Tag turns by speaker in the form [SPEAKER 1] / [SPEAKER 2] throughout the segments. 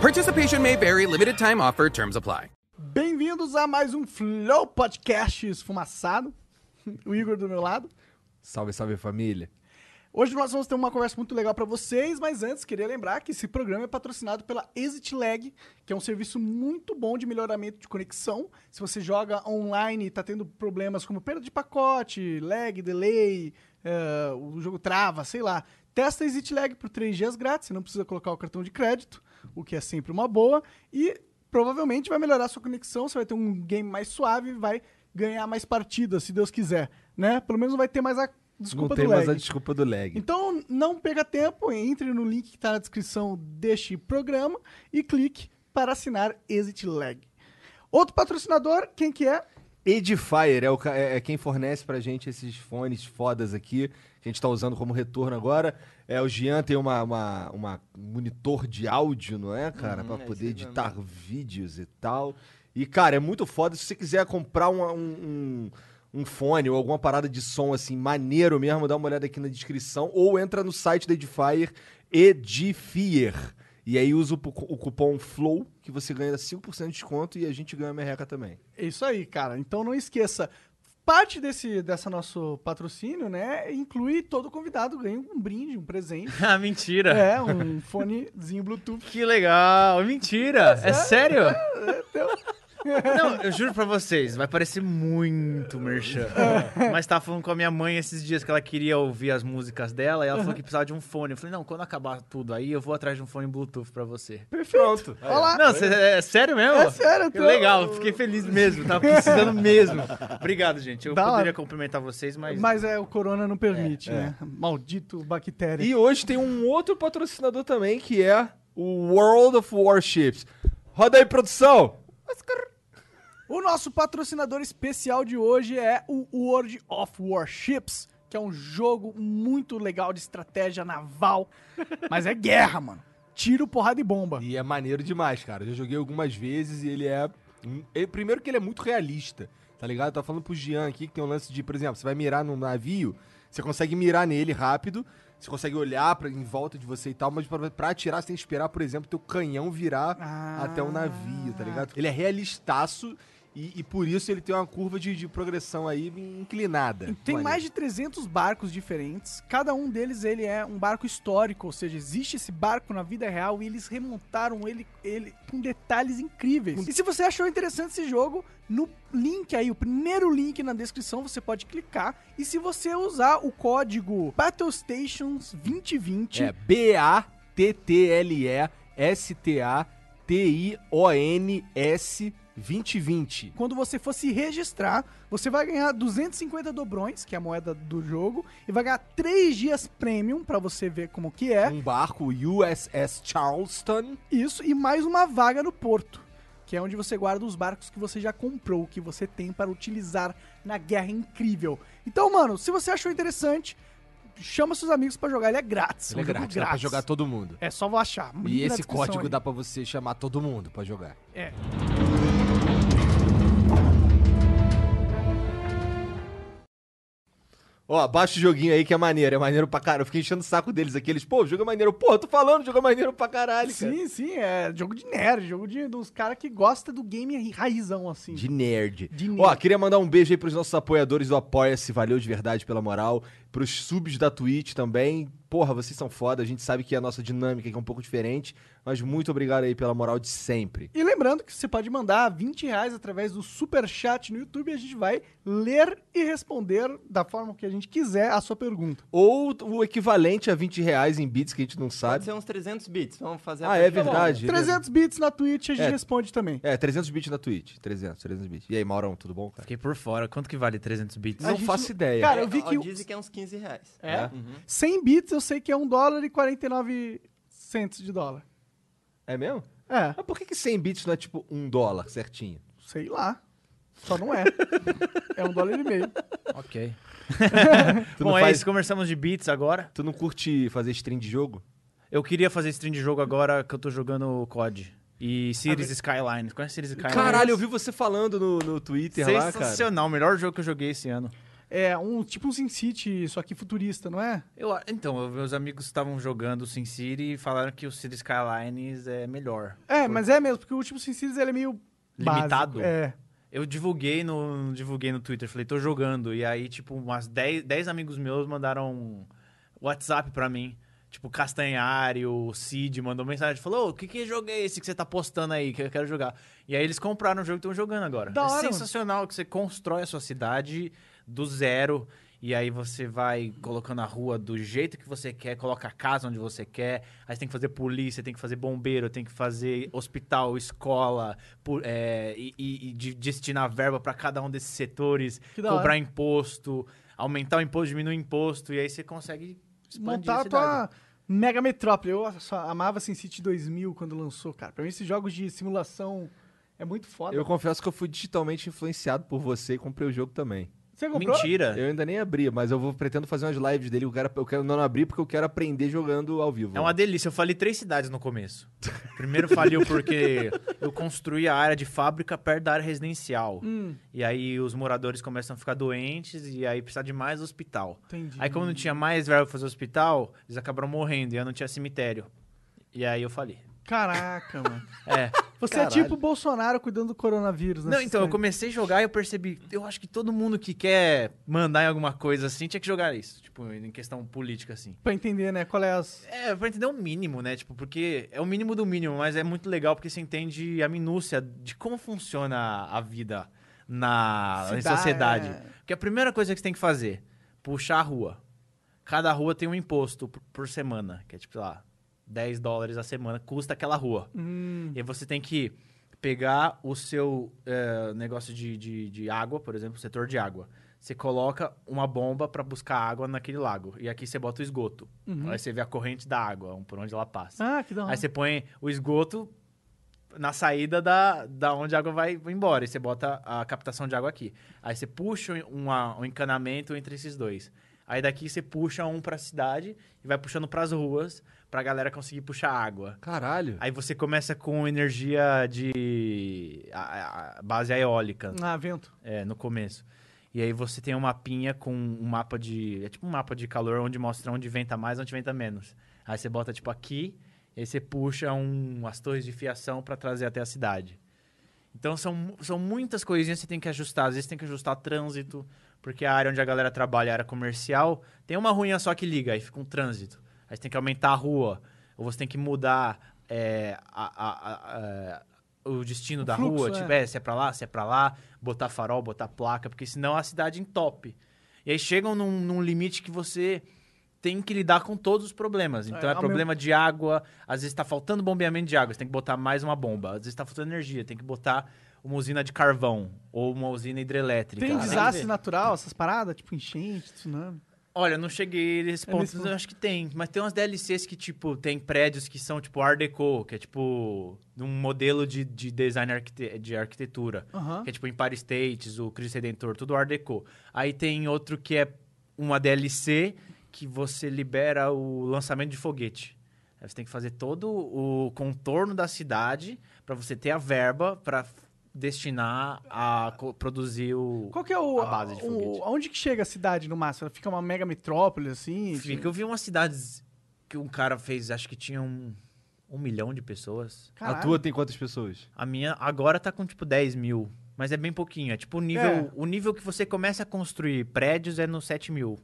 [SPEAKER 1] Participation may vary, limited time offer, terms apply.
[SPEAKER 2] Bem-vindos a mais um Flow Podcast esfumaçado. O Igor do meu lado.
[SPEAKER 3] Salve, salve família.
[SPEAKER 2] Hoje nós vamos ter uma conversa muito legal para vocês, mas antes queria lembrar que esse programa é patrocinado pela Exit Lag, que é um serviço muito bom de melhoramento de conexão. Se você joga online e está tendo problemas como perda de pacote, lag, delay, eh, o jogo trava, sei lá, testa a Exit Lag por três dias grátis, você não precisa colocar o cartão de crédito, o que é sempre uma boa, e provavelmente vai melhorar a sua conexão, você vai ter um game mais suave, vai ganhar mais partidas, se Deus quiser, né? Pelo menos não vai ter mais a desculpa
[SPEAKER 3] não tem
[SPEAKER 2] do
[SPEAKER 3] mais
[SPEAKER 2] lag.
[SPEAKER 3] a desculpa do lag.
[SPEAKER 2] Então, não perca tempo, entre no link que está na descrição deste programa e clique para assinar Exit Lag. Outro patrocinador, quem que é?
[SPEAKER 3] Edifier é, o ca- é- é quem fornece pra gente esses fones fodas aqui, que a gente tá usando como retorno agora. É, o Jean tem uma, uma, uma monitor de áudio, não é, cara? Pra poder editar vídeos e tal. E, cara, é muito foda. Se você quiser comprar um, um, um- um fone ou alguma parada de som, assim, maneiro mesmo, dá uma olhada aqui na descrição. Ou entra no site da Edifier, Edifier. E aí usa o, pu- o cupom FLOW, que você ganha 5% de desconto e a gente ganha merreca também.
[SPEAKER 2] É isso aí, cara. Então não esqueça, parte desse dessa nosso patrocínio, né, inclui todo convidado ganha um brinde, um presente.
[SPEAKER 4] Ah, mentira.
[SPEAKER 2] É, um fonezinho Bluetooth.
[SPEAKER 4] Que legal. Mentira. É sério? Não, eu juro pra vocês, vai parecer muito merchan. Mas tava falando com a minha mãe esses dias que ela queria ouvir as músicas dela e ela falou que precisava de um fone. Eu falei, não, quando acabar tudo aí, eu vou atrás de um fone Bluetooth pra você.
[SPEAKER 2] Perfeito. Pronto. Olha lá.
[SPEAKER 4] Não, cê- é sério mesmo?
[SPEAKER 2] É sério,
[SPEAKER 4] Que
[SPEAKER 2] então-
[SPEAKER 4] Legal, fiquei feliz mesmo, tava precisando mesmo. Obrigado, gente. Eu
[SPEAKER 2] Da hora.
[SPEAKER 4] poderia cumprimentar vocês, mas...
[SPEAKER 2] Mas é, o corona não permite, né? Maldito bactéria.
[SPEAKER 3] E hoje tem um outro patrocinador também, que é o World of Warships. Roda aí, produção!
[SPEAKER 2] O nosso patrocinador especial de hoje é o World of Warships, que é um jogo muito legal de estratégia naval, mas é guerra, mano. Tiro, porrada e bomba.
[SPEAKER 3] E é maneiro demais, cara. Eu já joguei algumas vezes e ele é... um- ele- primeiro que ele é muito realista, tá ligado? Eu tava falando pro Jean aqui que tem um lance de, por exemplo, você vai mirar num navio, você consegue mirar nele rápido, você consegue olhar pra, em volta de você e tal, mas pra, pra atirar você tem que esperar, por exemplo, teu canhão virar
[SPEAKER 2] Ah.
[SPEAKER 3] até o navio, tá ligado? Ele é realistaço e, e por isso ele tem uma curva de, de progressão aí inclinada.
[SPEAKER 2] Tem
[SPEAKER 3] Maneiro.
[SPEAKER 2] mais de 300 barcos diferentes. Cada um deles ele é um barco histórico, ou seja, existe esse barco na vida real e eles remontaram ele, ele com detalhes incríveis. E se você achou interessante esse jogo, no link aí, o primeiro link na descrição, você pode clicar. E se você usar o código BattleStations2020,
[SPEAKER 3] É B-A-T-T-L-E-S-T-A-T-I-O-N-S 2020.
[SPEAKER 2] quando você for se registrar, você vai ganhar 250 dobrões, que é a moeda do jogo, e vai ganhar 3 dias premium pra você ver como que é.
[SPEAKER 3] Um barco USS Charleston.
[SPEAKER 2] Isso, e mais uma vaga no porto, que é onde você guarda os barcos que você já comprou, que você tem para utilizar na guerra incrível. Então, mano, se você achou interessante, chama seus amigos pra jogar, ele é grátis.
[SPEAKER 3] Ele
[SPEAKER 2] um
[SPEAKER 3] é
[SPEAKER 2] jogo
[SPEAKER 3] grátis, dá pra jogar todo mundo.
[SPEAKER 2] É só vou achar.
[SPEAKER 3] E
[SPEAKER 2] link na
[SPEAKER 3] esse
[SPEAKER 2] descrição
[SPEAKER 3] código
[SPEAKER 2] aí.
[SPEAKER 3] dá pra você chamar todo mundo pra jogar.
[SPEAKER 2] É.
[SPEAKER 3] Ó, baixa o joguinho aí que é maneiro, é maneiro pra caralho. Eu fiquei enchendo o saco deles aqui. Eles, pô, o jogo é maneiro. Pô, eu tô falando, o jogo é maneiro pra caralho, cara.
[SPEAKER 2] Sim, sim, é jogo de nerd, jogo de, dos caras que gosta do game raizão, assim.
[SPEAKER 3] De nerd.
[SPEAKER 2] De nerd.
[SPEAKER 3] Ó, queria mandar um beijo aí pros nossos apoiadores do Apoia-se, valeu de verdade pela moral. Pros subs da Twitch também. Porra, vocês são foda, a gente sabe que a nossa dinâmica aqui é um pouco diferente, mas muito obrigado aí pela moral de sempre.
[SPEAKER 2] E lembrando que você pode mandar 20 reais através do super chat no YouTube e a gente vai ler e responder da forma que a gente quiser a sua pergunta.
[SPEAKER 3] Ou o equivalente a 20 reais em bits que a gente não
[SPEAKER 5] Pode
[SPEAKER 3] sabe.
[SPEAKER 5] ser uns 300 bits, vamos fazer Tá
[SPEAKER 3] Ah, é
[SPEAKER 5] partir-
[SPEAKER 3] verdade.
[SPEAKER 4] né?
[SPEAKER 2] 300 bits na Twitch a gente
[SPEAKER 3] É.
[SPEAKER 2] responde também.
[SPEAKER 3] É, 300 bits na Twitch. 300, 300 bits. E aí, Maurão, tudo bom, cara?
[SPEAKER 4] Fiquei por fora. Quanto que vale 300 bits?
[SPEAKER 2] A
[SPEAKER 3] Não
[SPEAKER 2] gente
[SPEAKER 3] faço
[SPEAKER 2] não-
[SPEAKER 3] ideia. né?
[SPEAKER 2] Cara,
[SPEAKER 5] É,
[SPEAKER 2] eu vi
[SPEAKER 5] ó,
[SPEAKER 2] que o-
[SPEAKER 5] Dizem que é uns 15 reais.
[SPEAKER 2] É?
[SPEAKER 5] Uhum.
[SPEAKER 2] 100 bits eu sei que é 1 dólar e 49 centos de dólar.
[SPEAKER 3] É mesmo?
[SPEAKER 2] É,
[SPEAKER 3] Mas por que, que 100 bits não é tipo um dólar certinho?
[SPEAKER 2] sei lá. Só não é. é um dólar e meio.
[SPEAKER 6] Ok.
[SPEAKER 3] Tu,
[SPEAKER 4] Bom,
[SPEAKER 3] não
[SPEAKER 4] é
[SPEAKER 3] faz-
[SPEAKER 4] isso. Conversamos de beats agora.
[SPEAKER 3] tu não curte fazer stream de jogo?
[SPEAKER 4] Eu queria fazer stream de jogo agora que eu tô jogando COD. E Cities Skylines. Conhece Cities Skylines?
[SPEAKER 3] Caralho, eu vi você falando no, no Twitter lá, cara.
[SPEAKER 4] Sensacional. O melhor jogo que eu joguei esse ano.
[SPEAKER 2] É um tipo um Sin City, só que futurista, não é?
[SPEAKER 4] Eu, a- então, eu- meus amigos estavam jogando SimCity e falaram que o Cities Skylines é melhor.
[SPEAKER 2] É, mas é mesmo, porque o último Sin City ele é meio básico.
[SPEAKER 4] Limitado?
[SPEAKER 2] É.
[SPEAKER 4] Eu divulguei no, divulguei no Twitter, falei, tô jogando. E aí, tipo, umas 10, 10 amigos meus mandaram um WhatsApp pra mim. Tipo, Castanhari, o Cid mandou mensagem. Falou, ô, o que, que jogo é esse que você tá postando aí, que eu quero jogar? E aí eles compraram o jogo e estão jogando agora.
[SPEAKER 2] Da
[SPEAKER 4] é
[SPEAKER 2] hora, mano.
[SPEAKER 4] sensacional que você constrói a sua cidade do zero. E aí você vai colocando a rua do jeito que você quer, coloca a casa onde você quer. Aí você tem que fazer polícia, tem que fazer bombeiro, tem que fazer hospital, escola, pu- é, e, e- e de- destinar verba pra cada um desses setores,
[SPEAKER 2] Que da hora.
[SPEAKER 4] cobrar imposto, aumentar o imposto, diminuir o imposto. E aí você consegue expandir
[SPEAKER 2] montar
[SPEAKER 4] a
[SPEAKER 2] a
[SPEAKER 4] cidade.
[SPEAKER 2] tua mega metrópole. Eu só amava SimCity 2000 quando lançou, cara. Pra mim, esses jogos de simulação é muito foda.
[SPEAKER 3] Eu confesso que eu fui digitalmente influenciado por você e comprei o jogo também.
[SPEAKER 2] Você comprou?
[SPEAKER 4] Mentira.
[SPEAKER 3] Eu ainda nem abri, mas eu vou pretendo fazer umas lives dele. Eu quero, eu quero não abrir porque eu quero aprender jogando ao vivo.
[SPEAKER 4] É uma delícia. Eu falei três cidades no começo. Primeiro faliu porque eu construí a área de fábrica perto da área residencial.
[SPEAKER 2] Hum,
[SPEAKER 4] E aí os moradores começam a ficar doentes e aí precisa de mais hospital.
[SPEAKER 2] entendi.
[SPEAKER 4] Aí como não tinha mais verba pra fazer hospital, eles acabaram morrendo e eu não tinha cemitério. E aí eu falei.
[SPEAKER 2] Caraca, mano.
[SPEAKER 4] É.
[SPEAKER 2] Você
[SPEAKER 3] Caralho.
[SPEAKER 2] é tipo o Bolsonaro cuidando do coronavírus, né?
[SPEAKER 4] Não, então, eu comecei a jogar e eu percebi. Eu acho que todo mundo que quer mandar em alguma coisa assim tinha que jogar isso. Tipo, em questão política, assim.
[SPEAKER 2] Pra entender, né, qual é as...
[SPEAKER 4] É, pra entender o mínimo, né? Tipo, porque é o mínimo do mínimo, mas é muito legal porque você entende a minúcia de como funciona a vida na em
[SPEAKER 2] Cida-
[SPEAKER 4] sociedade.
[SPEAKER 2] é.
[SPEAKER 4] Porque a primeira coisa que você tem que fazer, puxar a rua. Cada rua tem um imposto por- por semana, que é tipo, sei lá, 10 dólares a semana, custa aquela rua.
[SPEAKER 2] Hum,
[SPEAKER 4] E aí você tem que pegar o seu eh, negócio de, de, de água, por exemplo, setor de água. Você coloca uma bomba pra buscar água naquele lago. E aqui você bota o esgoto. Aí você vê a corrente da água, um, por onde ela passa.
[SPEAKER 2] Ah, que da hora.
[SPEAKER 4] Aí você põe o esgoto na saída da, da onde a água vai vai embora. E você bota a captação de água aqui. Aí você puxa uma- um encanamento entre esses dois. Aí daqui você puxa um pra cidade e vai puxando pras ruas pra galera conseguir puxar água.
[SPEAKER 3] Caralho.
[SPEAKER 4] Aí você começa com energia de a- a- a base eólica
[SPEAKER 2] Ah, vento.
[SPEAKER 4] é, no começo. E aí você tem um mapinha com um mapa de. É tipo um mapa de calor onde mostra onde venta mais, onde venta menos. Aí você bota tipo aqui, e aí você puxa um, as torres de fiação pra trazer até a cidade. Então são, mu- são muitas coisinhas que você tem que ajustar. Às vezes tem que ajustar trânsito, porque a área onde a galera trabalha, a área comercial, tem uma ruinha só que liga, aí fica um trânsito. Aí você tem que aumentar a rua, ou você tem que mudar é, a- a- a- a- o destino da
[SPEAKER 2] fluxo,
[SPEAKER 4] rua,
[SPEAKER 2] é.
[SPEAKER 4] tipo, é, se é pra lá, se é pra lá, botar farol, botar placa, porque senão a cidade entope. E aí chegam num, num limite que você tem que lidar com todos os problemas. Então
[SPEAKER 2] É, ao
[SPEAKER 4] é,
[SPEAKER 2] mesmo
[SPEAKER 4] problema de água, às vezes tá faltando bombeamento de água, você tem que botar mais uma bomba. Às vezes tá faltando energia, tem que botar uma usina de carvão ou uma usina hidrelétrica. né?
[SPEAKER 2] Tem um
[SPEAKER 4] Tem que
[SPEAKER 2] desastre
[SPEAKER 4] ver.
[SPEAKER 2] natural, essas paradas? Tipo enchente, tsunami?
[SPEAKER 4] Olha, eu não cheguei nesse
[SPEAKER 2] É
[SPEAKER 4] ponto,
[SPEAKER 2] nesse
[SPEAKER 4] mas
[SPEAKER 2] ponto.
[SPEAKER 4] eu acho que tem. Mas tem umas DLCs que, tipo, tem prédios que são, tipo, Art Deco, que é, tipo, um modelo de, de design arquite- de arquitetura.
[SPEAKER 2] Aham.
[SPEAKER 4] Que é tipo Empire States, o Cristo Redentor, tudo Art Deco. Aí tem outro que é uma DLC que você libera o lançamento de foguete. Aí você tem que fazer todo o contorno da cidade pra você ter a verba pra f- destinar a co- produzir o.
[SPEAKER 2] Qual que é o...
[SPEAKER 4] A base de
[SPEAKER 2] o-
[SPEAKER 4] foguete.
[SPEAKER 2] Onde que chega a cidade no máximo? Ela fica uma mega metrópole, assim?
[SPEAKER 4] Fica, eu vi umas cidades que um cara fez, acho que tinha um, um milhão de pessoas.
[SPEAKER 2] Caralho.
[SPEAKER 3] A tua tem quantas pessoas?
[SPEAKER 4] A minha agora tá com tipo 10 mil. Mas é bem pouquinho. É tipo o nível.
[SPEAKER 2] É.
[SPEAKER 4] O nível que você começa a construir prédios é no 7 mil.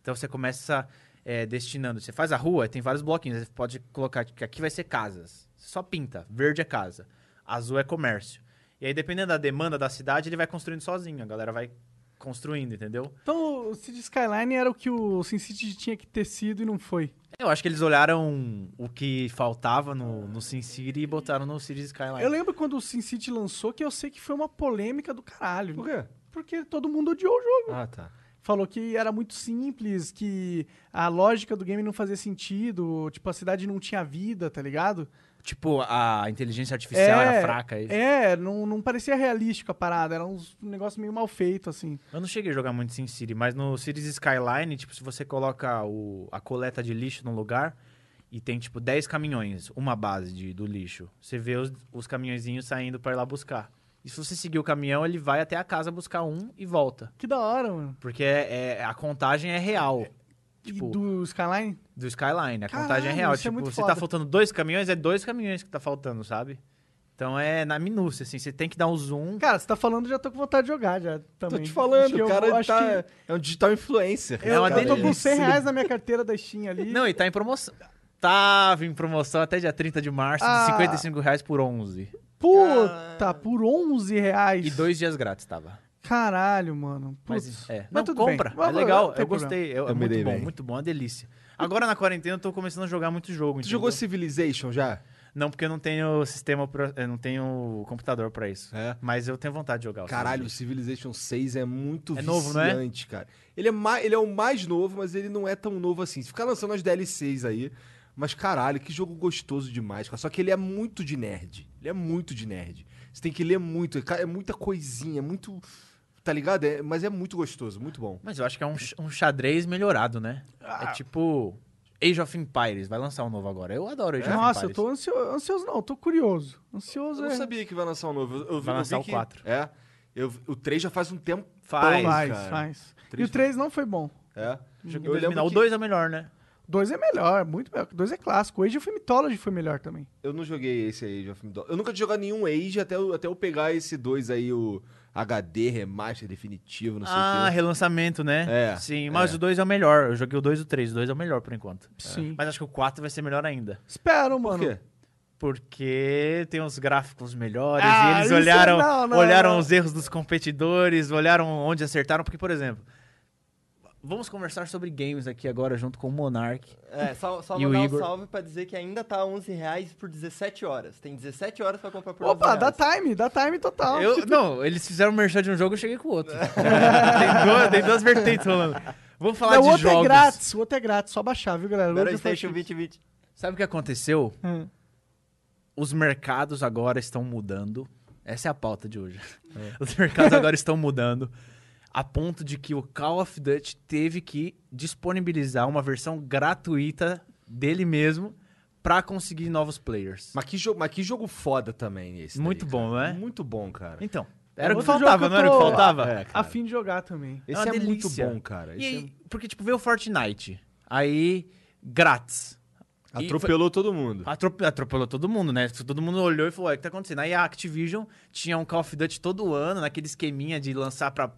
[SPEAKER 4] Então você começa é, destinando. Você faz a rua, tem vários bloquinhos. Você pode colocar que aqui vai ser casas. Você só pinta. Verde é casa. Azul é comércio. E aí, dependendo da demanda da cidade, ele vai construindo sozinho. A galera vai construindo, entendeu?
[SPEAKER 2] Então, o City Skyline era o que o SimCity tinha que ter sido e não foi.
[SPEAKER 4] Eu acho que eles olharam o que faltava no, no Sin City e botaram no Cities Skyline.
[SPEAKER 2] Eu lembro quando o SimCity lançou que eu sei que foi uma polêmica do caralho.
[SPEAKER 3] Por quê?
[SPEAKER 2] Porque todo mundo odiou o jogo.
[SPEAKER 3] Ah, tá.
[SPEAKER 2] Falou que era muito simples, que a lógica do game não fazia sentido, tipo, a cidade não tinha vida, tá ligado?
[SPEAKER 4] Tipo, a inteligência artificial era fraca. aí.
[SPEAKER 2] É, não, não parecia realístico a parada, era uns- um negócio meio mal feito, assim.
[SPEAKER 4] Eu não cheguei a jogar muito SimCity, mas no Cities Skyline, tipo, se você coloca o- a coleta de lixo num lugar e tem, tipo, 10 caminhões, uma base de- do lixo, você vê os, os caminhõezinhos saindo pra ir lá buscar. E se você seguir o caminhão, ele vai até a casa buscar um e volta.
[SPEAKER 2] Que da hora, mano.
[SPEAKER 4] Porque é, é- a contagem é real. Tipo,
[SPEAKER 2] e
[SPEAKER 4] do...
[SPEAKER 2] do Skyline?
[SPEAKER 4] Skyline,
[SPEAKER 2] Caralho,
[SPEAKER 4] a contagem é real.
[SPEAKER 2] isso é
[SPEAKER 4] Tipo,
[SPEAKER 2] muito
[SPEAKER 4] se
[SPEAKER 2] foda.
[SPEAKER 4] tá faltando dois caminhões, é dois caminhões que tá faltando, sabe? Então é na minúcia, assim, você tem que dar um zoom.
[SPEAKER 2] Cara, você tá falando, já tô com vontade de jogar já também.
[SPEAKER 3] Tô te
[SPEAKER 2] Acho que
[SPEAKER 3] falando, o
[SPEAKER 2] eu
[SPEAKER 3] cara
[SPEAKER 2] acho
[SPEAKER 3] tá-
[SPEAKER 2] que
[SPEAKER 3] é um digital influencer.
[SPEAKER 4] É uma
[SPEAKER 3] cara,
[SPEAKER 2] Eu tô
[SPEAKER 3] ele-
[SPEAKER 2] com 100 reais na minha carteira da Steam ali.
[SPEAKER 4] Não, e tá em promoção. Tava em promoção até dia 30 de março,
[SPEAKER 2] Ah.
[SPEAKER 4] de 55 reais por 11.
[SPEAKER 2] Puta, por 11 reais.
[SPEAKER 4] E dois dias grátis tava.
[SPEAKER 2] Caralho, mano. Putz.
[SPEAKER 4] Mas, é.
[SPEAKER 2] Mas
[SPEAKER 4] Não,
[SPEAKER 2] tudo
[SPEAKER 4] compra.
[SPEAKER 2] bem.
[SPEAKER 4] É
[SPEAKER 2] Mas não
[SPEAKER 4] legal.
[SPEAKER 2] tem
[SPEAKER 4] Eu
[SPEAKER 2] problema.
[SPEAKER 4] gostei. É, é
[SPEAKER 3] Eu me
[SPEAKER 4] muito
[SPEAKER 3] dei
[SPEAKER 4] bom,
[SPEAKER 3] bem.
[SPEAKER 4] muito bom. É uma delícia. Agora na quarentena eu tô começando a jogar muito jogo.
[SPEAKER 3] Tu
[SPEAKER 4] entendeu?
[SPEAKER 3] jogou Civilization já?
[SPEAKER 4] Não, porque eu não tenho sistema, pra, eu não tenho computador pra isso.
[SPEAKER 3] É.
[SPEAKER 4] Mas eu tenho vontade de jogar. o
[SPEAKER 3] Caralho, o
[SPEAKER 4] Civilization.
[SPEAKER 3] Civilization 6 é muito
[SPEAKER 4] É novo, não é?
[SPEAKER 3] viciante, cara. Ele é, mais, ele é o mais novo, mas ele não é tão novo assim. Se ficar lançando as DLCs aí. Mas caralho, que jogo gostoso demais, cara. Só que ele é muito de nerd. Ele é muito de nerd. Você tem que ler muito. é ca- É muita coisinha, é muito. Tá ligado? É- mas é muito gostoso, muito bom.
[SPEAKER 4] Mas eu acho que é um, ch- um xadrez melhorado, né?
[SPEAKER 2] Ah.
[SPEAKER 4] É tipo Age of Empires. Vai lançar um novo agora. Eu adoro Age of Empires.
[SPEAKER 2] Nossa, eu tô ansio- ansioso, não, eu tô curioso. Ansioso
[SPEAKER 3] Eu não
[SPEAKER 2] é.
[SPEAKER 3] sabia que vai lançar um novo. Eu, eu, vi- eu
[SPEAKER 4] Vai lançar
[SPEAKER 3] vi
[SPEAKER 4] o
[SPEAKER 3] que-
[SPEAKER 4] quatro.
[SPEAKER 3] É. Eu, vi- o 3 já faz um tempo.
[SPEAKER 4] Faz,
[SPEAKER 2] faz,
[SPEAKER 3] cara.
[SPEAKER 2] faz. E
[SPEAKER 3] Três-
[SPEAKER 2] o 3 não foi bom.
[SPEAKER 3] É.
[SPEAKER 4] Joguei
[SPEAKER 3] Eu
[SPEAKER 4] em
[SPEAKER 3] lembro
[SPEAKER 4] 2009. O
[SPEAKER 3] que-
[SPEAKER 4] 2 é melhor, né?
[SPEAKER 2] Dois é melhor, é muito melhor. Dois é clássico. O Age of Mythology foi melhor também.
[SPEAKER 3] Eu não joguei esse Age of Mythology. Eu nunca tinha jogado nenhum Age até eu, até eu pegar esse 2 aí, o HD, remaster definitivo, não sei
[SPEAKER 4] Ah,
[SPEAKER 3] o quê.
[SPEAKER 4] relançamento, né?
[SPEAKER 3] É,
[SPEAKER 4] Sim, mas
[SPEAKER 3] é.
[SPEAKER 4] o 2 é o melhor. Eu joguei o 2 e o 3. O 2 é o melhor por enquanto.
[SPEAKER 2] Sim.
[SPEAKER 4] Mas acho que o 4 vai ser melhor ainda.
[SPEAKER 2] Espero,
[SPEAKER 3] Por
[SPEAKER 2] mano.
[SPEAKER 3] quê?
[SPEAKER 4] Porque tem uns gráficos melhores
[SPEAKER 2] Ah,
[SPEAKER 4] e eles
[SPEAKER 2] isso
[SPEAKER 4] olharam,
[SPEAKER 2] não, não,
[SPEAKER 4] olharam
[SPEAKER 2] não.
[SPEAKER 4] os erros dos competidores, olharam onde acertaram. Porque, por exemplo, vamos conversar sobre games aqui agora junto com o Monark.
[SPEAKER 5] É, só, só
[SPEAKER 4] E o
[SPEAKER 5] mandar um
[SPEAKER 4] Igor?
[SPEAKER 5] salve pra dizer que ainda tá 11 reais por 17 horas. Tem 17 horas pra comprar por 11
[SPEAKER 2] Opa, dá
[SPEAKER 5] reais.
[SPEAKER 2] time, dá time total.
[SPEAKER 4] Eu, não, eles fizeram merchan de um jogo e eu cheguei com o outro. tem, duas, tem duas vertentes rolando. Vamos falar
[SPEAKER 2] Não, o
[SPEAKER 4] de
[SPEAKER 2] outro
[SPEAKER 4] jogos.
[SPEAKER 2] é grátis, o outro é grátis, só baixar, viu, galera? O outro é
[SPEAKER 5] Agora Station
[SPEAKER 2] free.
[SPEAKER 5] 20, 20.
[SPEAKER 4] Sabe o que aconteceu?
[SPEAKER 2] Hum.
[SPEAKER 4] Os mercados agora estão mudando. Essa é a pauta de hoje. Os mercados agora estão mudando a ponto de que o Call of Duty teve que disponibilizar uma versão gratuita dele mesmo pra conseguir novos players.
[SPEAKER 3] Mas que, jogo, mas que jogo foda também esse. daí,
[SPEAKER 4] Muito bom,
[SPEAKER 3] cara.
[SPEAKER 4] né?
[SPEAKER 3] Muito É bom, cara.
[SPEAKER 4] Então, era o que
[SPEAKER 2] Outro jogo
[SPEAKER 4] faltava,
[SPEAKER 2] eu
[SPEAKER 4] não era o que
[SPEAKER 2] tô
[SPEAKER 4] faltava?
[SPEAKER 3] É,
[SPEAKER 2] A
[SPEAKER 3] cara.
[SPEAKER 2] fim de jogar também.
[SPEAKER 3] Esse
[SPEAKER 4] uma
[SPEAKER 3] é, muito
[SPEAKER 4] delícia.
[SPEAKER 3] bom, cara.
[SPEAKER 4] E
[SPEAKER 3] Esse é um
[SPEAKER 4] aí, porque tipo, veio o Fortnite, aí grátis.
[SPEAKER 3] é-
[SPEAKER 4] e
[SPEAKER 3] Atropelou todo mundo.
[SPEAKER 4] Atrope- Atropelou todo mundo, né? Todo mundo olhou e falou: "Ué, o que tá acontecendo? Aí a Activision tinha um Call of Duty todo ano, naquele esqueminha de lançar pra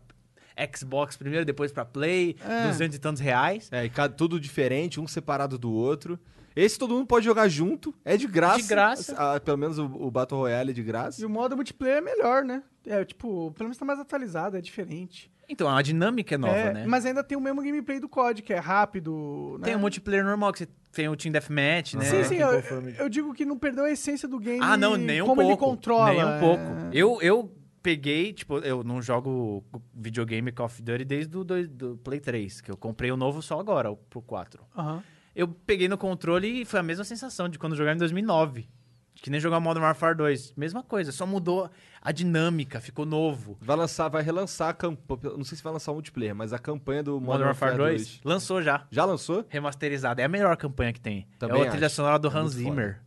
[SPEAKER 4] Xbox primeiro, depois pra Play,
[SPEAKER 2] É.
[SPEAKER 4] 200 e tantos reais.
[SPEAKER 3] É, e cada, tudo diferente, um separado do outro. Esse todo mundo pode jogar junto, é de graça.
[SPEAKER 4] De graça.
[SPEAKER 3] Ah, pelo menos o, o Battle Royale é de graça.
[SPEAKER 2] E o modo multiplayer é melhor, né? É, tipo, pelo menos tá mais atualizado, é diferente.
[SPEAKER 4] Então, a dinâmica é nova,
[SPEAKER 2] É,
[SPEAKER 4] né?
[SPEAKER 2] Mas ainda tem o mesmo gameplay do COD, que é rápido.
[SPEAKER 4] Tem
[SPEAKER 2] né?
[SPEAKER 4] um o multiplayer normal, que você tem o Team Deathmatch, né?
[SPEAKER 2] Sim, sim,
[SPEAKER 4] Quem
[SPEAKER 2] eu,
[SPEAKER 4] conforme-
[SPEAKER 2] eu digo que não perdeu a essência do game.
[SPEAKER 4] Ah, não, nem um
[SPEAKER 2] como
[SPEAKER 4] pouco.
[SPEAKER 2] ele controla.
[SPEAKER 4] Nem um
[SPEAKER 2] é.
[SPEAKER 4] pouco. Eu, eu peguei, tipo, eu não jogo videogame Call of Duty desde o do, do Play 3, que eu comprei o novo só agora, o- pro 4.
[SPEAKER 2] Aham.
[SPEAKER 4] Eu peguei no controle e foi a mesma sensação de quando eu jogava em 2009. Que nem jogar Modern Warfare 2. Mesma coisa, só mudou a dinâmica, ficou novo.
[SPEAKER 3] Vai lançar, vai relançar a campanha. Não sei se vai lançar o multiplayer, mas a campanha do
[SPEAKER 4] Modern, Warfare 2, lançou já,
[SPEAKER 3] Já lançou?
[SPEAKER 4] remasterizada. É a melhor campanha que tem.
[SPEAKER 3] Também
[SPEAKER 4] é a trilha
[SPEAKER 3] acho.
[SPEAKER 4] sonora do
[SPEAKER 3] É
[SPEAKER 4] Hans
[SPEAKER 3] muito
[SPEAKER 4] Zimmer.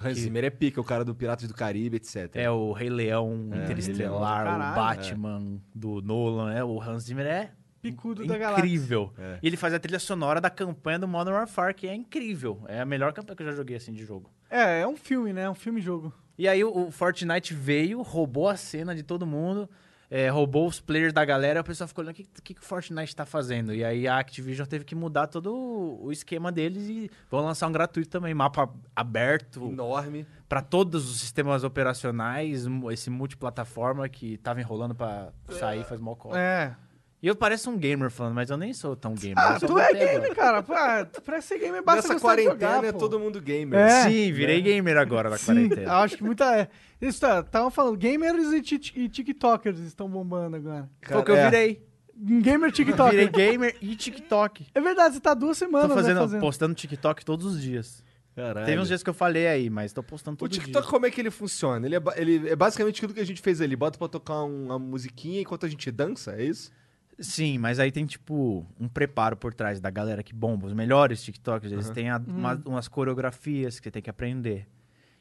[SPEAKER 3] Hans
[SPEAKER 4] Que-
[SPEAKER 3] Zimmer é pica, o cara do Piratas do Caribe, etc.
[SPEAKER 4] É o Rei Leão,
[SPEAKER 3] É,
[SPEAKER 4] Interestelar,
[SPEAKER 2] Rei Leão.
[SPEAKER 4] o
[SPEAKER 2] Caralho.
[SPEAKER 4] Batman do Nolan. É, o Hans Zimmer é
[SPEAKER 2] Picudo da galáxia.
[SPEAKER 4] incrível.
[SPEAKER 3] É.
[SPEAKER 4] E ele faz a trilha sonora da campanha do Modern Warfare, que é incrível. É a melhor campanha que eu já joguei assim de jogo.
[SPEAKER 2] É, é um filme, né? É um filme-jogo.
[SPEAKER 4] E aí o, o Fortnite veio, roubou a cena de todo mundo, é, roubou os players da galera, o pessoal ficou olhando, o que, que, que o Fortnite tá fazendo? E aí a Activision teve que mudar todo o o esquema deles e vão lançar um gratuito também, mapa aberto
[SPEAKER 3] Enorme.
[SPEAKER 4] pra todos os sistemas operacionais, mu- esse multiplataforma que tava enrolando pra sair faz mó cota.
[SPEAKER 2] É.
[SPEAKER 4] E eu pareço um gamer falando, mas eu nem sou tão gamer.
[SPEAKER 2] Ah,
[SPEAKER 4] eu sou
[SPEAKER 2] tu é
[SPEAKER 4] até agora.
[SPEAKER 2] gamer, cara. Pá, tu- pra ser gamer basta
[SPEAKER 3] Nessa
[SPEAKER 2] gostar de
[SPEAKER 3] quarentena
[SPEAKER 2] jogar,
[SPEAKER 3] é
[SPEAKER 2] pô.
[SPEAKER 3] todo mundo gamer.
[SPEAKER 2] É.
[SPEAKER 4] Sim, virei gamer agora na
[SPEAKER 2] Sim,
[SPEAKER 4] quarentena.
[SPEAKER 2] acho que muita... é. Isso, tá, estavam falando, gamers e, ti- e tiktokers estão bombando agora.
[SPEAKER 4] Foi o que eu
[SPEAKER 3] Cara, é.
[SPEAKER 4] virei.
[SPEAKER 2] Gamer tiktoker.
[SPEAKER 4] Virei gamer e TikTok.
[SPEAKER 2] É verdade, você tá duas semanas
[SPEAKER 4] Tô
[SPEAKER 2] né,
[SPEAKER 4] fazendo, postando TikTok todos os dias.
[SPEAKER 3] Caralho.
[SPEAKER 4] Teve uns dias que eu falei aí, mas tô postando
[SPEAKER 3] O
[SPEAKER 4] todo dia.
[SPEAKER 3] TikTok, como é que ele funciona? Ele é, ba- ele é basicamente aquilo que a gente fez ali. Bota pra tocar um, uma musiquinha enquanto a gente dança, é isso?
[SPEAKER 4] Sim, mas aí tem, tipo, um preparo por trás da galera que bomba. Os melhores TikToks, eles têm a- uma- umas coreografias que você tem que aprender.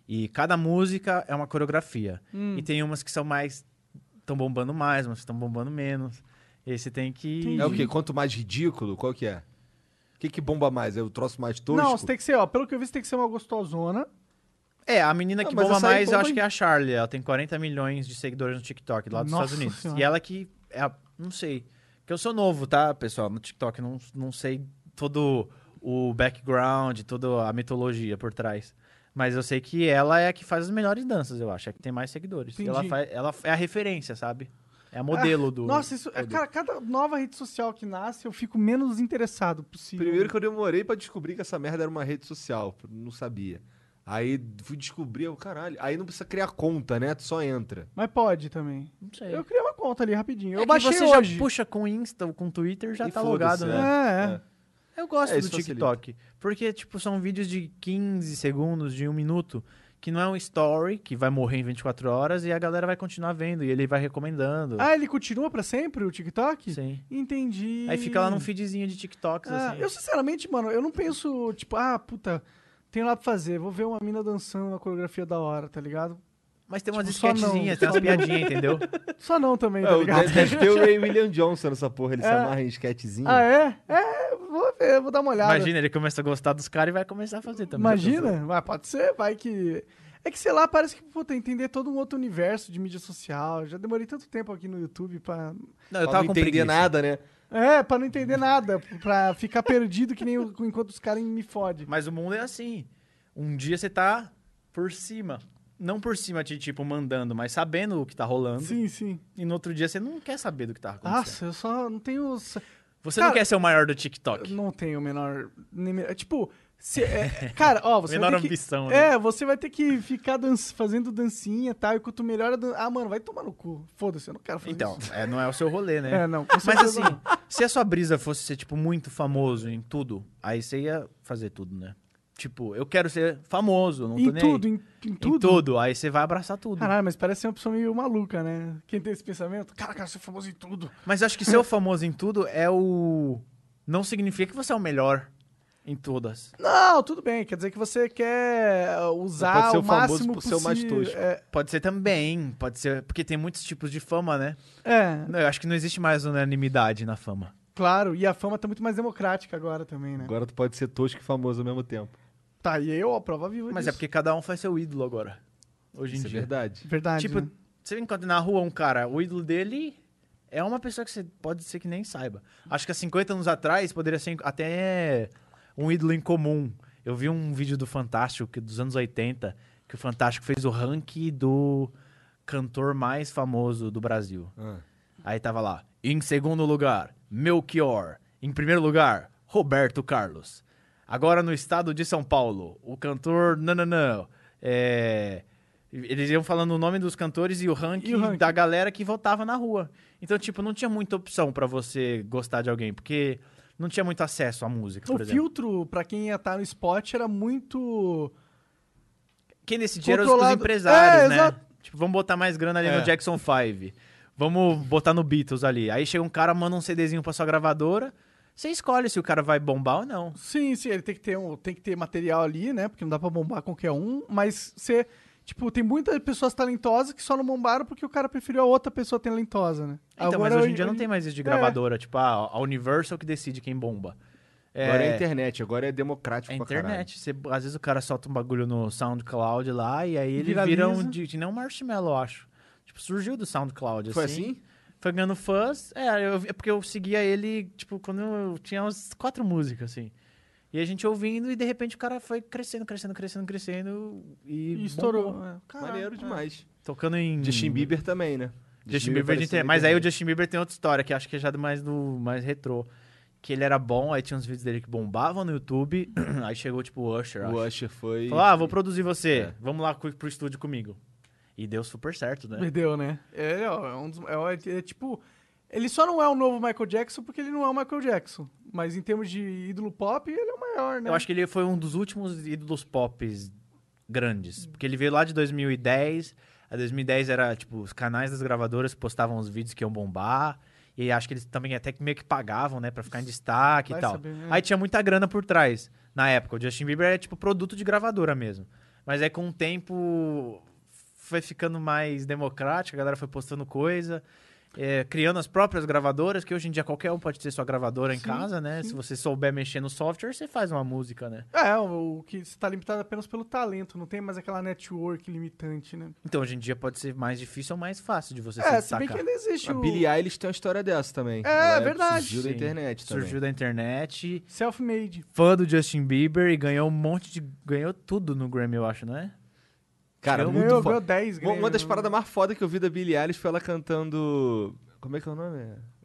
[SPEAKER 4] E cada música é uma coreografia. E tem umas que são mais. estão bombando mais, umas que estão bombando menos. E aí você tem que.
[SPEAKER 3] É o quê? Quanto mais ridículo, qual que é? O que, que bomba mais? É o troço mais tosco?
[SPEAKER 2] Não, você tem que ser, ó, pelo que eu vi, você tem que ser uma gostosona.
[SPEAKER 4] É, a menina
[SPEAKER 3] Ah,
[SPEAKER 4] que
[SPEAKER 3] mas
[SPEAKER 4] bomba
[SPEAKER 3] essa aí
[SPEAKER 4] mais, eu
[SPEAKER 3] bomba
[SPEAKER 4] acho
[SPEAKER 3] em-
[SPEAKER 4] que é a Charlie. Ela tem 40 milhões de seguidores no TikTok lá dos
[SPEAKER 2] Nossa
[SPEAKER 4] Estados Unidos.
[SPEAKER 2] Senhora.
[SPEAKER 4] E ela que. É a- não sei. Que eu sou novo, tá, pessoal? No TikTok. Não, não sei todo o background, toda a mitologia por trás. Mas eu sei que ela é a que faz as melhores danças, eu acho. É a que tem mais seguidores. E Ela,
[SPEAKER 2] Entendi. Ah,
[SPEAKER 4] faz- ela é a referência, sabe? É a modelo do.
[SPEAKER 2] Nossa, isso, é
[SPEAKER 4] produto.
[SPEAKER 2] cara, cada nova rede social que nasce, eu fico menos interessado possível.
[SPEAKER 3] Primeiro que eu demorei pra descobrir que essa merda era uma rede social. Não sabia. Aí fui descobrir, eu, caralho. Aí não precisa criar conta, né? Tu só entra.
[SPEAKER 2] Mas pode também.
[SPEAKER 4] Não sei.
[SPEAKER 2] Eu criei uma conta ali rapidinho.
[SPEAKER 4] É
[SPEAKER 2] eu
[SPEAKER 4] que
[SPEAKER 2] baixei
[SPEAKER 4] você
[SPEAKER 2] hoje.
[SPEAKER 4] já puxa com Insta ou com Twitter, já
[SPEAKER 3] E
[SPEAKER 4] tá
[SPEAKER 3] foda-se,
[SPEAKER 4] logado, né?
[SPEAKER 3] né?
[SPEAKER 2] É, é.
[SPEAKER 4] Eu gosto
[SPEAKER 3] É,
[SPEAKER 4] do
[SPEAKER 3] isso facilita.
[SPEAKER 4] TikTok. Porque, tipo, são vídeos de 15 segundos, de um minuto, que não é um story, que vai morrer em 24 horas, e a galera vai continuar vendo, e ele vai recomendando.
[SPEAKER 2] Ah, ele continua pra sempre o TikTok?
[SPEAKER 4] Sim.
[SPEAKER 2] Entendi.
[SPEAKER 4] Aí fica lá num feedzinho de TikToks,
[SPEAKER 2] Ah,
[SPEAKER 4] assim.
[SPEAKER 2] Eu, sinceramente, mano, eu não penso, tipo, ah, puta, tenho lá pra fazer, vou ver uma mina dançando uma coreografia da hora, tá ligado?
[SPEAKER 4] Mas tem umas
[SPEAKER 2] tipo, só não,
[SPEAKER 4] esquetezinhas, tem
[SPEAKER 2] só
[SPEAKER 4] umas
[SPEAKER 2] não.
[SPEAKER 4] piadinhas, entendeu?
[SPEAKER 2] Só não também, tá
[SPEAKER 3] É, o-
[SPEAKER 2] ligado?
[SPEAKER 3] deve, deve ter o Ray William Johnson nessa porra. Ele se
[SPEAKER 2] É.
[SPEAKER 3] amarra em esquetezinho.
[SPEAKER 2] Ah, é? É, vou ver, vou dar uma olhada.
[SPEAKER 4] Imagina, ele começa a gostar dos caras e vai começar a fazer também.
[SPEAKER 2] Imagina? Mas pode ser, vai que. É que, sei lá, parece que, puta, entender todo um outro universo de mídia social. Já demorei tanto tempo aqui no YouTube pra.
[SPEAKER 4] Não,
[SPEAKER 3] Pra
[SPEAKER 4] eu tava
[SPEAKER 3] não
[SPEAKER 4] com
[SPEAKER 3] entender
[SPEAKER 4] preguiça.
[SPEAKER 3] nada, né?
[SPEAKER 2] É, pra não entender nada, pra ficar perdido que nem o- enquanto os caras me fodem.
[SPEAKER 4] Mas o mundo é assim. Um dia você tá por cima. Não por cima, te, tipo, mandando, mas sabendo o que tá rolando.
[SPEAKER 2] Sim, Ah, sim.
[SPEAKER 4] E no outro dia você não quer saber do que tá acontecendo.
[SPEAKER 2] Nossa, eu só não tenho.
[SPEAKER 4] Você não
[SPEAKER 2] Cara-
[SPEAKER 4] quer ser o maior do TikTok.
[SPEAKER 2] Não tenho o menor. nem me- é, Tipo, se- é, cara, ó, você
[SPEAKER 4] Menor
[SPEAKER 2] vai ter que-
[SPEAKER 4] ambição, né?
[SPEAKER 2] É, você vai ter que ficar dan- fazendo dancinha e tal, e quanto melhor a dan... Ah, mano, vai tomar no cu. Foda-se, eu não quero fazer
[SPEAKER 4] Então,
[SPEAKER 2] isso.
[SPEAKER 4] é, não é o seu rolê, né?
[SPEAKER 2] É, não, com
[SPEAKER 4] Mas
[SPEAKER 2] certeza
[SPEAKER 4] assim,
[SPEAKER 2] não.
[SPEAKER 4] se a sua brisa fosse ser, tipo, muito famoso em tudo, aí você ia fazer tudo, né? Tipo, eu quero ser famoso, não tô
[SPEAKER 2] Em
[SPEAKER 4] nem
[SPEAKER 2] tudo,
[SPEAKER 4] aí.
[SPEAKER 2] em, em
[SPEAKER 4] né? Em
[SPEAKER 2] tudo.
[SPEAKER 4] tudo, aí você vai abraçar tudo.
[SPEAKER 2] Caralho, mas parece ser uma pessoa meio maluca, né? Quem tem esse pensamento? Cara, cara, você é famoso em tudo.
[SPEAKER 4] Mas eu acho que ser o famoso em tudo é o... Não significa que você é o melhor em todas.
[SPEAKER 2] Não, tudo bem. Quer dizer que você quer uh, usar
[SPEAKER 3] Pode ser
[SPEAKER 2] o
[SPEAKER 3] o famoso
[SPEAKER 2] máximo
[SPEAKER 3] por ser o mais
[SPEAKER 2] possível.
[SPEAKER 3] tosco.
[SPEAKER 2] É,
[SPEAKER 4] Pode ser também, pode ser... Porque tem muitos tipos de fama, né?
[SPEAKER 2] é,
[SPEAKER 4] Eu acho que não existe mais unanimidade na fama.
[SPEAKER 2] claro. E a fama tá muito mais democrática agora também, né?
[SPEAKER 3] Agora tu pode ser tosco e famoso ao mesmo tempo.
[SPEAKER 2] Tá, e eu, ó, prova viva
[SPEAKER 4] Mas é
[SPEAKER 2] disso.
[SPEAKER 4] porque cada um faz seu ídolo agora. Hoje em
[SPEAKER 3] Isso é
[SPEAKER 4] dia.
[SPEAKER 3] verdade.
[SPEAKER 2] Verdade,
[SPEAKER 4] Tipo,
[SPEAKER 2] né?
[SPEAKER 4] você encontra na rua um cara, o ídolo dele é uma pessoa que você pode ser que nem saiba. Acho que há 50 anos atrás poderia ser até um ídolo em comum. Eu vi um vídeo do Fantástico que- dos anos 80, que o Fantástico fez o ranking do cantor mais famoso do Brasil.
[SPEAKER 3] Ah.
[SPEAKER 4] Aí tava lá, em segundo lugar, Melchior. Em primeiro lugar, Roberto Carlos. Agora no estado de São Paulo, o cantor Nananã. É... Eles iam falando o nome dos cantores e o, ranking
[SPEAKER 2] E o ranking.
[SPEAKER 4] da galera que votava na rua. Então, tipo, não tinha muita opção pra você gostar de alguém, porque não tinha muito acesso à música, por
[SPEAKER 2] o
[SPEAKER 4] exemplo.
[SPEAKER 2] filtro pra quem ia estar no spot era muito.
[SPEAKER 4] Quem decidia eram os- os
[SPEAKER 2] controlado.
[SPEAKER 4] empresários,
[SPEAKER 2] É,
[SPEAKER 4] né?
[SPEAKER 2] exato.
[SPEAKER 4] Tipo, vamos botar mais grana ali
[SPEAKER 3] É.
[SPEAKER 4] no Jackson 5. Vamos botar no Beatles ali. Aí chega um cara, manda um CDzinho pra sua gravadora. Você escolhe se o cara vai bombar ou não.
[SPEAKER 2] Sim, sim, ele tem que ter um, tem que ter material ali, né? Porque não dá pra bombar qualquer um, mas você, tipo, tem muitas pessoas talentosas que só não bombaram porque o cara preferiu a outra pessoa talentosa, né?
[SPEAKER 4] Então, mas hoje em dia não tem mais isso de
[SPEAKER 2] é.
[SPEAKER 4] gravadora. Tipo, ah, a Universal que decide quem bomba. É,
[SPEAKER 3] Agora é a internet, agora é democrático
[SPEAKER 4] É
[SPEAKER 3] pra caralho.
[SPEAKER 4] internet. Você- às vezes o cara solta um bagulho no SoundCloud lá e aí ele vira
[SPEAKER 2] Viraliza.
[SPEAKER 4] um. di- Que nem um marshmallow, eu acho. Tipo, surgiu do SoundCloud,
[SPEAKER 3] Foi
[SPEAKER 4] assim.
[SPEAKER 3] assim?
[SPEAKER 4] Foi ganhando fãs. É, eu- é porque eu seguia ele, tipo, quando eu tinha umas quatro músicas, assim. E a gente ouvindo e de repente o cara foi crescendo, crescendo, crescendo, crescendo. E,
[SPEAKER 2] E estourou.
[SPEAKER 4] bombou.
[SPEAKER 2] é. Hum. Caralho,
[SPEAKER 3] Maneiro demais.
[SPEAKER 4] Tocando em.
[SPEAKER 3] Justin Bieber também, né?
[SPEAKER 4] Justin Bieber de
[SPEAKER 3] apareceu
[SPEAKER 4] internet.
[SPEAKER 3] na
[SPEAKER 4] Mas aí o Justin Bieber tem outra história, que acho que é já do mais do mais retrô. Que ele era bom, aí tinha uns vídeos dele que bombavam no YouTube. aí chegou, tipo, o Usher. acho.
[SPEAKER 3] O Usher foi...
[SPEAKER 4] Falou, ah, vou produzir você.
[SPEAKER 3] É.
[SPEAKER 4] Vamos lá cu- pro estúdio comigo. E deu super certo, né?
[SPEAKER 2] Perdeu, né? É, ó, é um dos, é, um- é tipo. Ele só não é o novo Michael Jackson porque ele não é o Michael Jackson. Mas em termos de ídolo pop, ele é o maior, né?
[SPEAKER 4] Eu acho que ele foi um dos últimos ídolos pop grandes. Porque ele veio lá de 2010. A 2010 era, tipo, os canais das gravadoras postavam os vídeos que iam bombar. E acho que eles também até que meio que pagavam, né? Pra ficar em destaque
[SPEAKER 2] Vai
[SPEAKER 4] e tal.
[SPEAKER 2] saber, né?
[SPEAKER 4] Aí tinha muita grana por trás. Na época, o Justin Bieber era, tipo, produto de gravadora mesmo. Mas aí com o tempo foi ficando mais democrático, a galera foi postando coisa. é, criando as próprias gravadoras, que hoje em dia qualquer um pode ter sua gravadora em casa, né? Se você souber mexer no software, você faz uma música, né?
[SPEAKER 2] É, o o que você tá limitado apenas pelo talento, não tem mais aquela network limitante, né?
[SPEAKER 4] Então, hoje em dia pode ser mais difícil ou mais fácil de você se
[SPEAKER 2] é, se
[SPEAKER 4] destacar.
[SPEAKER 2] bem que ainda existe
[SPEAKER 3] A
[SPEAKER 2] o
[SPEAKER 3] Billie Eilish tem uma história dessa também.
[SPEAKER 2] É,
[SPEAKER 3] Ela
[SPEAKER 2] verdade.
[SPEAKER 3] Surgiu da
[SPEAKER 4] Sim.
[SPEAKER 3] internet também.
[SPEAKER 4] Surgiu da internet,
[SPEAKER 2] self-made.
[SPEAKER 4] fã do Justin Bieber e ganhou um monte de... Ganhou tudo no Grammy, eu acho, não é?
[SPEAKER 3] Cara,
[SPEAKER 2] Ganhou-
[SPEAKER 3] muito
[SPEAKER 2] ganhou,
[SPEAKER 3] foda.
[SPEAKER 2] ganhou 10
[SPEAKER 3] Uma, uma
[SPEAKER 2] Grêmio,
[SPEAKER 3] das
[SPEAKER 2] né?
[SPEAKER 3] paradas mais foda que eu vi da Billie Eilish foi ela cantando... Como é que é o nome?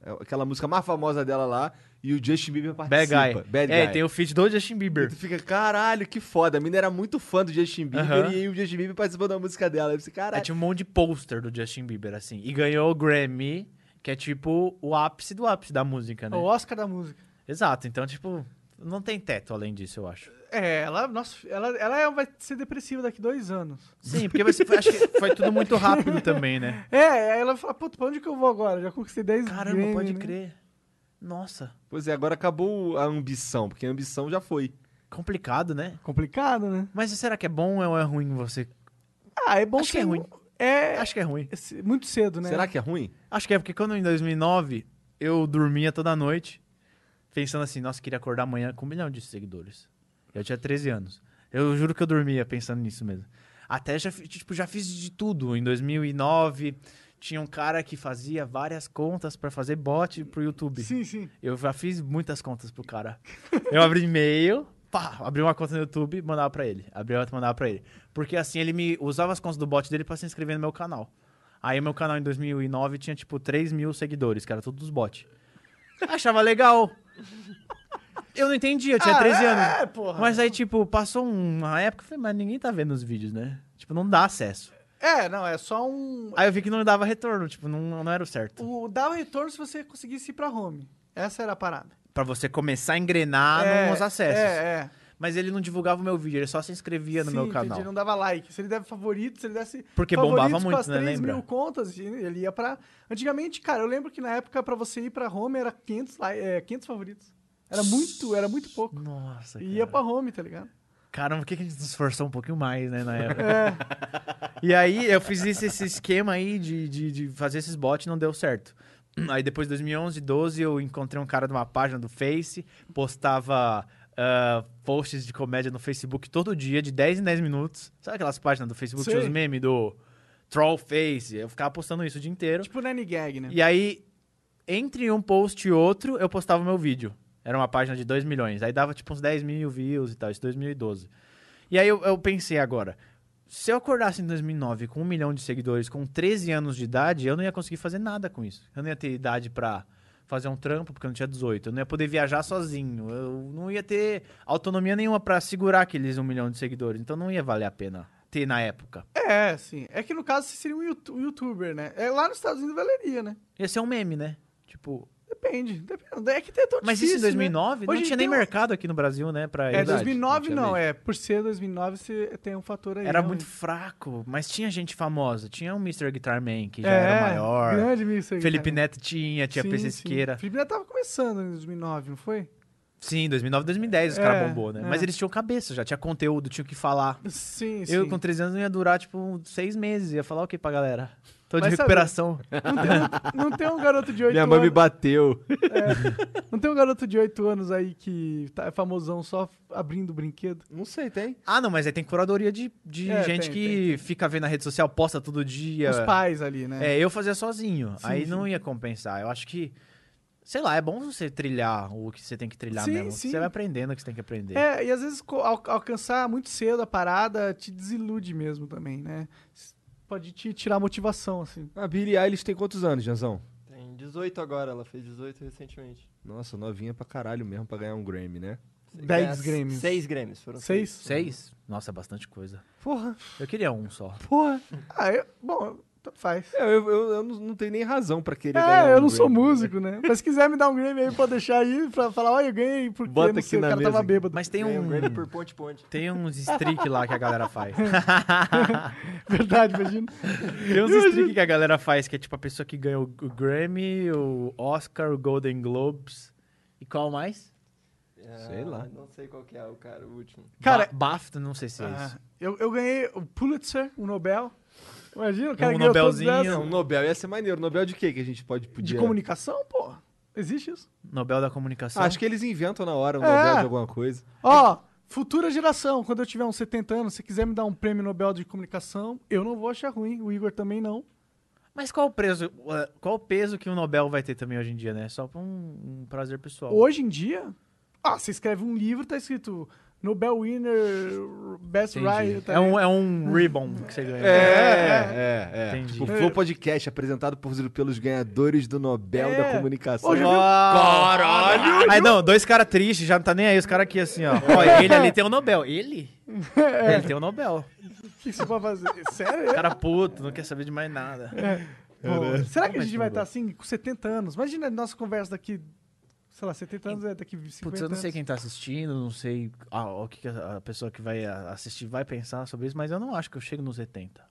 [SPEAKER 3] É aquela música mais famosa dela lá e o Justin Bieber
[SPEAKER 4] Bad
[SPEAKER 3] participa.
[SPEAKER 4] Guy. é, tem o feat do Justin
[SPEAKER 3] E
[SPEAKER 4] Bieber.
[SPEAKER 3] tu fica, caralho, que foda. A mina era muito fã do Justin Bieber
[SPEAKER 4] Aham.
[SPEAKER 3] e aí o Justin Bieber participou da música dela. Aí você,
[SPEAKER 4] É,
[SPEAKER 3] caralho.
[SPEAKER 2] tipo
[SPEAKER 4] tinha um monte de pôster do Justin Bieber, assim. E ganhou o Grammy, que é tipo o ápice do ápice da música,
[SPEAKER 2] É
[SPEAKER 4] né?
[SPEAKER 2] o Oscar da música.
[SPEAKER 4] Exato, então, tipo, não tem teto além disso, eu acho.
[SPEAKER 2] É, ela, nossa, ela, ela é- vai ser depressiva daqui dois anos.
[SPEAKER 4] Sim, porque você, acho que foi tudo muito rápido também, né?
[SPEAKER 2] É, aí ela fala, puta, pra onde que eu vou agora? Já conquistei 10
[SPEAKER 4] Caramba,
[SPEAKER 2] Grammy,
[SPEAKER 4] pode
[SPEAKER 2] né?
[SPEAKER 4] crer. Nossa,
[SPEAKER 3] Pois é, agora acabou a ambição, porque a ambição já foi.
[SPEAKER 4] complicado, né?
[SPEAKER 2] Complicado, né?
[SPEAKER 4] Mas será que é bom ou é ruim você?
[SPEAKER 2] Ah, é bom
[SPEAKER 4] Acho que
[SPEAKER 2] ser
[SPEAKER 4] é
[SPEAKER 2] um-
[SPEAKER 4] ruim.
[SPEAKER 2] É,
[SPEAKER 4] Acho que é ruim.
[SPEAKER 2] esse- muito cedo, né?
[SPEAKER 3] Será que é ruim?
[SPEAKER 4] Acho que é porque quando em 2009 eu dormia toda noite pensando assim, nossa, queria acordar amanhã com um milhão de seguidores. Eu tinha 13 anos. Eu juro que eu dormia pensando nisso mesmo. Até já, fi- tipo, já fiz de tudo. Em 2009 tinha um cara que fazia várias contas pra fazer bot pro YouTube.
[SPEAKER 2] Sim, sim.
[SPEAKER 4] Eu já fiz muitas contas pro cara. Eu abri e-mail, pá, abri uma conta no YouTube, mandava pra ele. Abri outra, mandava pra ele. Porque assim, ele me usava as contas do bot dele pra se inscrever no meu canal. Aí meu canal em 2009 tinha tipo 3 mil seguidores, que era tudo dos bots. Achava legal. Eu não entendia, eu tinha
[SPEAKER 2] Ah,
[SPEAKER 4] 13
[SPEAKER 2] é,
[SPEAKER 4] anos.
[SPEAKER 2] porra.
[SPEAKER 4] Mas aí, tipo, passou uma época, eu falei, mas ninguém tá vendo os vídeos, né? Tipo, não dá acesso.
[SPEAKER 2] É, não, é só um...
[SPEAKER 4] Aí eu vi que não dava retorno, tipo, não, não era o certo.
[SPEAKER 2] O, dá o retorno se você conseguisse ir pra home. Essa era a parada.
[SPEAKER 4] Pra você começar a engrenar
[SPEAKER 2] é,
[SPEAKER 4] Ah, nos acessos.
[SPEAKER 2] É, é.
[SPEAKER 4] Mas ele não divulgava o meu vídeo, ele só se inscrevia no
[SPEAKER 2] Sim,
[SPEAKER 4] meu
[SPEAKER 2] entendi,
[SPEAKER 4] canal.
[SPEAKER 2] não dava like. Se ele deve favorito, se ele desse.
[SPEAKER 4] Porque
[SPEAKER 2] favoritos
[SPEAKER 4] bombava
[SPEAKER 2] com
[SPEAKER 4] muito,
[SPEAKER 2] as
[SPEAKER 4] né?
[SPEAKER 2] 3 mil
[SPEAKER 4] Lembra?
[SPEAKER 2] contas, e ele ia pra. Antigamente, cara, eu lembro que na época pra você ir pra home era 500, li- é, 500 favoritos. Era muito, era muito pouco.
[SPEAKER 4] Nossa,
[SPEAKER 2] E ia
[SPEAKER 4] cara.
[SPEAKER 2] pra home, tá ligado?
[SPEAKER 4] Caramba, por que que a gente se esforçou um pouquinho mais, né, na
[SPEAKER 2] É.
[SPEAKER 4] época? E aí eu fiz esse, esse esquema aí de, de, de fazer esses bots e não deu certo. Aí depois de 2011, 12, eu encontrei um cara de uma página do Face, postava ah, posts de comédia no Facebook todo dia, de 10 em 10 minutos. Sabe aquelas páginas do Facebook, que tinha os
[SPEAKER 2] Sei.
[SPEAKER 4] memes do Troll Face? Eu ficava postando isso o dia inteiro.
[SPEAKER 2] Tipo Nanny Gag, né?
[SPEAKER 4] E aí, entre um post e outro, eu postava meu vídeo. Era uma página de 2 milhões. Aí dava tipo uns 10 mil views e tal, isso em 2012. E aí eu, eu pensei agora, se eu acordasse em 2009 com um milhão de seguidores, com 13 anos de idade, eu não ia conseguir fazer nada com isso. Eu não ia ter idade pra fazer um trampo, porque eu não tinha 18. Eu não ia poder viajar sozinho. Eu não ia ter autonomia nenhuma pra segurar aqueles um milhão de seguidores. Então não ia valer a pena ter na época.
[SPEAKER 2] É, sim. É que no caso você seria um youtu- um youtuber, né? É, lá nos Estados Unidos valeria, né?
[SPEAKER 4] Ia ser um meme, né? Tipo,
[SPEAKER 2] Depende, depende. É que é tão
[SPEAKER 4] Mas isso
[SPEAKER 2] difícil, né?
[SPEAKER 4] em 2009 não
[SPEAKER 2] Hoje
[SPEAKER 4] tinha
[SPEAKER 2] tem
[SPEAKER 4] nem
[SPEAKER 2] um-
[SPEAKER 4] mercado aqui no Brasil, né? Pra
[SPEAKER 2] É,
[SPEAKER 4] isso.
[SPEAKER 3] Verdade,
[SPEAKER 2] 2009
[SPEAKER 3] não tinha
[SPEAKER 2] não,
[SPEAKER 3] mesmo.
[SPEAKER 2] é. Por ser 2009, você tem um fator aí.
[SPEAKER 4] Era
[SPEAKER 2] realmente.
[SPEAKER 4] muito fraco, mas tinha gente famosa. Tinha o Mr. Guitar Man, que já
[SPEAKER 2] É,
[SPEAKER 4] era maior.
[SPEAKER 2] Grande Mr.
[SPEAKER 4] Felipe
[SPEAKER 2] Guitarra.
[SPEAKER 4] Neto tinha, tinha
[SPEAKER 2] Sim,
[SPEAKER 4] PC
[SPEAKER 2] sim.
[SPEAKER 4] Esqueira.
[SPEAKER 2] Felipe Neto tava começando em 2009, não foi?
[SPEAKER 4] Sim, 2009, 2010 os
[SPEAKER 2] É,
[SPEAKER 4] caras bombou, né?
[SPEAKER 2] é.
[SPEAKER 4] Mas eles tinham cabeça já, tinha conteúdo, tinham o que falar.
[SPEAKER 2] Sim,
[SPEAKER 4] Eu
[SPEAKER 2] sim.
[SPEAKER 4] com 13 anos ia durar, tipo, seis meses. Ia falar o que pra galera? Tô de
[SPEAKER 2] Vai saber.
[SPEAKER 4] recuperação.
[SPEAKER 2] Não tem um garoto de 8
[SPEAKER 3] Minha mãe me
[SPEAKER 2] anos.
[SPEAKER 3] bateu.
[SPEAKER 2] Não tem um garoto de 8 anos aí que tá é famosão só f- abrindo brinquedo.
[SPEAKER 3] Não sei, tem.
[SPEAKER 4] Ah, não, mas aí tem curadoria de, de
[SPEAKER 2] É, tem,
[SPEAKER 4] gente que fica vendo na rede social, posta todo dia.
[SPEAKER 2] Os pais ali, né?
[SPEAKER 4] É, eu fazia sozinho.
[SPEAKER 2] Sim,
[SPEAKER 4] aí
[SPEAKER 2] sim.
[SPEAKER 4] não ia compensar. Eu acho que. Sei lá, é bom você trilhar o que você tem que trilhar
[SPEAKER 2] Sim,
[SPEAKER 4] mesmo.
[SPEAKER 2] sim.
[SPEAKER 4] Você vai aprendendo o que você tem que aprender.
[SPEAKER 2] É, e às vezes co- al- alcançar muito cedo a parada te desilude mesmo também, né? S- Pode te tirar a motivação, assim.
[SPEAKER 3] A Ah, Billie Eilish tem quantos anos, Janzão?
[SPEAKER 5] Tem 18 agora, ela fez 18 recentemente.
[SPEAKER 3] Nossa, novinha pra caralho mesmo pra ganhar um Grammy, né?
[SPEAKER 2] 10 Grêmios.
[SPEAKER 5] 6 Grêmios, foram
[SPEAKER 2] Seis?
[SPEAKER 4] Seis? Nossa, é bastante coisa.
[SPEAKER 3] Porra,
[SPEAKER 4] Eu queria um só.
[SPEAKER 3] porra.
[SPEAKER 2] Ah, eu, bom, Tanto faz.
[SPEAKER 3] Eu, É, eu, eu- eu não, não tenho nem razão pra querer ganhar
[SPEAKER 2] É, eu
[SPEAKER 3] um
[SPEAKER 2] não sou
[SPEAKER 3] Grammy.
[SPEAKER 2] músico, né? Mas se quiser me dar um Grammy aí, pode deixar aí pra falar, olha, eu ganhei porque
[SPEAKER 3] Bota
[SPEAKER 2] não
[SPEAKER 3] aqui
[SPEAKER 2] sei, o
[SPEAKER 3] na
[SPEAKER 2] cara
[SPEAKER 3] mesa.
[SPEAKER 2] tava bêbado.
[SPEAKER 4] Mas tem
[SPEAKER 5] Ganhei
[SPEAKER 4] um.
[SPEAKER 5] um Grammy por Ponte Ponte.
[SPEAKER 4] Tem uns streak lá que a galera faz.
[SPEAKER 2] Verdade, imagina.
[SPEAKER 4] Tem uns streak que a galera faz, que é tipo a pessoa que ganha o o Grammy, o Oscar, o Golden Globes. E qual mais?
[SPEAKER 3] Sei lá.
[SPEAKER 5] Ah, Não sei qual que é o cara, o último.
[SPEAKER 2] Cara-
[SPEAKER 4] Ba- BAFTA, não sei se é
[SPEAKER 2] Ah,
[SPEAKER 4] isso.
[SPEAKER 2] eu, eu ganhei o Pulitzer, o Nobel. Imagina, o cara
[SPEAKER 4] Um
[SPEAKER 2] ganhou todos
[SPEAKER 4] Nobelzinho,
[SPEAKER 2] esses.
[SPEAKER 3] Não, Nobel ia ser maneiro. Nobel de quê que a gente pode
[SPEAKER 2] De
[SPEAKER 3] podia...
[SPEAKER 2] comunicação, pô. Existe isso.
[SPEAKER 4] Nobel da Comunicação.
[SPEAKER 3] Ah, Acho que eles inventam na hora um
[SPEAKER 2] É.
[SPEAKER 3] Nobel de alguma coisa.
[SPEAKER 2] Ó, futura geração, quando eu tiver uns 70 anos, se quiser me dar um prêmio Nobel de comunicação, eu não vou achar ruim, o Igor também não.
[SPEAKER 4] Mas qual o preso, eh, qual o peso que o Nobel vai ter também hoje em dia, né? Só pra um, um prazer pessoal.
[SPEAKER 2] Hoje em dia, ah, você escreve um livro, tá escrito Nobel Winner Best
[SPEAKER 4] Entendi.
[SPEAKER 2] Writer. tá
[SPEAKER 4] é, um,
[SPEAKER 2] ligado?
[SPEAKER 4] é um ribbon que você ganha.
[SPEAKER 3] É, é, é.
[SPEAKER 4] Entendi.
[SPEAKER 3] Tipo, Flow Podcast, apresentado por, pelos ganhadores do Nobel
[SPEAKER 2] É.
[SPEAKER 3] da Comunicação.
[SPEAKER 2] Hoje eu vi um-
[SPEAKER 3] Caralho!
[SPEAKER 4] Aí não, dois caras tristes, já não tá nem aí, os caras aqui assim, ó. Ó, ele ali tem o Nobel. Ele?
[SPEAKER 2] É.
[SPEAKER 4] Ele tem o Nobel.
[SPEAKER 2] O que você vai fazer? Sério?
[SPEAKER 4] O cara puto, não quer saber de mais nada.
[SPEAKER 2] É,
[SPEAKER 4] É, né?
[SPEAKER 2] Pô, será que a gente vai estar assim com 70 anos? Imagina a nossa conversa daqui, sei lá, 70 anos é daqui 50
[SPEAKER 4] Putz, eu não sei
[SPEAKER 2] anos.
[SPEAKER 4] quem tá assistindo, não sei a- o que que a a pessoa que vai a- assistir vai pensar sobre isso, mas eu não acho que eu chego nos 70.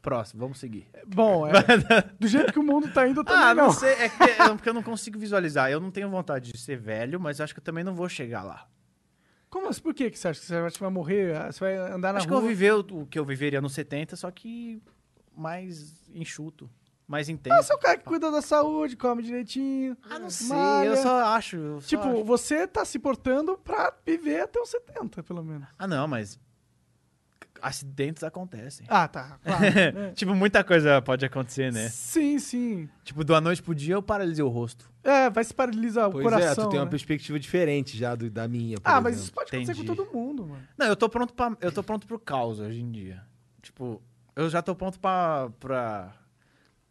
[SPEAKER 4] Próximo, vamos seguir.
[SPEAKER 2] Bom, é, do jeito que o mundo tá indo, eu também
[SPEAKER 4] né? Ah, não,
[SPEAKER 2] não.
[SPEAKER 4] sei, é, que- é porque eu não consigo visualizar. Eu não tenho vontade de ser velho, mas acho que eu também não vou chegar lá.
[SPEAKER 2] Como, mas por que que você acha que você vai- você vai morrer? Ah, Você vai andar na
[SPEAKER 4] acho
[SPEAKER 2] rua?
[SPEAKER 4] que eu vou viver o, o que eu viveria nos 70, só que mais enxuto, mais intenso.
[SPEAKER 2] Ah, você é o cara que cuida da saúde, come direitinho.
[SPEAKER 4] Ah, não sei,
[SPEAKER 2] malha.
[SPEAKER 4] eu só acho. eu só
[SPEAKER 2] Tipo,
[SPEAKER 4] acho.
[SPEAKER 2] você tá se portando pra viver até os 70, pelo menos.
[SPEAKER 4] Ah, não, mas acidentes acontecem.
[SPEAKER 2] Ah, tá. Claro. né?
[SPEAKER 4] tipo, muita coisa pode acontecer, né?
[SPEAKER 2] Sim, sim.
[SPEAKER 4] Tipo, da noite pro dia eu paralisei o rosto.
[SPEAKER 2] É, vai se paralisar o
[SPEAKER 3] Pois
[SPEAKER 2] coração.
[SPEAKER 3] é, tu tem uma
[SPEAKER 2] né?
[SPEAKER 3] perspectiva diferente já do- da minha, por
[SPEAKER 2] Ah, mas
[SPEAKER 3] exemplo.
[SPEAKER 2] isso pode acontecer
[SPEAKER 4] Entendi.
[SPEAKER 2] com todo mundo, mano.
[SPEAKER 4] Não, eu tô pronto para eu tô pronto pro caos hoje em dia. Tipo, eu já tô pronto para para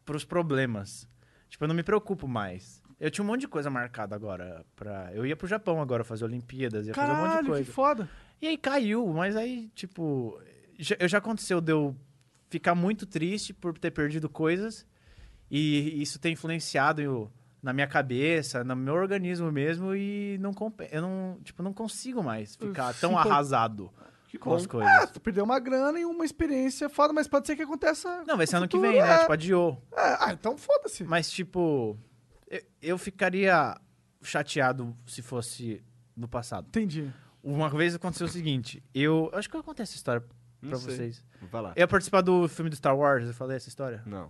[SPEAKER 4] pros problemas. Tipo, eu não me preocupo mais. Eu tinha um monte de coisa marcada agora para eu ia pro Japão agora fazer Olimpíadas, ia fazer um monte de
[SPEAKER 2] Caralho, que
[SPEAKER 4] coisa.
[SPEAKER 2] foda.
[SPEAKER 4] E aí caiu, mas aí, tipo, já, eu já aconteceu de eu ficar muito triste por ter perdido coisas e isso ter influenciado eu- na minha cabeça, no meu organismo mesmo e não compe- eu não, tipo, não consigo mais ficar
[SPEAKER 2] Se
[SPEAKER 4] tão
[SPEAKER 2] pode-
[SPEAKER 4] arrasado com as
[SPEAKER 2] Ah,
[SPEAKER 4] coisas.
[SPEAKER 2] tu perdeu uma grana e uma experiência foda, mas pode ser que aconteça.
[SPEAKER 4] Não, vai ser
[SPEAKER 2] no
[SPEAKER 4] ano que vem,
[SPEAKER 2] futuro,
[SPEAKER 4] né?
[SPEAKER 2] é.
[SPEAKER 4] Tipo, adiou.
[SPEAKER 2] É, ah, então foda-se.
[SPEAKER 4] Mas, tipo, eu, eu ficaria chateado se fosse no passado.
[SPEAKER 2] Entendi.
[SPEAKER 4] Uma vez aconteceu o seguinte, eu... Acho que eu contei essa história
[SPEAKER 3] Não
[SPEAKER 4] pra
[SPEAKER 3] sei.
[SPEAKER 4] vocês.
[SPEAKER 3] Vai lá.
[SPEAKER 4] Eu ia participar do filme do Star Wars, eu falei essa história?
[SPEAKER 3] Não.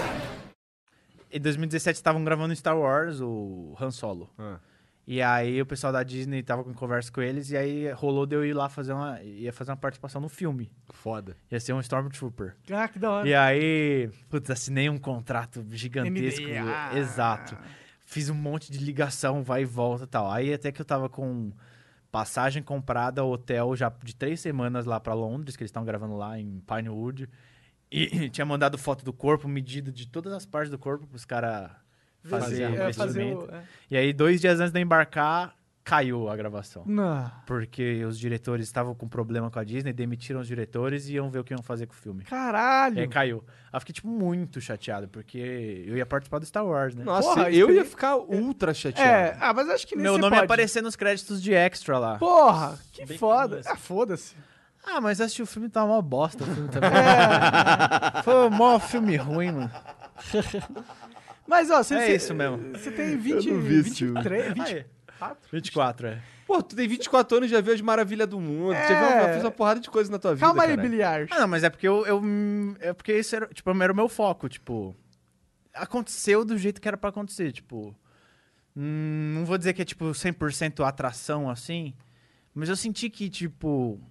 [SPEAKER 4] Em 2017 estavam gravando Star Wars, o Han Solo.
[SPEAKER 3] Ah.
[SPEAKER 4] E aí o pessoal da Disney tava com conversa com eles e aí rolou de eu ir lá fazer uma ia fazer uma participação no filme.
[SPEAKER 3] Foda.
[SPEAKER 4] Ia ser um Stormtrooper.
[SPEAKER 2] Ah, que da hora.
[SPEAKER 4] E aí, putz, assinei um contrato gigantesco,
[SPEAKER 2] NDA.
[SPEAKER 4] exato. Fiz um monte de ligação, vai e volta e tal. Aí até que eu tava com passagem comprada, hotel já de três semanas lá pra Londres, que eles estavam gravando lá em Pinewood. E tinha mandado foto do corpo, medida de todas as partes do corpo pros caras fazer
[SPEAKER 3] Fazer,
[SPEAKER 4] o
[SPEAKER 2] é, fazer
[SPEAKER 4] investimento.
[SPEAKER 2] o... é.
[SPEAKER 4] E aí, dois dias antes de eu embarcar, caiu a gravação.
[SPEAKER 2] Não.
[SPEAKER 4] Porque os diretores estavam com problema com a Disney, demitiram os diretores e iam ver o que iam fazer com o filme.
[SPEAKER 2] Caralho.
[SPEAKER 4] É, caiu. Aí eu fiquei, tipo, muito chateado, porque eu ia participar do Star Wars, né?
[SPEAKER 3] Nossa,
[SPEAKER 2] Porra,
[SPEAKER 3] eu ia
[SPEAKER 2] experi-
[SPEAKER 3] ficar ultra chateado.
[SPEAKER 2] É, ah, mas acho que nem
[SPEAKER 4] Meu
[SPEAKER 2] você
[SPEAKER 4] nome ia
[SPEAKER 2] pode.
[SPEAKER 4] aparecer nos créditos de extra lá.
[SPEAKER 2] Porra, que foda. Ah, foda-se.
[SPEAKER 4] Ah, mas eu assisti o filme tá uma bosta o filme também. É,
[SPEAKER 2] É.
[SPEAKER 4] Foi o maior filme ruim, mano.
[SPEAKER 2] Mas, ó, você...
[SPEAKER 4] É
[SPEAKER 2] você-
[SPEAKER 4] isso mesmo.
[SPEAKER 2] Você tem 20,
[SPEAKER 3] não vi esse filme.
[SPEAKER 2] 23, 20...
[SPEAKER 4] Aí, 24, é.
[SPEAKER 3] Pô, tu tem 24 anos e já viu as maravilhas do mundo.
[SPEAKER 2] É.
[SPEAKER 3] Já, viu, já fez uma porrada de coisa na tua vida.
[SPEAKER 2] Calma aí,
[SPEAKER 3] caralho.
[SPEAKER 2] bilhar.
[SPEAKER 4] Ah, não, mas é porque eu. eu- é porque isso era, tipo, era o meu foco, tipo. Aconteceu do jeito que era pra acontecer, tipo. hum, Não vou dizer que é, tipo, 100% atração assim, mas eu senti que, tipo.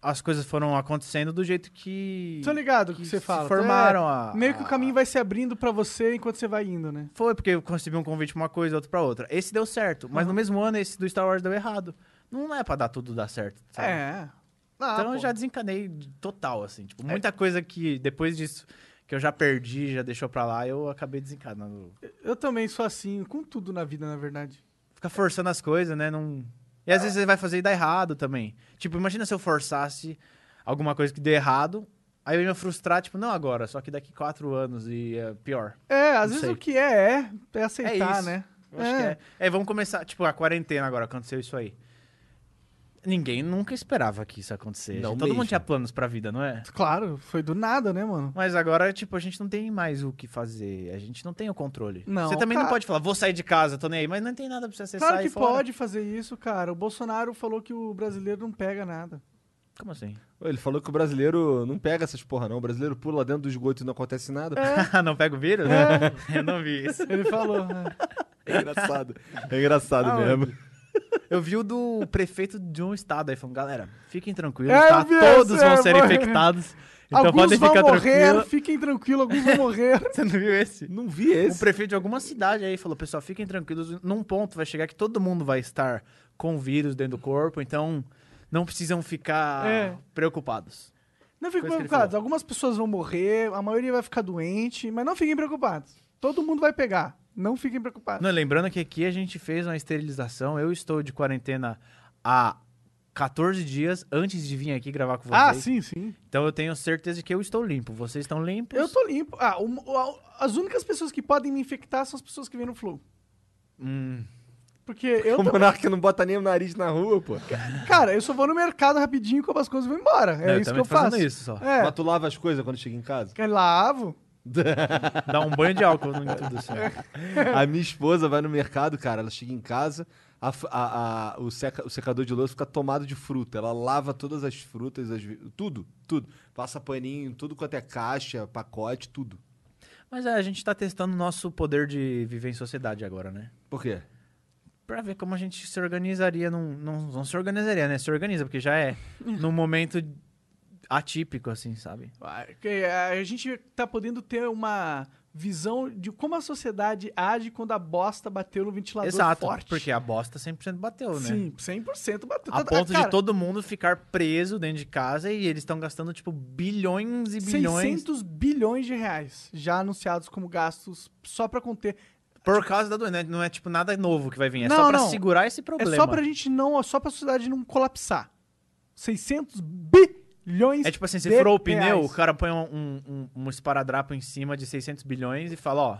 [SPEAKER 4] as coisas foram acontecendo do jeito que.
[SPEAKER 2] Tô ligado o que,
[SPEAKER 4] que
[SPEAKER 2] você
[SPEAKER 4] se
[SPEAKER 2] fala.
[SPEAKER 4] formaram
[SPEAKER 2] É,
[SPEAKER 4] a-
[SPEAKER 2] Meio que o caminho vai se abrindo pra você enquanto você vai indo, né?
[SPEAKER 4] Foi porque eu recebi um convite pra uma coisa, outro pra outra. Esse deu certo, mas no mesmo ano esse do Star Wars deu errado. Não é pra dar tudo dar certo, sabe?
[SPEAKER 2] É. Ah,
[SPEAKER 4] então
[SPEAKER 2] pô. É.
[SPEAKER 4] eu já desencanei de- total, assim. Tipo, muita coisa que depois disso, que eu já perdi, já deixou pra lá, eu acabei desencanando.
[SPEAKER 2] Eu também sou assim, com tudo na vida, na verdade.
[SPEAKER 4] Fica forçando as coisas, né? Não... E às vezes você vai fazer e dá errado também. Tipo, imagina se eu forçasse alguma coisa que deu errado, aí eu ia me frustrar, tipo, não agora, só que daqui quatro anos e é pior.
[SPEAKER 2] É, às
[SPEAKER 4] Não
[SPEAKER 2] vezes
[SPEAKER 4] sei.
[SPEAKER 2] o que é, é, é aceitar,
[SPEAKER 4] isso.
[SPEAKER 2] né?
[SPEAKER 4] Eu acho que é. É, vamos começar. Tipo, a quarentena agora aconteceu isso aí. Ninguém nunca esperava que isso acontecesse.
[SPEAKER 3] Não
[SPEAKER 4] Todo
[SPEAKER 3] mesmo.
[SPEAKER 4] mundo tinha planos pra vida, não é?
[SPEAKER 2] Claro, foi do nada, né, mano?
[SPEAKER 4] Mas agora, tipo, a gente não tem mais o que fazer. A gente não tem o controle.
[SPEAKER 2] Não,
[SPEAKER 4] você também
[SPEAKER 2] cara.
[SPEAKER 4] não pode falar, vou sair de casa, tô nem aí. Mas não tem nada pra você acessar
[SPEAKER 2] Claro que
[SPEAKER 4] e fora.
[SPEAKER 2] pode fazer isso, cara. O Bolsonaro falou que o brasileiro não pega nada.
[SPEAKER 4] Como assim?
[SPEAKER 3] Ele falou que o brasileiro não pega essas porra, não. O brasileiro pula dentro do esgoto e não acontece nada.
[SPEAKER 2] É.
[SPEAKER 4] Ah, não pega o vírus? Eu não vi isso.
[SPEAKER 2] Ele falou. é.
[SPEAKER 3] É engraçado. É engraçado mesmo.
[SPEAKER 4] Eu vi o do prefeito de um estado aí falando, galera, fiquem tranquilos,
[SPEAKER 2] É,
[SPEAKER 4] tá?
[SPEAKER 2] eu vi esse,
[SPEAKER 4] Todos vão
[SPEAKER 2] é,
[SPEAKER 4] ser
[SPEAKER 2] foi.
[SPEAKER 4] infectados. Então
[SPEAKER 2] alguns
[SPEAKER 4] podem
[SPEAKER 2] vão
[SPEAKER 4] ficar
[SPEAKER 2] morrer,
[SPEAKER 4] tranquilos.
[SPEAKER 2] fiquem tranquilos, alguns vão morrer.
[SPEAKER 4] Você não viu esse?
[SPEAKER 3] Não vi
[SPEAKER 4] O
[SPEAKER 3] esse.
[SPEAKER 4] prefeito de alguma cidade aí falou, pessoal, fiquem tranquilos, num ponto vai chegar que todo mundo vai estar com o vírus dentro do corpo, então não precisam ficar
[SPEAKER 2] É.
[SPEAKER 4] preocupados.
[SPEAKER 2] Não fiquem
[SPEAKER 4] Coisa que ele
[SPEAKER 2] preocupados.
[SPEAKER 4] falou.
[SPEAKER 2] Algumas pessoas vão morrer, a maioria vai ficar doente, mas não fiquem preocupados. Todo mundo vai pegar. Não fiquem preocupados.
[SPEAKER 4] Não, lembrando que aqui a gente fez uma esterilização, eu estou de quarentena há 14 dias antes de vir aqui gravar com vocês.
[SPEAKER 2] ah, sim, sim.
[SPEAKER 4] Então eu tenho certeza de que eu estou limpo, vocês estão limpos.
[SPEAKER 2] Eu tô limpo. Ah, o- o- as únicas pessoas que podem me infectar são as pessoas que vêm no Flow.
[SPEAKER 4] Hum.
[SPEAKER 2] Porque eu.
[SPEAKER 3] O
[SPEAKER 2] tô-
[SPEAKER 3] monarca não bota nem o nariz na rua, pô.
[SPEAKER 2] Cara, eu só vou no mercado rapidinho, como as coisas e vou embora. É
[SPEAKER 4] Não, eu
[SPEAKER 2] isso que
[SPEAKER 4] também
[SPEAKER 2] eu
[SPEAKER 4] tô fazendo
[SPEAKER 2] faço.
[SPEAKER 4] isso só.
[SPEAKER 2] É.
[SPEAKER 3] Mas tu lava as coisas quando chega em casa?
[SPEAKER 2] Eu Lavo.
[SPEAKER 4] Dá um banho de álcool no tudo assim. isso.
[SPEAKER 3] A minha esposa vai no mercado, cara, ela chega em casa, a f- a- a- o, seca- o secador de louça fica tomado de fruta. Ela lava todas as frutas, as vi- tudo, tudo. Passa paninho, em tudo quanto é caixa, pacote, tudo.
[SPEAKER 4] Mas é, a gente tá testando o nosso poder de viver em sociedade agora, né?
[SPEAKER 3] Por quê?
[SPEAKER 4] Pra ver como a gente se organizaria. Num, não, não se organizaria, né? Se organiza, porque já é num momento atípico, assim, sabe?
[SPEAKER 2] Ok, A gente tá podendo ter uma visão de como a sociedade age quando a bosta bateu no ventilador
[SPEAKER 4] Exato,
[SPEAKER 2] forte.
[SPEAKER 4] porque a bosta 100% bateu, né?
[SPEAKER 2] Sim, 100% bateu.
[SPEAKER 4] A
[SPEAKER 2] Tanto-
[SPEAKER 4] ponto
[SPEAKER 2] cara,
[SPEAKER 4] de todo mundo ficar preso dentro de casa e eles estão gastando, tipo, bilhões e bilhões
[SPEAKER 2] 600 bilhões de reais já anunciados como gastos só pra conter.
[SPEAKER 4] por causa da doença. Não é, tipo, nada novo que vai vir. É
[SPEAKER 2] Não,
[SPEAKER 4] só pra
[SPEAKER 2] não.
[SPEAKER 4] segurar esse problema.
[SPEAKER 2] É só pra gente não, é só pra sociedade não colapsar. 600 bilhões.
[SPEAKER 4] É tipo assim, se
[SPEAKER 2] de
[SPEAKER 4] furou o pneu,
[SPEAKER 2] reais.
[SPEAKER 4] o cara põe um, um, um- um esparadrapo em cima de 600 bilhões e fala, ó,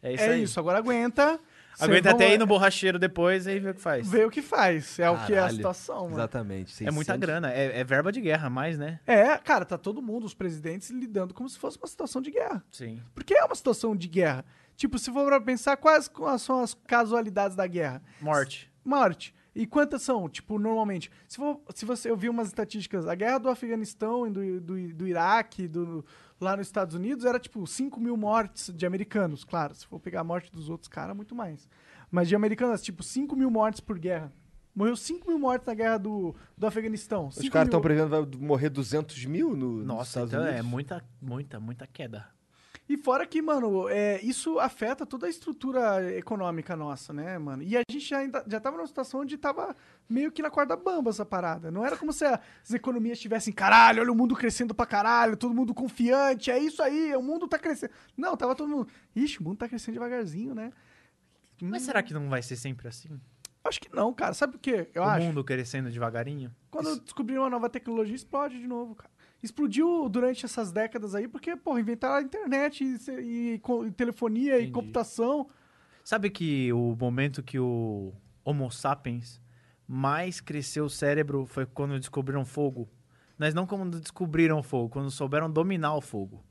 [SPEAKER 4] é isso
[SPEAKER 2] É
[SPEAKER 4] aí.
[SPEAKER 2] isso, agora aguenta.
[SPEAKER 4] Aguenta
[SPEAKER 2] Cê
[SPEAKER 4] até
[SPEAKER 2] vamos-
[SPEAKER 4] ir no borracheiro depois e aí vê o que faz.
[SPEAKER 2] Ver o que faz. É o que é a
[SPEAKER 3] Caralho.
[SPEAKER 2] situação, mano.
[SPEAKER 3] Exatamente.
[SPEAKER 4] É muita
[SPEAKER 3] 600.
[SPEAKER 4] grana, é, é verba de guerra, mais, né?
[SPEAKER 2] É, cara, tá todo mundo, os presidentes, lidando como se fosse uma situação de guerra.
[SPEAKER 4] Sim.
[SPEAKER 2] Porque é uma situação de guerra. Tipo, se for pra pensar, quais quais são as casualidades da guerra?
[SPEAKER 4] Morte.
[SPEAKER 2] Morte. E quantas são, tipo, normalmente? Se, for- se você, eu vi umas estatísticas, a guerra do Afeganistão e do, do, do Iraque, do, lá nos Estados Unidos, era tipo 5 mil mortes de americanos, claro. Se for pegar a morte dos outros caras, muito mais. Mas de americanos, tipo, 5 mil mortes por guerra. Morreu 5 mil mortes na guerra do, do Afeganistão.
[SPEAKER 3] Os
[SPEAKER 2] 5
[SPEAKER 3] caras estão
[SPEAKER 2] mil.
[SPEAKER 3] prevendo vai morrer 200 mil no, nos
[SPEAKER 4] Nossa,
[SPEAKER 3] Estados
[SPEAKER 4] então
[SPEAKER 3] Unidos.
[SPEAKER 4] é muita, muita, muita queda.
[SPEAKER 2] E fora que, mano, é, isso afeta toda a estrutura econômica nossa, né, mano? E a gente já, ainda, já tava numa situação onde tava meio que na corda bamba essa parada. Não era como se a- as economias estivessem, caralho, olha o mundo crescendo pra caralho, todo mundo confiante, é isso aí, o mundo tá crescendo. Não, tava todo mundo, ixi, o mundo tá crescendo devagarzinho, né?
[SPEAKER 4] Mas será que não vai ser sempre assim?
[SPEAKER 2] Acho que não, cara. Sabe por quê? Eu
[SPEAKER 4] o
[SPEAKER 2] acho.
[SPEAKER 4] mundo crescendo devagarinho?
[SPEAKER 2] Quando descobrir uma nova tecnologia, explode de novo, cara. Explodiu durante essas décadas aí, porque, porra, inventaram a internet e, se- e co- e telefonia e
[SPEAKER 4] Entendi.
[SPEAKER 2] computação.
[SPEAKER 4] Sabe que o momento que o Homo sapiens mais cresceu o cérebro foi quando descobriram fogo? Mas não quando descobriram fogo, quando souberam dominar o fogo.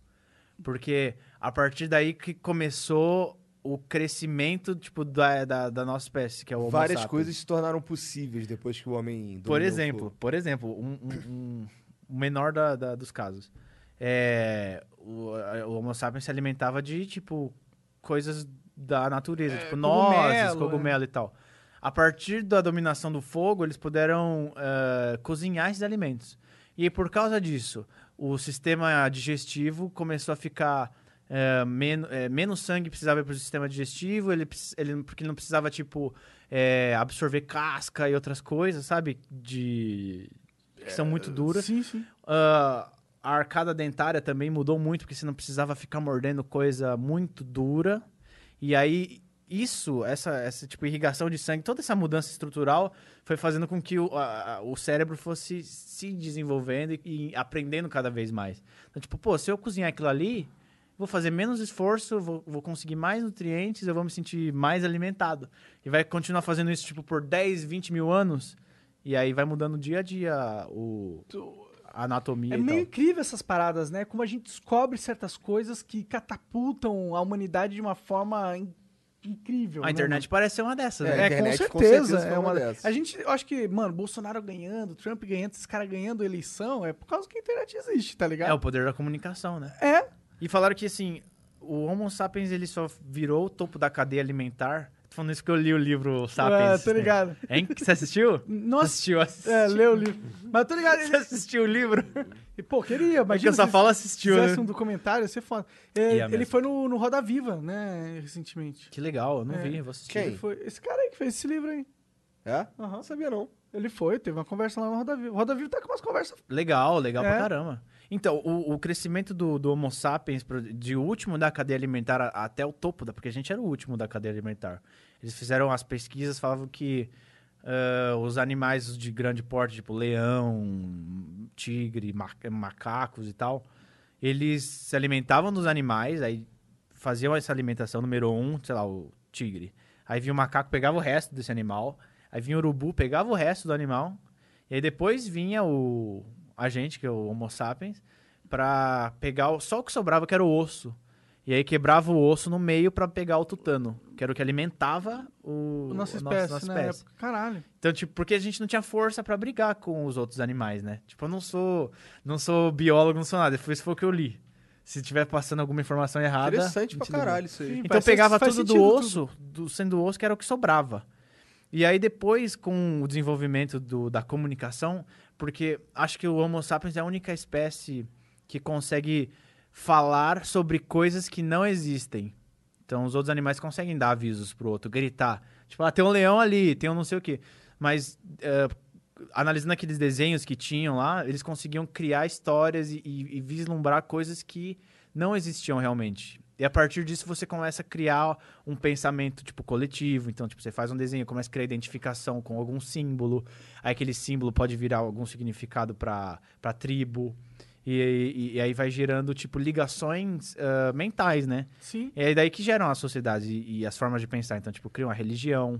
[SPEAKER 4] Porque a partir daí que começou o crescimento tipo, da, da, da nossa espécie, que é o Homo
[SPEAKER 3] Várias
[SPEAKER 4] sapiens.
[SPEAKER 3] coisas se tornaram possíveis depois que o homem.
[SPEAKER 4] Por
[SPEAKER 3] dominou
[SPEAKER 4] exemplo,
[SPEAKER 3] o
[SPEAKER 4] por exemplo, um, um- um- o menor da- da- dos casos. É, o, a- o Homo sapiens se alimentava de, tipo, coisas da natureza, tipo nozes,
[SPEAKER 2] cogumelo,
[SPEAKER 4] cogumelo e tal. A partir da dominação do fogo, eles puderam eh, cozinhar esses alimentos. E aí, por causa disso, o sistema digestivo começou a ficar. é, men- é, menos sangue precisava ir para o sistema digestivo, ele, precis- ele, porque ele não precisava, tipo, é, absorver casca e outras coisas, sabe? De. que são muito duras.
[SPEAKER 2] Eh, Sim, sim.
[SPEAKER 4] Ah, a arcada dentária também mudou muito, porque você não precisava ficar mordendo coisa muito dura. E aí, isso, essa, essa tipo, irrigação de sangue, toda essa mudança estrutural foi fazendo com que o, a- a- o cérebro fosse se desenvolvendo e, e aprendendo cada vez mais. Então, tipo, pô, se eu cozinhar aquilo ali, vou fazer menos esforço, vou, vou conseguir mais nutrientes, eu vou me sentir mais alimentado. E vai continuar fazendo isso, tipo, por 10, 20 mil anos. E aí vai mudando dia a dia o, a anatomia
[SPEAKER 2] É
[SPEAKER 4] e então?
[SPEAKER 2] meio
[SPEAKER 4] tal.
[SPEAKER 2] incrível essas paradas, né? Como a gente descobre certas coisas que catapultam a humanidade de uma forma in- incrível.
[SPEAKER 4] A
[SPEAKER 2] né,
[SPEAKER 4] internet parece ser uma dessas,
[SPEAKER 3] É,
[SPEAKER 4] né?
[SPEAKER 2] É,
[SPEAKER 3] internet,
[SPEAKER 2] com
[SPEAKER 3] com
[SPEAKER 2] certeza.
[SPEAKER 3] certeza,
[SPEAKER 2] é
[SPEAKER 3] foi uma
[SPEAKER 2] uma
[SPEAKER 3] dessas.
[SPEAKER 2] A gente, eu acho que, mano, Bolsonaro ganhando, Trump ganhando, esses caras ganhando eleição, é por causa que a internet existe, tá
[SPEAKER 4] É o
[SPEAKER 2] ligado?
[SPEAKER 4] poder da comunicação, né?
[SPEAKER 2] É.
[SPEAKER 4] E falaram que, assim, o Homo sapiens, ele só virou o topo da cadeia alimentar. Tô falando isso porque eu li o livro Sapiens.
[SPEAKER 2] Ah, tô ligado.
[SPEAKER 4] Né? Hein? Você assistiu?
[SPEAKER 2] Nossa.
[SPEAKER 4] Você assistiu? Assisti.
[SPEAKER 2] É, leu o livro. Mas eu tô ligado.
[SPEAKER 4] Você assistiu o livro?
[SPEAKER 2] E, pô, queria,
[SPEAKER 4] Mas
[SPEAKER 2] mas.
[SPEAKER 4] É que eu só falo assistiu, né?
[SPEAKER 2] fizesse um documentário, ia ser foda. É,
[SPEAKER 4] Ia
[SPEAKER 2] ele
[SPEAKER 4] mesmo.
[SPEAKER 2] foi no, no Roda Viva, né, recentemente.
[SPEAKER 4] Que legal, eu não
[SPEAKER 2] É.
[SPEAKER 4] vi, vou assistir.
[SPEAKER 3] Quem?
[SPEAKER 2] Ele foi. Esse cara aí que fez esse livro aí.
[SPEAKER 3] É?
[SPEAKER 2] Aham.
[SPEAKER 3] Não sabia, não.
[SPEAKER 2] Ele foi, teve uma conversa lá no Roda Viva. O Roda Viva tá com umas conversas.
[SPEAKER 4] Legal, legal
[SPEAKER 2] É.
[SPEAKER 4] pra caramba. Então, o, o crescimento do, do Homo sapiens pro- de último da cadeia alimentar a- até o topo, da, porque a gente era o último da cadeia alimentar. Eles fizeram as pesquisas, falavam que ah, os animais de grande porte, tipo leão, tigre, ma- macacos e tal, eles se alimentavam dos animais, aí faziam essa alimentação número um, sei lá, o tigre. Aí vinha o macaco, pegava o resto desse animal. Aí vinha o urubu, pegava o resto do animal. E aí depois vinha o a gente, que é o Homo sapiens, pra pegar o- só o que sobrava, que era o osso. E aí quebrava o osso no meio pra pegar o tutano, que era o que alimentava o,
[SPEAKER 2] A nossa
[SPEAKER 4] a
[SPEAKER 2] espécie,
[SPEAKER 4] nossa
[SPEAKER 2] na
[SPEAKER 4] espécie.
[SPEAKER 2] época. né? Caralho.
[SPEAKER 4] Então, tipo, porque a gente não tinha força pra brigar com os outros animais, né? Tipo, eu não sou, não sou biólogo, não sou nada. Foi- Isso foi o que eu li. Se tiver passando alguma informação errada.
[SPEAKER 3] Interessante
[SPEAKER 4] me
[SPEAKER 3] pra
[SPEAKER 4] te liga.
[SPEAKER 3] caralho isso aí.
[SPEAKER 2] Sim.
[SPEAKER 4] Então
[SPEAKER 2] Faz
[SPEAKER 4] pegava
[SPEAKER 2] sen- faz
[SPEAKER 4] tudo do
[SPEAKER 2] sentido
[SPEAKER 4] osso, do, sendo osso que era o que sobrava. E aí depois, com o desenvolvimento do- da comunicação, porque acho que o Homo sapiens é a única espécie que consegue falar sobre coisas que não existem. Então os outros animais conseguem dar avisos pro outro, gritar. Tipo, ah, tem um leão ali, tem um não sei o quê. Mas é, analisando aqueles desenhos que tinham lá, eles conseguiam criar histórias e, e- e vislumbrar coisas que não existiam realmente. E a partir disso você começa a criar um pensamento tipo coletivo. Então, tipo, você faz um desenho, começa a criar identificação com algum símbolo. Aí aquele símbolo pode virar algum significado para para tribo. E, e- e aí vai gerando tipo ligações ah, mentais, né?
[SPEAKER 2] Sim.
[SPEAKER 4] E é daí que geram a sociedade e, e as formas de pensar. Então, tipo, criam a religião.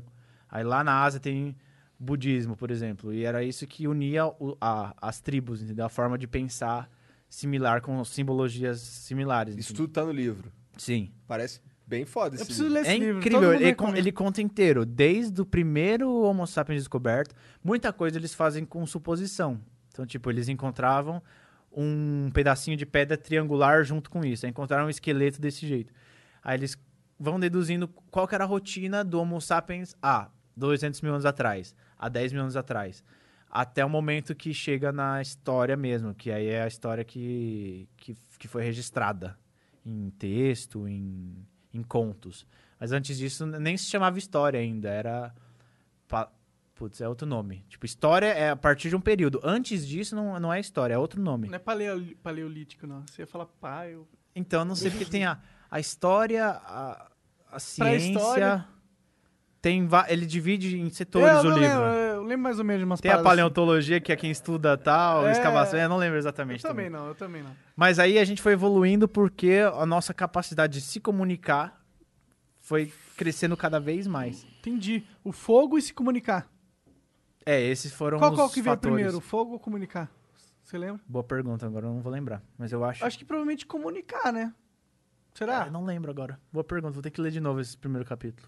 [SPEAKER 4] Aí lá na Ásia tem budismo, por exemplo. E era isso que unia o- a- as tribos, entendeu? A forma de pensar similar, com simbologias similares.
[SPEAKER 3] Isso
[SPEAKER 4] entendeu?
[SPEAKER 3] tudo tá no livro.
[SPEAKER 4] Sim.
[SPEAKER 3] Parece bem
[SPEAKER 2] Eu
[SPEAKER 3] foda esse
[SPEAKER 2] preciso ler
[SPEAKER 3] livro.
[SPEAKER 2] esse
[SPEAKER 4] é
[SPEAKER 2] livro.
[SPEAKER 4] incrível.
[SPEAKER 2] todo mundo
[SPEAKER 4] Ele, con-
[SPEAKER 2] recomenda.
[SPEAKER 4] ele conta inteiro. Desde o primeiro Homo sapiens descoberto, muita coisa eles fazem com suposição. Então, tipo, eles encontravam um pedacinho de pedra triangular junto com isso. Aí encontraram um esqueleto desse jeito. Aí eles vão deduzindo qual que era a rotina do Homo sapiens há 200 mil anos atrás, há 10 mil anos atrás. Até o momento que chega na história mesmo, que aí é a história que, que, que foi registrada em texto, em, em contos. Mas antes disso, nem se chamava história ainda, era. pa- Putz, é outro nome. Tipo, história é a partir de um período. Antes disso, não, não é história, é outro nome.
[SPEAKER 2] Não é paleo- paleolítico, não. Você ia falar pá, eu...
[SPEAKER 4] Então, eu não sei porque tem a, a história, a, a ciência.
[SPEAKER 2] Pré-história.
[SPEAKER 4] Tem va- ele divide em
[SPEAKER 2] É,
[SPEAKER 4] setores
[SPEAKER 2] eu
[SPEAKER 4] o
[SPEAKER 2] não
[SPEAKER 4] livro.
[SPEAKER 2] lembro, é, eu lembro mais ou menos de umas
[SPEAKER 4] Tem a
[SPEAKER 2] paradas. assim.
[SPEAKER 4] paleontologia, que é quem estuda tal,
[SPEAKER 2] É.
[SPEAKER 4] escavação. Eu não lembro
[SPEAKER 2] assim. Eu
[SPEAKER 4] exatamente.
[SPEAKER 2] também não, eu também não.
[SPEAKER 4] Mas aí a gente foi evoluindo porque a nossa capacidade de se comunicar foi crescendo cada vez mais.
[SPEAKER 2] Entendi. O fogo e se comunicar.
[SPEAKER 4] É, esses foram
[SPEAKER 2] qual
[SPEAKER 4] os
[SPEAKER 2] qual que veio
[SPEAKER 4] fatores.
[SPEAKER 2] primeiro, o fogo ou comunicar? Você lembra?
[SPEAKER 4] Boa pergunta, agora eu não vou lembrar. Mas eu acho. Ah,
[SPEAKER 2] Acho que provavelmente comunicar, né? Será?
[SPEAKER 4] Eu não lembro agora. Boa pergunta, vou ter que ler de novo esse primeiro capítulo.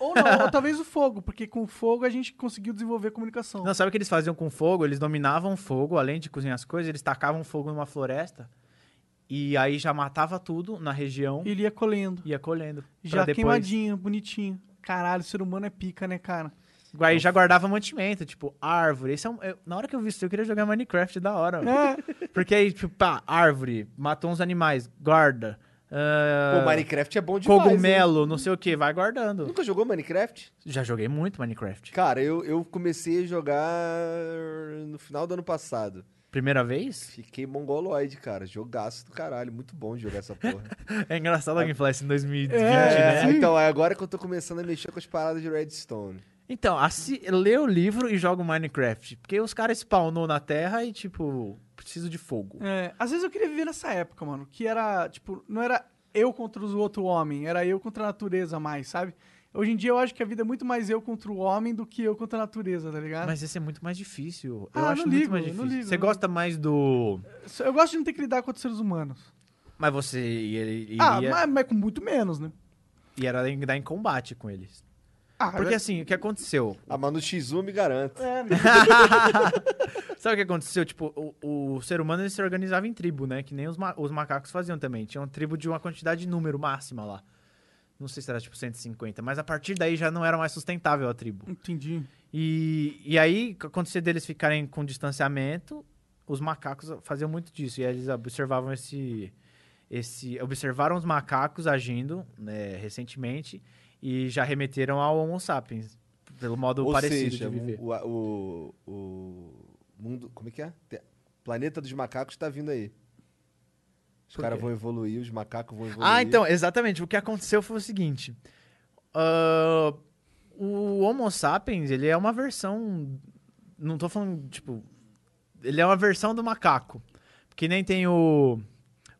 [SPEAKER 2] Ou não, ou talvez o fogo, porque com o fogo a gente conseguiu desenvolver comunicação.
[SPEAKER 4] Não, sabe o que eles faziam com fogo? Eles dominavam o fogo, além de cozinhar as coisas, eles tacavam fogo numa floresta. E aí já matava tudo na região e
[SPEAKER 2] Ele ia colhendo.
[SPEAKER 4] ia colhendo. pra
[SPEAKER 2] Já
[SPEAKER 4] depois...
[SPEAKER 2] queimadinho, bonitinho. Caralho, o ser humano é pica, né, cara?
[SPEAKER 4] Aí já guardava mantimento, tipo, árvore. Esse é um- eu- na hora que eu vi isso, eu queria jogar Minecraft da hora. mano.
[SPEAKER 2] É.
[SPEAKER 4] Porque aí, tipo, pá, árvore, matou uns animais, guarda. Ah,
[SPEAKER 3] Pô, Minecraft é bom demais. hein?
[SPEAKER 4] cogumelo, não sei o que, vai guardando.
[SPEAKER 3] Nunca jogou Minecraft?
[SPEAKER 4] Já joguei muito Minecraft.
[SPEAKER 3] Cara, eu, eu comecei a jogar no final do ano passado.
[SPEAKER 4] Primeira vez?
[SPEAKER 3] Fiquei mongoloide, cara. Jogaço do caralho. Muito bom jogar essa porra.
[SPEAKER 4] É engraçado alguém falar isso em 2020, né?
[SPEAKER 3] é, então, é agora que eu tô começando a mexer com as paradas de Redstone.
[SPEAKER 4] Então, assi- lê o livro e joga o Minecraft. Porque os caras spawnou na terra e, tipo, preciso de fogo.
[SPEAKER 2] É, às vezes eu queria viver nessa época, mano, que era, tipo, não era eu contra os outro homem, era eu contra a natureza mais, sabe? Hoje em dia eu acho que a vida é muito mais eu contra o homem do que eu contra a natureza, tá ligado?
[SPEAKER 4] Mas esse é muito mais difícil.
[SPEAKER 2] Ah,
[SPEAKER 4] Eu
[SPEAKER 2] não
[SPEAKER 4] acho
[SPEAKER 2] ligo,
[SPEAKER 4] muito mais
[SPEAKER 2] não
[SPEAKER 4] difícil.
[SPEAKER 2] ligo,
[SPEAKER 4] Você
[SPEAKER 2] não
[SPEAKER 4] gosta mais do.
[SPEAKER 2] Eu gosto de não ter que lidar com outros seres humanos.
[SPEAKER 4] Mas você e ele iria,
[SPEAKER 2] Ah, mas, mas com muito menos, né?
[SPEAKER 4] e era dar em combate com eles.
[SPEAKER 2] Ah,
[SPEAKER 4] Porque
[SPEAKER 2] é-
[SPEAKER 4] assim, o que aconteceu?
[SPEAKER 3] Ah, mas no X1 me garanto.
[SPEAKER 2] é, né?
[SPEAKER 4] Sabe o que aconteceu? Tipo, o, o ser humano ele se organizava em tribo, né? Que nem os, ma- os macacos faziam também. Tinha uma tribo de uma quantidade de número máxima lá. Não sei se era tipo 150, mas a partir daí já não era mais sustentável a tribo.
[SPEAKER 2] Entendi.
[SPEAKER 4] E, e aí, o que acontecia deles ficarem com distanciamento, os macacos faziam muito disso. E aí eles observavam esse. esse observaram os macacos agindo né, recentemente e já remeteram ao Homo sapiens, pelo modo
[SPEAKER 3] Ou
[SPEAKER 4] parecido
[SPEAKER 3] seja,
[SPEAKER 4] de viver.
[SPEAKER 3] o, o, o mundo... Como é que é? Te- Planeta dos macacos tá vindo aí. Os
[SPEAKER 4] Por
[SPEAKER 3] caras
[SPEAKER 4] quê?
[SPEAKER 3] vão evoluir, os macacos vão evoluir.
[SPEAKER 4] Ah, então, exatamente. O que aconteceu foi o seguinte. Ah, o Homo sapiens, ele é uma versão... Não tô falando, tipo... Ele é uma versão do macaco. Que nem tem o,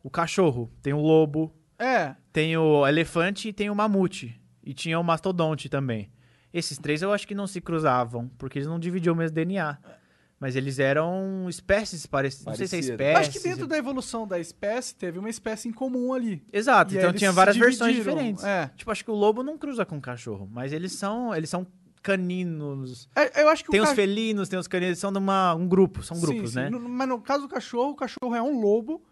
[SPEAKER 4] o cachorro, tem o lobo,
[SPEAKER 2] É,
[SPEAKER 4] tem o elefante e tem o mamute. E tinha o mastodonte também. Esses três eu acho que não se cruzavam, porque eles não dividiam o mesmo DNA. Mas eles eram espécies parecidas. Não sei se é
[SPEAKER 3] Parecidas.
[SPEAKER 4] espécie.
[SPEAKER 2] acho que dentro da evolução da espécie teve uma espécie em comum ali.
[SPEAKER 4] Exato,
[SPEAKER 2] E aí
[SPEAKER 4] então
[SPEAKER 2] eles
[SPEAKER 4] tinha
[SPEAKER 2] se
[SPEAKER 4] várias versões
[SPEAKER 2] dividiram,
[SPEAKER 4] diferentes.
[SPEAKER 2] é.
[SPEAKER 4] Tipo, acho que o lobo não cruza com o cachorro, mas eles são, eles são caninos.
[SPEAKER 2] É, eu acho que
[SPEAKER 4] Tem
[SPEAKER 2] o
[SPEAKER 4] os
[SPEAKER 2] ca-
[SPEAKER 4] felinos, tem os caninos, eles são de uma- um grupo, são
[SPEAKER 2] Sim,
[SPEAKER 4] grupos,
[SPEAKER 2] sim.
[SPEAKER 4] né?
[SPEAKER 2] No- Mas no caso do cachorro, o cachorro é um lobo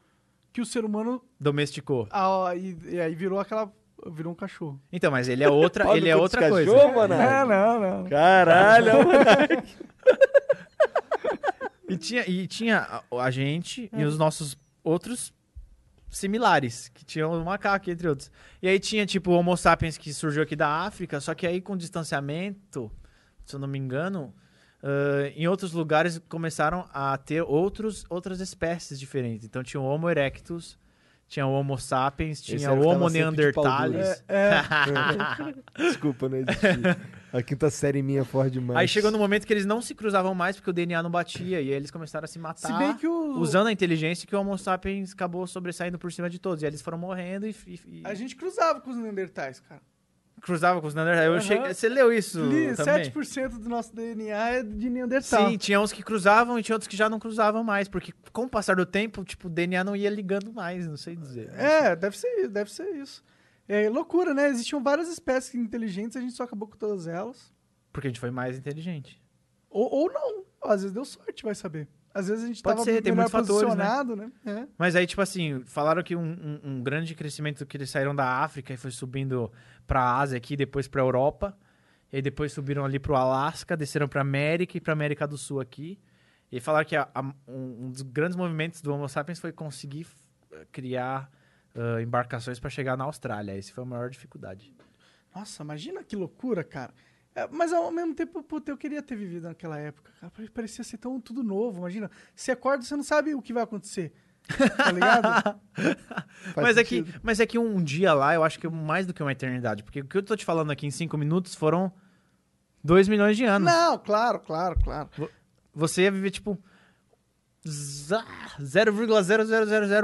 [SPEAKER 2] que o ser humano
[SPEAKER 4] Domesticou.
[SPEAKER 2] Ah, e, e aí virou aquela. Virou um cachorro. É,
[SPEAKER 4] Então, mas ele é outra,
[SPEAKER 3] Pau no
[SPEAKER 4] ele é
[SPEAKER 3] cu dos
[SPEAKER 4] outra coisa.
[SPEAKER 3] cachorro, Monark?
[SPEAKER 2] não, não.
[SPEAKER 3] Caralho,
[SPEAKER 4] E tinha, e tinha a, a gente
[SPEAKER 2] Hum.
[SPEAKER 4] e os nossos outros similares, que tinham o macaco, entre outros. E aí tinha, tipo, o Homo sapiens que surgiu aqui da África, só que aí com distanciamento, se eu não me engano, ãh, em outros lugares começaram a ter outros, outras espécies diferentes. Então tinha o Homo erectus, tinha o Homo sapiens, tinha
[SPEAKER 3] era o
[SPEAKER 4] o
[SPEAKER 3] que
[SPEAKER 4] Homo
[SPEAKER 3] tava sempre de pau duro.
[SPEAKER 4] neanderthalis.
[SPEAKER 3] Desculpa, não existi. A quinta série minha for demais.
[SPEAKER 4] Aí chegou no momento que eles não se cruzavam mais porque o DNA não batia e aí eles começaram a se matar.
[SPEAKER 2] Se bem que o-
[SPEAKER 4] Tá Usando a inteligência que o Homo sapiens acabou sobressaindo por cima de todos. E aí eles foram morrendo e, e- e-
[SPEAKER 2] A gente cruzava com os Neandertais, cara.
[SPEAKER 4] cruzava com os Neandertais. Eu cheguei- Você leu isso
[SPEAKER 2] Li,
[SPEAKER 4] também?
[SPEAKER 2] 7% do nosso DNA é de Neandertal.
[SPEAKER 4] Sim, tinha uns que cruzavam e tinha outros que já não cruzavam mais. Porque com o passar do tempo, tipo, o DNA não ia ligando mais, não sei dizer.
[SPEAKER 2] É, deve ser isso, deve ser isso. É loucura, né? Existiam várias espécies inteligentes, a gente só acabou com todas elas.
[SPEAKER 4] Porque a gente foi mais inteligente.
[SPEAKER 2] Ou, ou não. Às vezes deu sorte, vai saber. Às vezes a gente
[SPEAKER 4] Pode
[SPEAKER 2] tava
[SPEAKER 4] ser, tem
[SPEAKER 2] melhor
[SPEAKER 4] muitos fatores, né?
[SPEAKER 2] posicionado, né? É.
[SPEAKER 4] Mas aí, tipo assim, falaram que um, um- um grande crescimento que eles saíram da África e foi subindo pra Ásia aqui, depois pra Europa. E aí depois subiram ali pro Alasca, desceram pra América e pra América do Sul aqui. E falaram que a- a- um, um dos grandes movimentos do Homo sapiens foi conseguir f- criar ah, embarcações pra chegar na Austrália. Esse foi a maior dificuldade.
[SPEAKER 2] Nossa, imagina que loucura, cara. É, Mas ao mesmo tempo, puta, eu queria ter vivido naquela época, cara. Pare- Parecia ser tão tudo novo, imagina. Você acorda, você não sabe o que vai acontecer. Tá
[SPEAKER 3] Ah,
[SPEAKER 2] ligado?
[SPEAKER 4] Mas é, que, mas é que um dia lá, eu acho que é mais do que uma eternidade. Porque o que eu tô te falando aqui em cinco minutos foram 2 milhões de anos.
[SPEAKER 2] não, claro, claro, claro.
[SPEAKER 4] você ia viver tipo za- 0,0001%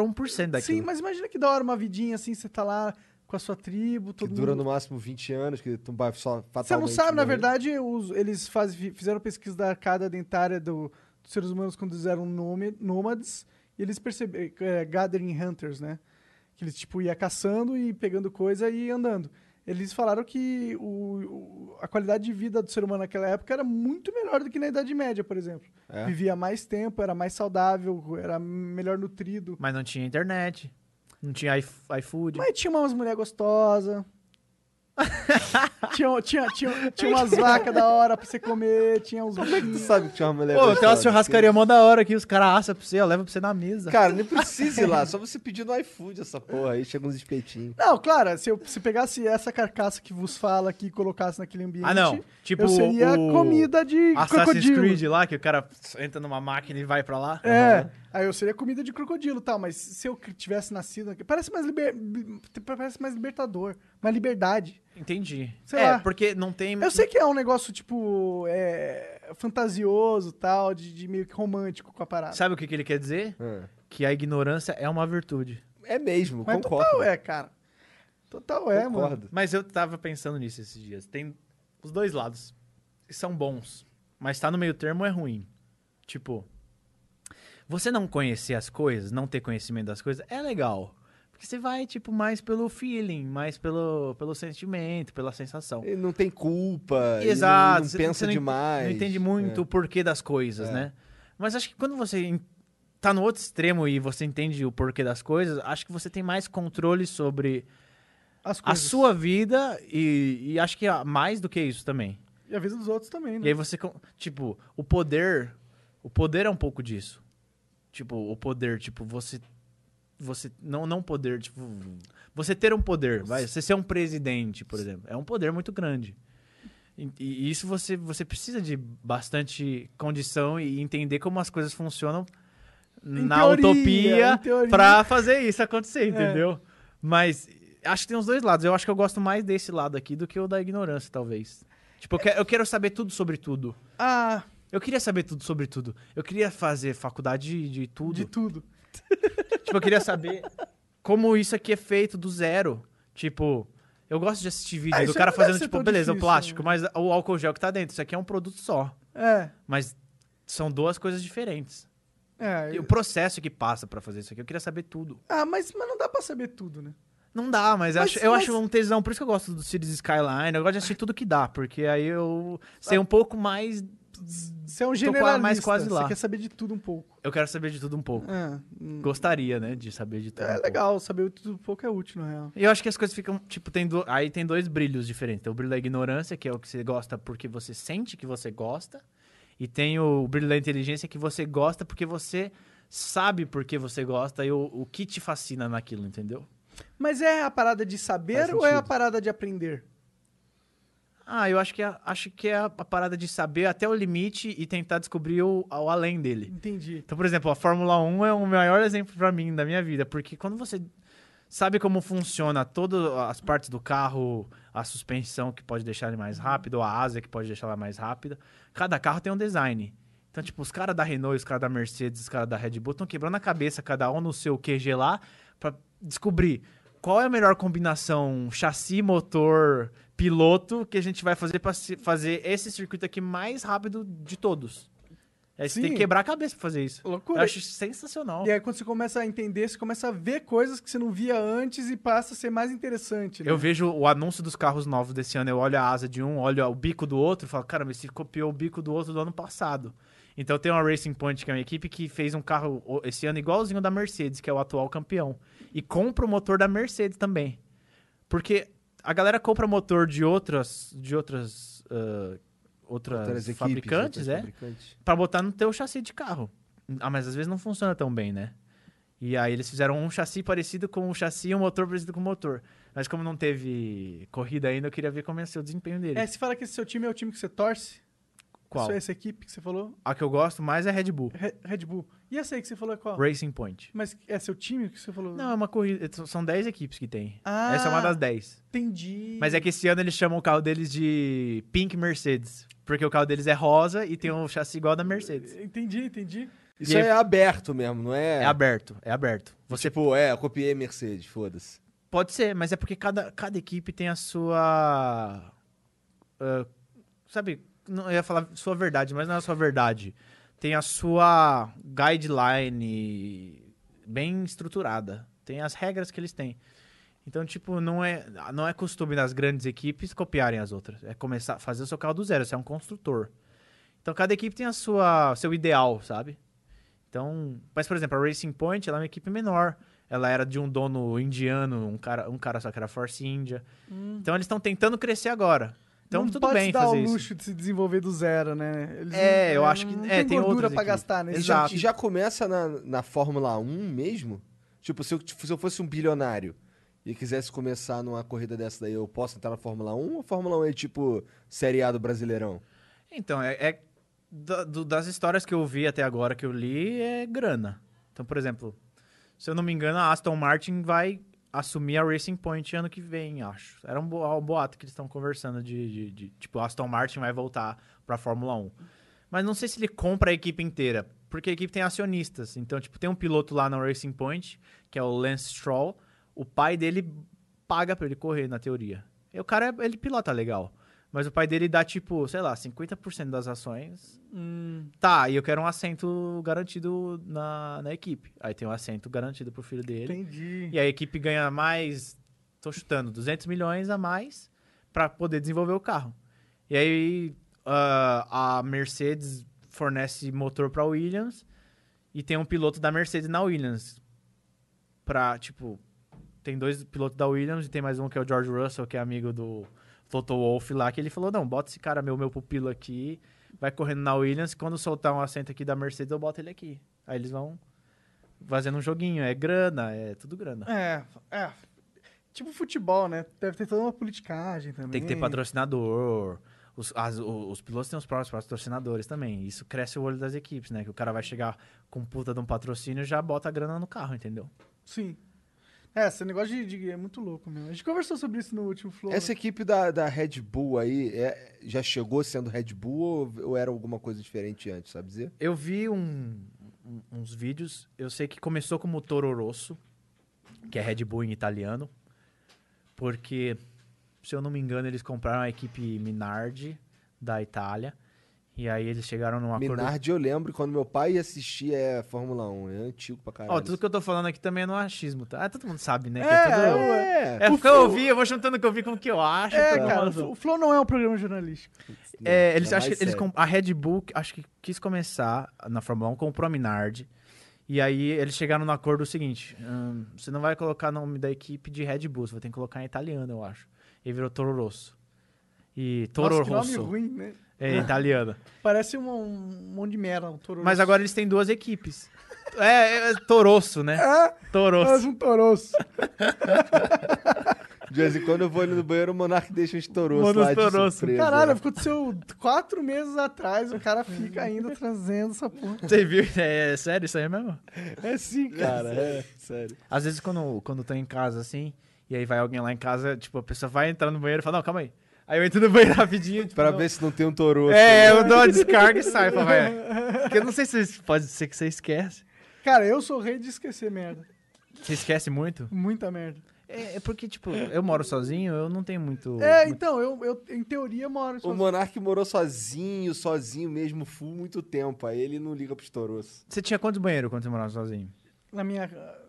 [SPEAKER 4] daquilo.
[SPEAKER 2] Sim, mas imagina que da hora uma vidinha assim, você tá lá com a sua tribo,
[SPEAKER 3] Que
[SPEAKER 2] todo
[SPEAKER 3] dura
[SPEAKER 2] mundo...
[SPEAKER 3] no máximo 20 anos, que tu vai só fatalmente... né?
[SPEAKER 2] Você não sabe, na
[SPEAKER 3] morrer.
[SPEAKER 2] verdade, os- eles faz- fi- fizeram pesquisa da arcada dentária do- dos seres humanos quando eles eram nome- nômades, e eles perceberam, é, gathering hunters, né? Que eles, tipo, ia caçando e pegando coisa e andando. Eles falaram que o- o- a qualidade de vida do ser humano naquela época era muito melhor do que na Idade Média, por exemplo.
[SPEAKER 3] É?
[SPEAKER 2] Vivia mais tempo, era mais saudável, era melhor nutrido.
[SPEAKER 4] Mas não tinha internet, não tinha i- iFood.
[SPEAKER 2] Mas tinha umas mulheres gostosas. Tinha, tinha, tinha, tinha umas vacas da hora pra você comer, tinha uns
[SPEAKER 4] é
[SPEAKER 3] Tu
[SPEAKER 2] bichos.
[SPEAKER 3] sabe que tinha uma mulher
[SPEAKER 4] Pô, tem uma
[SPEAKER 3] gostosa.
[SPEAKER 4] churrascaria mó da hora aqui, os caras assam pra você, ó, leva pra você na mesa.
[SPEAKER 3] Cara, nem precisa ir lá, só você pedir no iFood essa porra aí, chega uns espetinhos.
[SPEAKER 2] Não, claro, se eu se pegasse essa carcaça que vos fala aqui e colocasse naquele ambiente,
[SPEAKER 4] Ah, não. Tipo
[SPEAKER 2] eu seria
[SPEAKER 4] o-
[SPEAKER 2] comida de
[SPEAKER 4] Assassin's
[SPEAKER 2] crocodilo.
[SPEAKER 4] Creed lá, que o cara entra numa máquina e vai pra lá.
[SPEAKER 2] É, aí eu seria comida de crocodilo e tal, mas se eu tivesse nascido aqui. Parece mais, liber... parece mais libertador, mais liberdade.
[SPEAKER 4] Entendi.
[SPEAKER 2] Sei
[SPEAKER 4] é,
[SPEAKER 2] lá.
[SPEAKER 4] porque não tem.
[SPEAKER 2] Eu sei que é um negócio, tipo, é, fantasioso tal, de, de meio que É. romântico com a parada.
[SPEAKER 4] Sabe o que, que ele quer dizer?
[SPEAKER 3] Ah.
[SPEAKER 4] Que a ignorância é uma virtude.
[SPEAKER 3] É mesmo,
[SPEAKER 2] mas
[SPEAKER 3] concordo.
[SPEAKER 2] total é, cara. Total é, mano.
[SPEAKER 3] concordo.
[SPEAKER 4] Mas eu tava pensando nisso esses dias. Tem os dois lados. E São bons. Mas tá no meio termo é ruim. Tipo, você não conhecer as coisas, não ter conhecimento das coisas, é legal. Porque você vai, tipo, mais pelo feeling, mais pelo, pelo sentimento, pela sensação.
[SPEAKER 3] Ele não tem culpa, ele
[SPEAKER 4] Exato.
[SPEAKER 3] É, não,
[SPEAKER 4] você-
[SPEAKER 3] não pensa
[SPEAKER 4] você não en-
[SPEAKER 3] demais. é.
[SPEAKER 4] Não entende muito o porquê das coisas, né? Mas acho que quando você en- tá no outro extremo e você entende o porquê das coisas, acho que você tem mais controle sobre
[SPEAKER 2] As
[SPEAKER 4] a
[SPEAKER 2] coisas.
[SPEAKER 4] sua vida e, e acho que ah, mais do que isso também.
[SPEAKER 2] E a vida dos outros também,
[SPEAKER 4] E
[SPEAKER 2] né?
[SPEAKER 4] aí você, con- tipo, o poder, o poder é um pouco disso. Tipo, o poder, tipo, você você não não poder, tipo, você ter um poder, vai, você ser um presidente, por exemplo, é um poder muito grande. E, e isso você você precisa de bastante condição e entender como as coisas funcionam
[SPEAKER 2] Em
[SPEAKER 4] na
[SPEAKER 2] teoria, em
[SPEAKER 4] utopia
[SPEAKER 2] teoria. É.
[SPEAKER 4] pra fazer isso acontecer, entendeu? Mas acho que tem os dois lados. Eu acho que eu gosto mais desse lado aqui do que o da ignorância, talvez. Tipo, eu que- eu quero saber tudo sobre tudo.
[SPEAKER 2] Ah,
[SPEAKER 4] Eu queria saber tudo sobre tudo. Eu queria fazer faculdade de, de tudo.
[SPEAKER 2] de tudo.
[SPEAKER 4] Tipo, eu queria saber como isso aqui é feito do zero. Tipo, eu gosto de assistir vídeo
[SPEAKER 2] Ah,
[SPEAKER 4] do
[SPEAKER 2] isso
[SPEAKER 4] cara
[SPEAKER 2] não deve
[SPEAKER 4] fazendo,
[SPEAKER 2] ser
[SPEAKER 4] tipo,
[SPEAKER 2] tão
[SPEAKER 4] beleza, o
[SPEAKER 2] difícil, né?
[SPEAKER 4] plástico, mas o álcool gel que tá dentro. Isso aqui é um produto só.
[SPEAKER 2] É,
[SPEAKER 4] Mas são duas coisas diferentes.
[SPEAKER 2] é.
[SPEAKER 4] E o processo que passa pra fazer isso aqui, eu queria saber tudo.
[SPEAKER 2] Ah, mas, mas não dá pra saber tudo, né?
[SPEAKER 4] Não dá, mas, eu
[SPEAKER 2] Mas-
[SPEAKER 4] acho, eu
[SPEAKER 2] mas-
[SPEAKER 4] acho um tesão. Por isso que eu gosto do Cities Skyline. Eu gosto de assistir tudo que dá, porque aí eu sei
[SPEAKER 2] Ah.
[SPEAKER 4] um pouco mais.
[SPEAKER 2] Você é um
[SPEAKER 4] Tô qua-
[SPEAKER 2] generalista.
[SPEAKER 4] mais quase lá.
[SPEAKER 2] Você quer saber de tudo um pouco.
[SPEAKER 4] Eu quero saber de tudo um pouco.
[SPEAKER 2] Ah,
[SPEAKER 4] Gostaria, né, de saber de tudo. um
[SPEAKER 2] é
[SPEAKER 4] pouco.
[SPEAKER 2] legal, saber de tudo um pouco é útil, na real.
[SPEAKER 4] E eu acho que as coisas ficam, tipo, tem do- aí tem dois brilhos diferentes. Tem o brilho da ignorância, que é o que você gosta porque você sente que você gosta, e tem o brilho da inteligência que você gosta porque você sabe por que você gosta e o, o que te fascina naquilo, entendeu?
[SPEAKER 2] Mas é a parada de saber
[SPEAKER 3] Faz
[SPEAKER 2] ou é a
[SPEAKER 3] sentido.
[SPEAKER 2] parada de aprender?
[SPEAKER 4] Ah, eu acho que é, acho que é a, a parada de saber até o limite e tentar descobrir o, o além dele.
[SPEAKER 2] Entendi.
[SPEAKER 4] Então, por exemplo, a Fórmula 1 é o maior exemplo pra mim da minha vida, porque quando você sabe como funciona todas as partes do carro, a suspensão que pode deixar ele mais rápido, a asa que pode deixar ela mais rápida, cada carro tem um design. Então, tipo, os caras da Renault, os caras da Mercedes, os caras da Red Bull estão quebrando a cabeça, cada um no seu QG lá, pra descobrir qual é a melhor combinação chassi, motor, piloto que a gente vai fazer pra se- fazer esse circuito aqui mais rápido de todos. Aí você tem
[SPEAKER 2] Sim.
[SPEAKER 4] que quebrar a cabeça pra fazer isso.
[SPEAKER 2] Loucura.
[SPEAKER 4] Eu acho sensacional.
[SPEAKER 2] E aí, quando você começa a entender, você começa a ver coisas que você não via antes e passa a ser mais interessante. Né?
[SPEAKER 4] Eu vejo o anúncio dos carros novos desse ano, eu olho a asa de um, olho o bico do outro, e falo, caramba, esse copiou o bico do outro do ano passado. Então tem uma Racing Point, que é uma equipe que fez um carro o- esse ano igualzinho da Mercedes, que é o atual campeão. E compra o motor da Mercedes também. Porque a galera compra motor de outras. de outras. ah, outras,
[SPEAKER 3] Outras equipes,
[SPEAKER 4] fabricantes,
[SPEAKER 3] outras
[SPEAKER 4] é?
[SPEAKER 3] fabricantes.
[SPEAKER 4] Pra botar no teu chassi de carro. Ah, mas às vezes não funciona tão bem, né? E aí eles fizeram um chassi parecido com o chassi e um motor parecido com o motor. Mas como não teve corrida ainda, eu queria ver como ia ser o desempenho dele.
[SPEAKER 2] É, você fala que esse seu time é o time que você torce?
[SPEAKER 4] qual?
[SPEAKER 2] Só essa equipe que você falou?
[SPEAKER 4] A que eu gosto mais é Red Bull,
[SPEAKER 2] Re- Red Bull. E essa aí que você falou é qual?
[SPEAKER 4] Racing Point.
[SPEAKER 2] Mas é seu time que você falou?
[SPEAKER 4] Não, é uma corrida. são- São 10 equipes que tem.
[SPEAKER 2] Ah.
[SPEAKER 4] Essa é uma das 10.
[SPEAKER 2] Entendi.
[SPEAKER 4] Mas é que esse ano eles chamam o carro deles de Pink Mercedes. Porque o carro deles é rosa e tem um chassi igual ao da Mercedes.
[SPEAKER 2] Entendi, entendi.
[SPEAKER 3] Isso
[SPEAKER 4] E
[SPEAKER 3] aí
[SPEAKER 4] aí-
[SPEAKER 3] é aberto mesmo, não é?
[SPEAKER 4] É aberto, é aberto. Você
[SPEAKER 3] Tipo, é, eu copiei Mercedes, foda-se.
[SPEAKER 4] Pode ser, mas é porque cada, cada equipe tem a sua. ah, sabe, não eu ia falar sua verdade, mas não é a sua verdade. Tem a sua guideline bem estruturada. Tem as regras que eles têm. Então, tipo, não é, não é costume das grandes equipes copiarem as outras. É começar a fazer o seu carro do zero, você é um construtor. Então, cada equipe tem a sua seu ideal, sabe? Então, mas por exemplo, a Racing Point ela é uma equipe menor. Ela era de um dono indiano, um cara, um cara só que era Force India. Então eles estão tentando crescer agora. Então
[SPEAKER 2] Hum. não
[SPEAKER 4] tudo
[SPEAKER 2] pode
[SPEAKER 4] bem
[SPEAKER 2] se dar
[SPEAKER 4] fazer
[SPEAKER 2] o
[SPEAKER 4] isso.
[SPEAKER 2] luxo de se desenvolver do zero, né? Eles
[SPEAKER 4] É, eu
[SPEAKER 2] não-
[SPEAKER 4] acho que-
[SPEAKER 2] Não
[SPEAKER 4] é,
[SPEAKER 2] tem,
[SPEAKER 4] tem
[SPEAKER 2] gordura
[SPEAKER 4] outros
[SPEAKER 2] pra
[SPEAKER 4] aqui.
[SPEAKER 2] gastar né? nesse
[SPEAKER 3] E já, e já começa na, na Fórmula 1 mesmo? Tipo, se eu, se eu fosse um bilionário e quisesse começar numa corrida dessa daí, eu posso entrar na Fórmula 1 ou a Fórmula 1 é tipo Série A do Brasileirão?
[SPEAKER 4] Então, é, é da- do- das histórias que eu vi até agora, que eu li, é grana. Então, por exemplo, se eu não me engano, a Aston Martin vai assumir a Racing Point ano que vem, acho. Era um, bo- um boato que eles estão conversando de, de- de- Tipo, a Aston Martin vai voltar pra Fórmula 1. Mas não sei se ele compra a equipe inteira, porque a equipe tem acionistas. Então, tipo, tem um piloto lá na Racing Point, que é o Lance Stroll. O pai dele paga pra ele correr, na teoria. E o cara, é- ele pilota legal. Mas o pai dele dá, tipo, sei lá, 50% das ações. Tá, e eu quero um assento garantido na, na equipe. Aí tem um assento garantido pro filho dele.
[SPEAKER 2] Entendi.
[SPEAKER 4] E a equipe ganha mais, tô chutando, 200 milhões a mais para poder desenvolver o carro. E aí ah, a Mercedes fornece motor para Williams e tem um piloto da Mercedes na Williams. Pra, tipo, tem dois pilotos da Williams e tem mais um que é o George Russell, que é amigo do Toto Wolff lá, que ele falou: não, bota esse cara meu, meu pupilo aqui, vai correndo na Williams, quando soltar um assento aqui da Mercedes, eu boto ele aqui. Aí eles vão fazendo um joguinho, é grana, é tudo grana.
[SPEAKER 2] É, é. Tipo futebol, né? Deve ter toda uma politicagem também.
[SPEAKER 4] Tem que ter patrocinador. Os, as- o- os pilotos têm os próprios patrocinadores também. Isso cresce o olho das equipes, né? Que o cara vai chegar com puta de um patrocínio e já bota a grana no carro, entendeu?
[SPEAKER 2] Sim. É, esse negócio de, de- é muito louco mesmo. A gente conversou sobre isso no último Flow. né?
[SPEAKER 3] Essa equipe da, da Red Bull aí é- já chegou sendo Red Bull ou, ou era alguma coisa diferente antes, sabe dizer?
[SPEAKER 4] Eu vi um- um- uns vídeos. Eu sei que começou como Toro Rosso, que é Red Bull em italiano. Porque, se eu não me engano, eles compraram a equipe Minardi da Itália. E aí eles chegaram num Um acordo.
[SPEAKER 3] Minardi eu lembro quando meu pai assistia é, Fórmula 1, é antigo pra caralho.
[SPEAKER 4] Ó, tudo que eu tô falando aqui também é no achismo, tá? Ah, todo mundo sabe, né? que
[SPEAKER 2] É,
[SPEAKER 4] tudo-
[SPEAKER 2] eu-
[SPEAKER 3] É,
[SPEAKER 4] É
[SPEAKER 2] O
[SPEAKER 4] porque eu
[SPEAKER 2] Flow-
[SPEAKER 4] ouvi, eu vou juntando o que eu vi com o que eu acho.
[SPEAKER 2] É,
[SPEAKER 4] tá
[SPEAKER 2] cara, o
[SPEAKER 4] ligado?
[SPEAKER 2] Flo- o Flow não é um programa jornalístico.
[SPEAKER 4] É, eles,
[SPEAKER 3] é
[SPEAKER 4] acho
[SPEAKER 3] mais
[SPEAKER 4] que eles,
[SPEAKER 3] sério.
[SPEAKER 4] com- a Red Bull, acho que quis começar na Fórmula 1, comprou a Minardi. E aí eles chegaram no acordo seguinte: hum, você não vai colocar o nome da equipe de Red Bull, você vai ter que colocar em italiano, eu acho. E virou Toro Rosso. E Toro
[SPEAKER 2] Nossa, que nome
[SPEAKER 4] Rosso
[SPEAKER 2] ruim, né?
[SPEAKER 4] é italiano.
[SPEAKER 2] Parece um, um monte de merda, um Toro
[SPEAKER 4] Mas
[SPEAKER 2] Rosso.
[SPEAKER 4] agora eles têm duas equipes. É, é Torosso, né?
[SPEAKER 3] É?
[SPEAKER 4] Torosso.
[SPEAKER 2] Parece um toroço.
[SPEAKER 3] De vez em quando eu vou ali no banheiro, o Monark deixa um estouroço
[SPEAKER 4] Manda assim, uns
[SPEAKER 3] lá de
[SPEAKER 4] touroços.
[SPEAKER 3] surpresa. né,
[SPEAKER 2] Caralho, aconteceu quatro meses atrás, o cara fica ainda trazendo essa porra.
[SPEAKER 4] Você viu? É, é sério isso aí mesmo?
[SPEAKER 3] É sim, cara, é, sério.
[SPEAKER 4] Às vezes, quando, quando tô em casa, assim, e aí vai alguém lá em casa, tipo, a pessoa vai entrar no banheiro e fala, não, calma aí. Aí eu entro no banheiro rapidinho. Tipo,
[SPEAKER 3] Pra
[SPEAKER 4] não.
[SPEAKER 3] ver se não tem um toroço.
[SPEAKER 4] É, eu dou uma descarga e saio, fala, vai. Porque eu não sei se isso- pode ser que você esquece.
[SPEAKER 2] Cara, eu sou rei de esquecer merda.
[SPEAKER 4] Você esquece muito?
[SPEAKER 2] Muita merda.
[SPEAKER 4] É, é porque, tipo, eu moro sozinho, eu não tenho muito...
[SPEAKER 2] É,
[SPEAKER 4] muito-
[SPEAKER 2] então, eu, eu em teoria moro
[SPEAKER 3] O
[SPEAKER 2] sozinho.
[SPEAKER 3] Monark morou sozinho, sozinho mesmo, full muito tempo. Aí ele não liga pros touros.
[SPEAKER 4] Você tinha quantos banheiros quando você morava sozinho?
[SPEAKER 2] Na minha. ah,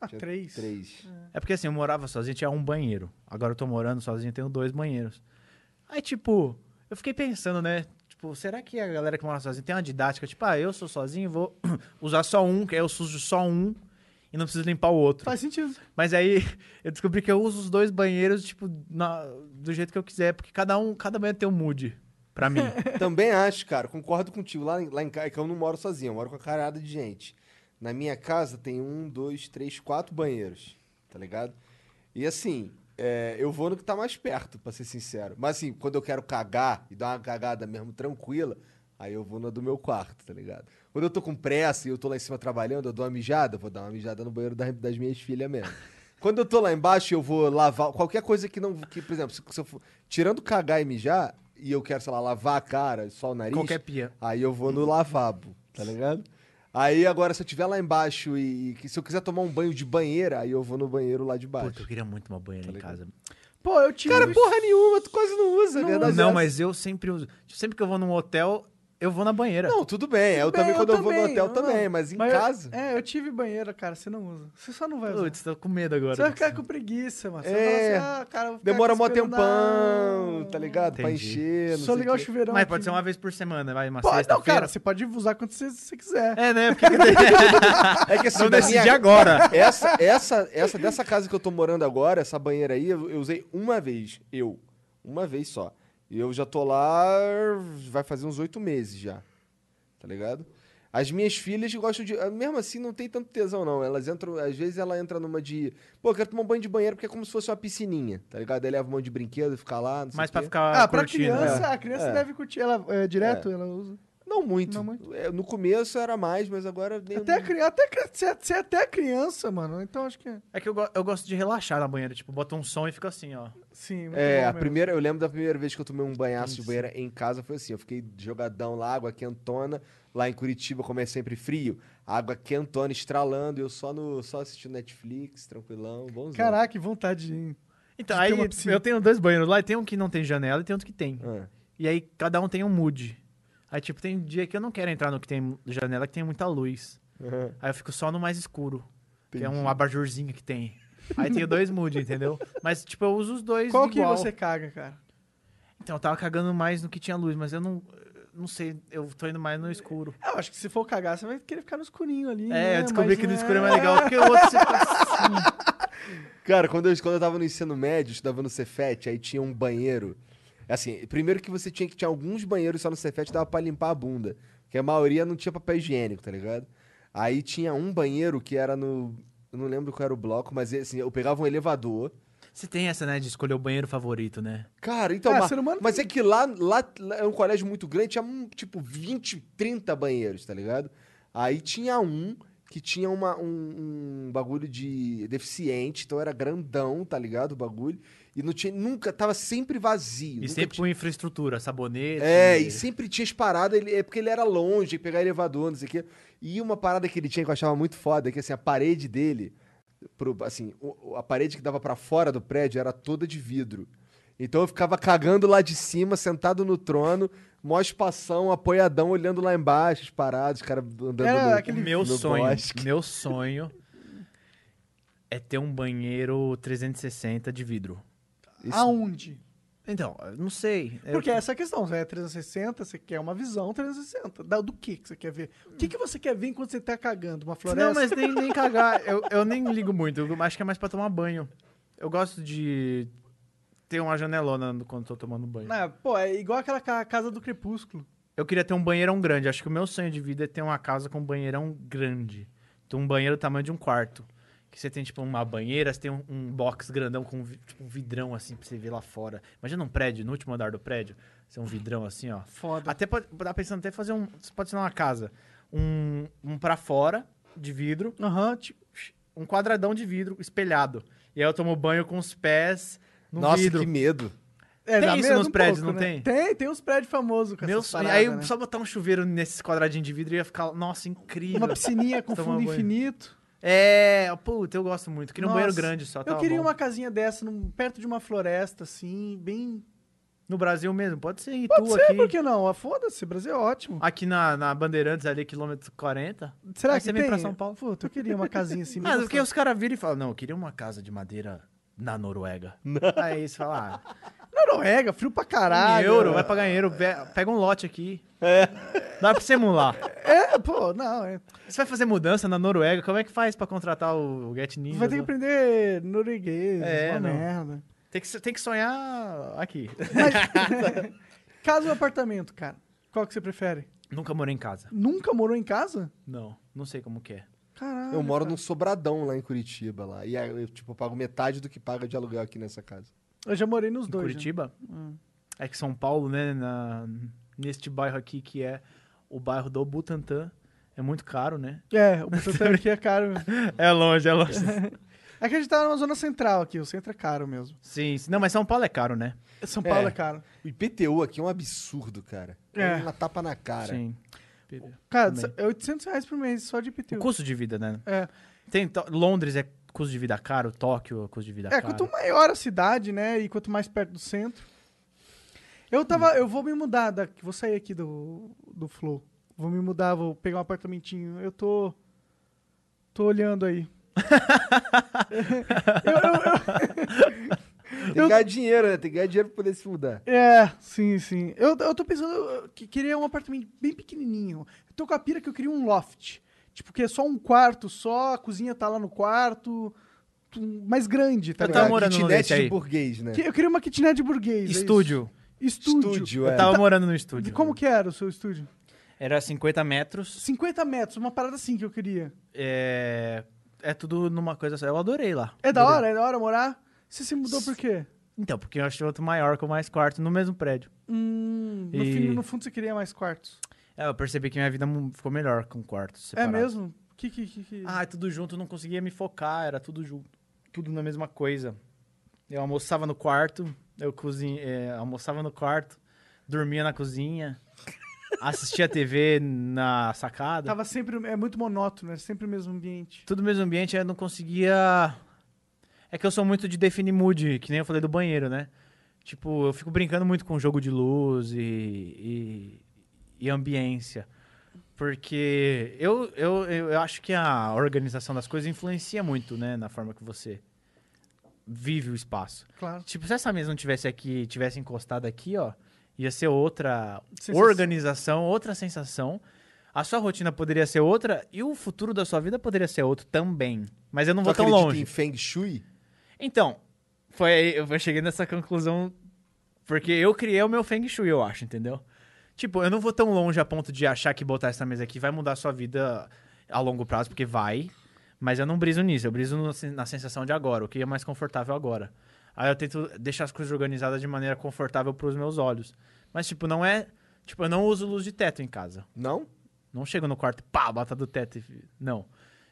[SPEAKER 2] Ah, três.
[SPEAKER 3] Três.
[SPEAKER 4] É porque, assim, eu morava sozinho, tinha um banheiro. Agora eu tô morando sozinho, tenho dois banheiros. Aí, tipo, eu fiquei pensando, né? Tipo, será que a galera que mora sozinha tem uma didática? Tipo, ah, eu sou sozinho, vou usar só um, que aí eu sujo só um e não preciso limpar o outro.
[SPEAKER 2] Faz sentido.
[SPEAKER 4] Mas aí eu descobri que eu uso os dois banheiros, tipo, na- do jeito que eu quiser, porque cada um, cada banheiro tem um mood pra mim.
[SPEAKER 3] Também acho, cara, concordo contigo. Lá, em- lá em casa, é que eu não moro sozinho, eu moro com a carada de gente. Na minha casa tem um, dois, três, quatro banheiros, tá ligado? E assim, é, eu vou no que tá mais perto, pra ser sincero. Mas assim, quando eu quero cagar e dar uma cagada mesmo tranquila, aí eu vou na do meu quarto, tá ligado? Quando eu tô com pressa e eu tô lá em cima trabalhando, eu dou uma mijada, eu vou dar uma mijada no banheiro das, das minhas filhas mesmo. Quando eu tô lá embaixo, eu vou lavar qualquer coisa que não. Que, por exemplo, se, se eu for, tirando cagar e mijar, e eu quero, sei lá, lavar a cara, só o nariz.
[SPEAKER 4] Qualquer pia.
[SPEAKER 3] Aí eu vou no lavabo, tá ligado? Aí agora, se eu estiver lá embaixo e, e que- se eu quiser tomar um banho de banheira, aí eu vou no banheiro lá de baixo.
[SPEAKER 4] Puta, eu queria muito uma
[SPEAKER 2] Tá
[SPEAKER 4] banheira em casa.
[SPEAKER 2] Pô, eu tive.
[SPEAKER 3] Cara, porra nenhuma, tu quase não usa, é verdade.
[SPEAKER 4] Não,
[SPEAKER 3] é essa.
[SPEAKER 4] mas eu sempre uso. Tipo, sempre que eu vou num hotel, eu vou na banheira.
[SPEAKER 3] Não, tudo bem. Eu
[SPEAKER 2] Bem,
[SPEAKER 3] também, quando eu, vou no
[SPEAKER 2] também,
[SPEAKER 3] hotel,
[SPEAKER 2] não,
[SPEAKER 3] também.
[SPEAKER 2] não.
[SPEAKER 3] Mas em
[SPEAKER 2] eu-
[SPEAKER 3] casa...
[SPEAKER 2] é, eu tive banheiro, cara, você não usa. Você só não vai usar.
[SPEAKER 4] Putz, tô com medo agora.
[SPEAKER 2] é. Você vai ficar com preguiça, mano. Você
[SPEAKER 3] É.
[SPEAKER 2] vai falar assim, ah, cara, eu vou ficar
[SPEAKER 3] Demora
[SPEAKER 2] aqui
[SPEAKER 3] mó
[SPEAKER 2] esperando
[SPEAKER 3] tempão,
[SPEAKER 2] a-
[SPEAKER 3] tá ligado? Pra
[SPEAKER 4] Entendi.
[SPEAKER 3] encher, não
[SPEAKER 2] Só
[SPEAKER 3] sei
[SPEAKER 2] ligar o
[SPEAKER 3] quê.
[SPEAKER 2] chuveirão
[SPEAKER 4] Mas
[SPEAKER 2] aqui.
[SPEAKER 4] pode ser uma vez por semana, vai, uma
[SPEAKER 2] Pode, não,
[SPEAKER 4] sexta-feira.
[SPEAKER 2] cara, você pode usar quando você, você quiser.
[SPEAKER 4] É, né? Porque que
[SPEAKER 3] É que assim,
[SPEAKER 4] não
[SPEAKER 3] da
[SPEAKER 4] decidi
[SPEAKER 3] minha-
[SPEAKER 4] agora.
[SPEAKER 3] Essa, essa, essa dessa casa que eu tô morando agora, essa banheira aí, eu eu usei uma vez. Eu. Uma vez só. E eu já tô lá. Vai fazer uns oito meses já. Tá ligado? As minhas filhas gostam de. ah, Mesmo assim, não tem tanto tesão, não. Elas entram. Às vezes ela entra numa de. Pô, eu quero tomar um banho de banheiro porque é como se fosse uma piscininha, tá ligado? Aí leva um monte de brinquedo e fica lá. Não sei
[SPEAKER 4] Mas
[SPEAKER 3] o
[SPEAKER 4] pra
[SPEAKER 3] quê.
[SPEAKER 4] ficar
[SPEAKER 2] Ah, pra
[SPEAKER 4] curtindo,
[SPEAKER 2] criança,
[SPEAKER 4] né?
[SPEAKER 2] a criança
[SPEAKER 3] É.
[SPEAKER 2] deve curtir. Ela é, direto, ela usa.
[SPEAKER 3] Não muito.
[SPEAKER 2] Não muito.
[SPEAKER 3] É, no começo era mais, mas agora. nem-
[SPEAKER 2] Até, a cri- até, a cri- você- você é até criança, mano. Então acho que.
[SPEAKER 4] É que eu, go- eu gosto de relaxar na banheira, tipo, bota um som e fica assim, ó.
[SPEAKER 2] Sim, muito
[SPEAKER 3] É,
[SPEAKER 2] bom
[SPEAKER 3] a
[SPEAKER 2] mesmo.
[SPEAKER 3] primeira, eu lembro da primeira vez que eu tomei um banhaço de banheira em casa foi assim, eu fiquei jogadão lá, água quentona, lá em Curitiba, como é sempre frio, água quentona estralando, eu só no só assistindo Netflix, tranquilão, bonzão.
[SPEAKER 2] Caraca, que vontade de ir.
[SPEAKER 4] Então,
[SPEAKER 2] De ter
[SPEAKER 4] aí
[SPEAKER 2] uma piscina.
[SPEAKER 4] eu tenho dois banheiros lá, e tem um que não tem janela e tem outro que tem.
[SPEAKER 3] Ah,
[SPEAKER 4] E aí cada um tem um mood. Aí, tipo, tem dia que eu não quero entrar no que tem janela, que tem muita luz. Aí eu fico só no mais escuro. Que é um abajurzinho que tem. Aí tem dois moods, entendeu? Mas, tipo, eu uso os dois
[SPEAKER 2] Qual que
[SPEAKER 4] igual.
[SPEAKER 2] você caga, cara?
[SPEAKER 4] Então, eu tava cagando mais no que tinha luz, mas eu não... Não sei, eu tô indo mais no escuro.
[SPEAKER 2] Eu acho que se for cagar, você vai querer ficar no escurinho ali.
[SPEAKER 4] É,
[SPEAKER 2] né?
[SPEAKER 4] eu descobri
[SPEAKER 2] Mas
[SPEAKER 4] que no
[SPEAKER 2] não
[SPEAKER 4] escuro é mais legal, porque o outro você fica
[SPEAKER 3] Cara, quando eu, quando eu tava no ensino médio, estudava no Cefet, aí tinha um banheiro. Assim, primeiro que você tinha que tinha alguns banheiros só no Cefet, dava pra limpar a bunda. Porque a maioria não tinha papel higiênico, tá ligado? Aí tinha um banheiro que era no. Eu não lembro qual era o bloco, mas assim, eu pegava um elevador.
[SPEAKER 4] Você tem essa, né, de escolher o banheiro favorito, né?
[SPEAKER 3] Cara, então.
[SPEAKER 2] Ah,
[SPEAKER 3] mas
[SPEAKER 2] ser humano
[SPEAKER 3] mas é que lá, lá, lá é um colégio muito grande, tinha hum, tipo 20, 30 banheiros, tá ligado? Aí tinha um que tinha uma, um, um bagulho de deficiente, então era grandão, tá ligado? O bagulho. E não tinha. Nunca, tava sempre vazio.
[SPEAKER 4] E
[SPEAKER 3] nunca
[SPEAKER 4] sempre
[SPEAKER 3] tinha-
[SPEAKER 4] com infraestrutura, sabonete.
[SPEAKER 3] É, e sempre tinha as paradas, ele, é porque ele era longe, e pegar elevador, não sei o quê. E uma parada que ele tinha que eu achava muito foda, é que assim, a parede dele, pro- assim, o- o- a parede que dava pra fora do prédio era toda de vidro. Então eu ficava cagando lá de cima, sentado no trono, mó espação, apoiadão, olhando lá embaixo, as paradas, os caras andando
[SPEAKER 2] Era
[SPEAKER 3] no,
[SPEAKER 4] O
[SPEAKER 2] aquele-
[SPEAKER 4] meu
[SPEAKER 3] no
[SPEAKER 4] sonho,
[SPEAKER 3] bosque.
[SPEAKER 4] meu sonho é ter um banheiro 360 de vidro.
[SPEAKER 2] um Aonde?
[SPEAKER 4] Então, eu não sei. eu-
[SPEAKER 2] Porque essa é a questão. Você é 360, você quer uma visão 360. Da- Do que, que você quer ver? O que, que você quer ver enquanto você tá cagando? Uma floresta?
[SPEAKER 4] Não, mas nem, nem cagar, eu, eu nem ligo muito, eu acho que é mais pra tomar banho. Eu gosto de ter uma janelona no- quando tô tomando banho.
[SPEAKER 2] Ah, pô, é igual aquela ca- casa do crepúsculo.
[SPEAKER 4] Eu queria ter um banheirão grande, acho que o meu sonho de vida é ter uma casa com um banheirão grande. Então, um banheiro do tamanho de um quarto. Que você tem, tipo, uma banheira, você tem um, um box grandão com vi- tipo, um vidrão, assim, pra você ver lá fora. Imagina um prédio, no último andar do prédio, ser um vidrão assim, ó.
[SPEAKER 2] Foda.
[SPEAKER 4] Até pode, tava pensando até fazer um, você pode ser uma casa, um, um pra fora, de vidro,
[SPEAKER 2] Aham, tipo.
[SPEAKER 4] um quadradão de vidro espelhado. E aí eu tomo banho com os pés no
[SPEAKER 3] Nossa,
[SPEAKER 4] vidro.
[SPEAKER 3] que medo.
[SPEAKER 2] É,
[SPEAKER 4] Tem
[SPEAKER 2] dá
[SPEAKER 4] isso
[SPEAKER 2] medo
[SPEAKER 4] nos
[SPEAKER 2] um
[SPEAKER 4] prédios,
[SPEAKER 2] pouco,
[SPEAKER 4] não
[SPEAKER 2] né?
[SPEAKER 4] tem?
[SPEAKER 2] Tem, tem uns prédios famosos com
[SPEAKER 4] Meu
[SPEAKER 2] essas
[SPEAKER 4] sonho.
[SPEAKER 2] paradas,
[SPEAKER 4] Aí
[SPEAKER 2] né?
[SPEAKER 4] só botar um chuveiro nesses quadradinhos de vidro ia ficar, nossa, incrível.
[SPEAKER 2] Uma piscininha com
[SPEAKER 4] Tomar
[SPEAKER 2] fundo
[SPEAKER 4] banho.
[SPEAKER 2] infinito.
[SPEAKER 4] É, puta, eu gosto muito. Queria um banheiro
[SPEAKER 2] Nossa,
[SPEAKER 4] grande só, tá
[SPEAKER 2] Eu queria
[SPEAKER 4] bom.
[SPEAKER 2] uma casinha dessa, num- perto de uma floresta, assim, bem...
[SPEAKER 4] No Brasil mesmo, pode ser em Itu
[SPEAKER 2] Pode ser,
[SPEAKER 4] aqui.
[SPEAKER 2] por que não? Ah, foda-se, Brasil é ótimo.
[SPEAKER 4] Aqui na, na Bandeirantes, ali, quilômetro 40.
[SPEAKER 2] Será
[SPEAKER 4] Aí
[SPEAKER 2] que
[SPEAKER 4] você
[SPEAKER 2] tem?
[SPEAKER 4] vem pra São Paulo?
[SPEAKER 2] Puta, Ah, eu queria uma casinha assim.
[SPEAKER 4] Mas
[SPEAKER 2] bem
[SPEAKER 4] porque os caras viram e falam, não, eu queria uma casa de madeira na Noruega. Aí você fala, ah,
[SPEAKER 2] gostosa. Noruega, frio pra
[SPEAKER 4] em
[SPEAKER 2] caralho.
[SPEAKER 4] Um euro, vai pagar em euro, pe- pega um lote aqui. Dá pra você emular.
[SPEAKER 2] É, pô, não, é.
[SPEAKER 4] Você vai fazer mudança na Noruega, como é que faz pra contratar o, o Get Ninja?
[SPEAKER 2] Vai ter que aprender norueguês,
[SPEAKER 4] É,
[SPEAKER 2] uma
[SPEAKER 4] não.
[SPEAKER 2] merda.
[SPEAKER 4] tem, que, tem que sonhar aqui.
[SPEAKER 2] Casa ou apartamento, cara? Qual que você prefere?
[SPEAKER 4] Nunca morei em casa.
[SPEAKER 2] Nunca morou em casa?
[SPEAKER 4] Não, não sei como que é.
[SPEAKER 2] Caralho.
[SPEAKER 3] Eu moro num sobradão lá em Curitiba, lá. E aí, eu, tipo, eu pago metade do que paga de aluguel aqui nessa casa.
[SPEAKER 2] Eu já morei nos
[SPEAKER 4] Em
[SPEAKER 2] dois. né?
[SPEAKER 4] Curitiba? É que São Paulo, né? na- neste bairro aqui, que é o bairro do Butantã, é muito caro, né?
[SPEAKER 2] É, o Butantã aqui é caro.
[SPEAKER 4] É longe, é longe.
[SPEAKER 2] É que a gente tá numa zona central aqui, o centro é caro mesmo.
[SPEAKER 4] Sim, sim. não, mas São Paulo é caro, né?
[SPEAKER 2] São Paulo é,
[SPEAKER 3] É.
[SPEAKER 2] caro.
[SPEAKER 3] O IPTU aqui é um absurdo, cara. É.
[SPEAKER 2] É.
[SPEAKER 3] uma tapa na cara.
[SPEAKER 4] Sim.
[SPEAKER 2] Cara,
[SPEAKER 4] Também.
[SPEAKER 2] é 800 reais por mês só de
[SPEAKER 4] O
[SPEAKER 2] IPTU.
[SPEAKER 4] custo de vida, né?
[SPEAKER 2] É,
[SPEAKER 4] Tem, to- Londres é custo de vida caro, Tóquio é custo de vida
[SPEAKER 2] é
[SPEAKER 4] caro.
[SPEAKER 2] quanto maior a cidade, né, e quanto mais perto do centro. Eu tava. Eu vou me mudar daqui. Vou sair aqui do, do Flow. Vou me mudar, vou pegar um apartamentinho. Eu tô. Tô olhando aí. eu, eu-
[SPEAKER 3] Tem que ganhar dinheiro, né? Tem que ganhar dinheiro pra poder se mudar.
[SPEAKER 2] eu- é, sim, sim. Eu, eu tô pensando eu, que queria um apartamento bem pequenininho. Eu tô com a pira que eu queria um loft. Tipo, que é só um quarto só, a cozinha tá lá no quarto. tu- Mais grande, tá
[SPEAKER 4] Eu
[SPEAKER 2] ligado?
[SPEAKER 4] tava morando num
[SPEAKER 3] É, Kitnet
[SPEAKER 4] desse aí.
[SPEAKER 3] de burguês, né?
[SPEAKER 2] Que- Eu queria uma kitnet burguês. é isso.
[SPEAKER 4] Estúdio.
[SPEAKER 2] estúdio.
[SPEAKER 3] Estúdio, é.
[SPEAKER 4] Eu tava morando no estúdio.
[SPEAKER 2] E como que era o seu estúdio?
[SPEAKER 4] Era 50 metros.
[SPEAKER 2] 50 metros, uma parada assim que eu queria.
[SPEAKER 4] É... é tudo numa coisa só. Eu adorei lá.
[SPEAKER 2] É da hora? É da hora morar? Você se mudou por quê?
[SPEAKER 4] Então, porque eu achei outro maior com mais quarto no mesmo prédio.
[SPEAKER 2] Hum, no,
[SPEAKER 4] E-
[SPEAKER 2] fim- no fundo você queria mais quartos.
[SPEAKER 4] É, eu percebi que minha vida mu- ficou melhor com quartos separados.
[SPEAKER 2] É mesmo? Que, que, que, que-
[SPEAKER 4] Ah, tudo junto, eu não conseguia me focar, era tudo junto. Tudo na mesma coisa. Eu almoçava no quarto, eu cozinha, é, almoçava no quarto, dormia na cozinha, assistia TV na sacada.
[SPEAKER 2] Tava sempre... É muito monótono, é sempre o mesmo ambiente.
[SPEAKER 4] Tudo no mesmo ambiente, é, eu não conseguia. É que eu sou muito de definir mood, que nem eu falei do banheiro, né? Tipo, eu fico brincando muito com jogo de luz e, e, e ambiência. Porque eu, eu, eu eu acho que a organização das coisas influencia muito, né? Na forma que você vive o espaço.
[SPEAKER 2] Claro.
[SPEAKER 4] Tipo, se essa mesa não tivesse aqui, tivesse encostado aqui, ó, ia ser outra
[SPEAKER 2] Sensação.
[SPEAKER 4] organização, outra sensação. A sua rotina poderia ser outra e o futuro da sua vida poderia ser outro também. Mas eu não
[SPEAKER 3] Tu
[SPEAKER 4] vou tão
[SPEAKER 3] acredita
[SPEAKER 4] longe.
[SPEAKER 3] em Feng Shui?
[SPEAKER 4] Então, foi aí, eu cheguei nessa conclusão porque eu criei o meu Feng Shui, eu acho, entendeu? Tipo, eu não vou tão longe a ponto de achar que botar essa mesa aqui vai mudar a sua vida a longo prazo, porque vai. Mas eu não briso nisso, eu briso no- assim, na sensação de agora, o que é mais confortável agora. Aí eu tento deixar as coisas organizadas de maneira confortável pros meus olhos. Mas, tipo, não é. Tipo, eu não uso luz de teto em casa.
[SPEAKER 3] Não?
[SPEAKER 4] Não chego no quarto, pá, bata do teto. e- Não.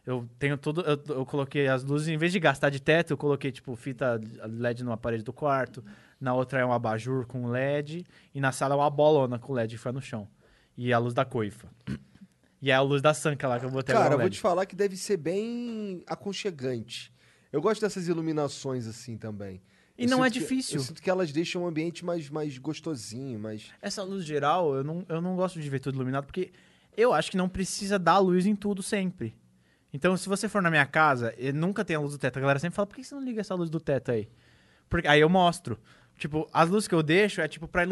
[SPEAKER 4] Eu tenho tudo. Eu, eu coloquei as luzes, em vez de gastar de teto, eu coloquei, tipo, fita LED numa parede do quarto. Na outra é um abajur com LED. E na sala é uma bolona com LED que foi no chão. E a luz da coifa. E é a luz da sanca lá que eu botei
[SPEAKER 3] Cara, eu
[SPEAKER 4] agora
[SPEAKER 3] vou
[SPEAKER 4] LED.
[SPEAKER 3] te falar que deve ser bem aconchegante. Eu gosto dessas iluminações assim também.
[SPEAKER 4] E
[SPEAKER 3] Eu
[SPEAKER 4] não é
[SPEAKER 3] sinto que-
[SPEAKER 4] difícil.
[SPEAKER 3] eu sinto que elas deixam o ambiente mais, mais gostosinho, mais. um
[SPEAKER 4] Essa luz geral, eu não, eu não gosto de ver tudo iluminado, porque eu acho que não precisa dar luz em tudo sempre. Então, se você for na minha casa e nunca tem a luz do teto, a galera sempre fala, por que você não liga essa luz do teto aí? Porque aí eu mostro. Tipo, as luzes que eu deixo é tipo pra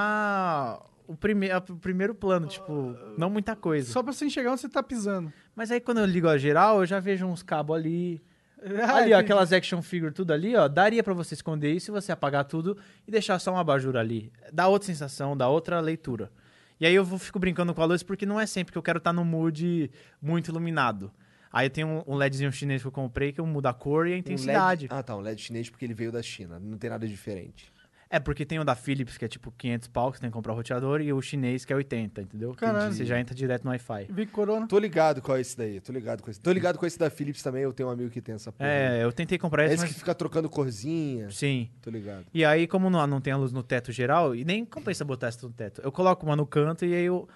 [SPEAKER 4] iluminar o, prime a- o primeiro plano, tipo, não muita coisa.
[SPEAKER 2] Só pra você enxergar onde você tá pisando.
[SPEAKER 4] Mas aí quando eu ligo a geral, eu já vejo uns cabos ali.
[SPEAKER 2] Ah,
[SPEAKER 4] ali, ó,
[SPEAKER 2] entendi.
[SPEAKER 4] aquelas action figure tudo ali, ó. Daria pra você esconder isso e você apagar tudo e deixar só uma abajur ali. Dá outra sensação, dá outra leitura. E aí eu vou- fico brincando com a luz porque não é sempre que eu quero estar no mood muito iluminado. Aí eu tenho um- um LEDzinho chinês que eu comprei que eu mudo a cor e a
[SPEAKER 3] um LED-
[SPEAKER 4] intensidade.
[SPEAKER 3] Ah, tá, um LED chinês porque ele veio da China. Não tem nada diferente.
[SPEAKER 4] É, porque tem o da Philips que é tipo 500 pau, que você tem que comprar o roteador, e o chinês que é 80, entendeu? Que
[SPEAKER 2] Caralho. Uhum.
[SPEAKER 4] Você já entra direto no Wi-Fi.
[SPEAKER 2] Vem com corona.
[SPEAKER 3] Tô ligado com esse daí, tô ligado com esse. Tô ligado com esse da Philips também, eu tenho um amigo que tem essa porra.
[SPEAKER 4] É, eu tentei comprar
[SPEAKER 3] É
[SPEAKER 4] esse,
[SPEAKER 3] esse que
[SPEAKER 4] mas...
[SPEAKER 3] fica trocando corzinha.
[SPEAKER 4] Sim.
[SPEAKER 3] Tô ligado.
[SPEAKER 4] E aí, como não, não tem a luz no teto geral, e nem compensa botar essa no teto. Eu coloco uma no canto e aí eu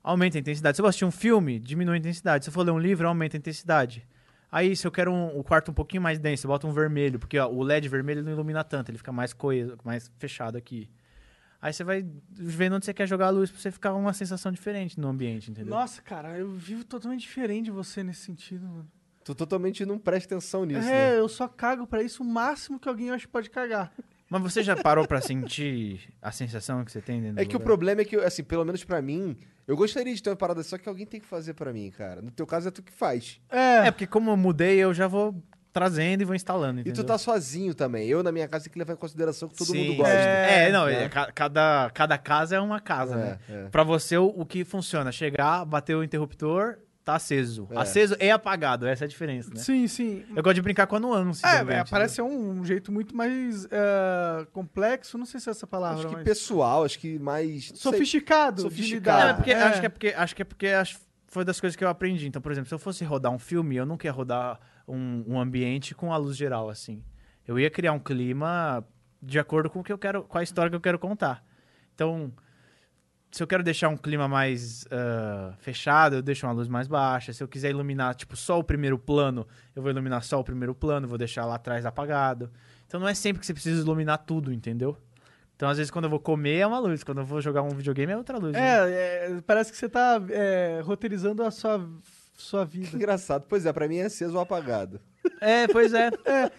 [SPEAKER 4] aumento a intensidade. Se eu vou assistir um filme, diminui a intensidade. Se eu for ler um livro, aumenta a intensidade. Aí, se eu quero um, o quarto um pouquinho mais denso, eu boto um vermelho, porque ó, o LED vermelho ele não ilumina tanto, ele fica mais coeso, mais fechado aqui. Aí você vai vendo onde você quer jogar a luz pra você ficar uma sensação diferente no ambiente, entendeu?
[SPEAKER 2] Nossa, cara, eu vivo totalmente diferente de você nesse sentido, mano.
[SPEAKER 3] Tu totalmente não presta atenção nisso,
[SPEAKER 2] é,
[SPEAKER 3] né?
[SPEAKER 2] eu só cago pra isso o máximo que alguém eu acho que pode cagar.
[SPEAKER 4] Mas você já parou pra sentir a sensação que você tem dentro
[SPEAKER 3] É
[SPEAKER 4] do
[SPEAKER 3] que o
[SPEAKER 4] lugar?
[SPEAKER 3] problema é que, assim, pelo menos pra mim, eu gostaria de ter uma parada só que alguém tem que fazer pra mim, cara. No teu caso é tu que faz.
[SPEAKER 4] É, porque como eu mudei, eu já vou trazendo e vou instalando,
[SPEAKER 3] E
[SPEAKER 4] entendeu?
[SPEAKER 3] tu tá sozinho também. Eu, na minha casa, tem que levar em consideração que todo
[SPEAKER 4] Sim.
[SPEAKER 3] mundo gosta.
[SPEAKER 4] É,
[SPEAKER 3] né?
[SPEAKER 4] não, é, ca- cada, cada casa é uma casa, né?
[SPEAKER 3] É, é.
[SPEAKER 4] Pra você, o, o que funciona? Chegar, bater o interruptor, tá aceso.
[SPEAKER 3] É.
[SPEAKER 4] Aceso e apagado, essa é a diferença, né?
[SPEAKER 2] Sim, sim.
[SPEAKER 4] Eu gosto de brincar com a nuance. do
[SPEAKER 2] É,
[SPEAKER 4] ambiente,
[SPEAKER 2] é, parece ser um, um jeito muito mais é, complexo, não sei se é essa palavra,
[SPEAKER 3] Acho que
[SPEAKER 2] mas...
[SPEAKER 3] pessoal, acho que mais. não sei.
[SPEAKER 2] Sofisticado,
[SPEAKER 3] Sofisticado.
[SPEAKER 4] Não,
[SPEAKER 2] de
[SPEAKER 4] é
[SPEAKER 2] lidar.
[SPEAKER 4] porque, Acho que é porque, acho que é porque acho- foi das coisas que eu aprendi. Então, por exemplo, se eu fosse rodar um filme, eu não queria rodar um, um ambiente com a luz geral, assim. Eu ia criar um clima de acordo com o que eu quero, com a história que eu quero contar. Então, se eu quero deixar um clima mais ah, fechado, eu deixo uma luz mais baixa. Se eu quiser iluminar, tipo, só o primeiro plano, eu vou iluminar só o primeiro plano, vou deixar lá atrás apagado. Então não é sempre que você precisa iluminar tudo, entendeu? Então, às vezes, quando eu vou comer é uma luz, quando eu vou jogar um videogame é outra luz. né?
[SPEAKER 2] É, é, parece que você tá é, roteirizando a sua, sua vida.
[SPEAKER 3] Engraçado. Pois é, pra mim é aceso ou apagado.
[SPEAKER 4] É, pois é.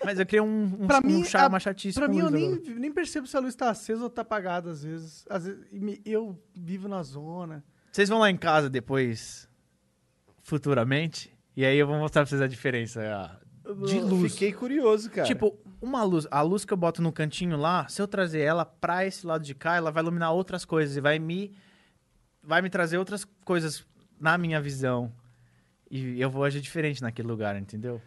[SPEAKER 4] Mas eu criei um, um,
[SPEAKER 2] Pra
[SPEAKER 4] um
[SPEAKER 2] mim,
[SPEAKER 4] chá-
[SPEAKER 2] a-
[SPEAKER 4] uma chatice.
[SPEAKER 2] Pra
[SPEAKER 4] com
[SPEAKER 2] mim, eu
[SPEAKER 4] luz
[SPEAKER 2] nem,
[SPEAKER 4] agora.
[SPEAKER 2] nem percebo se a luz tá acesa ou tá apagada, às vezes. Às vezes e me- eu vivo na zona.
[SPEAKER 4] Vocês vão lá em casa depois, futuramente, e aí eu vou mostrar pra vocês a diferença. ah, De luz.
[SPEAKER 3] Fiquei curioso, cara.
[SPEAKER 4] Tipo, uma luz, a luz que eu boto no cantinho lá, se eu trazer ela pra esse lado de cá, ela vai iluminar outras coisas e vai me vai me trazer outras coisas na minha visão. E eu vou agir diferente naquele lugar, entendeu?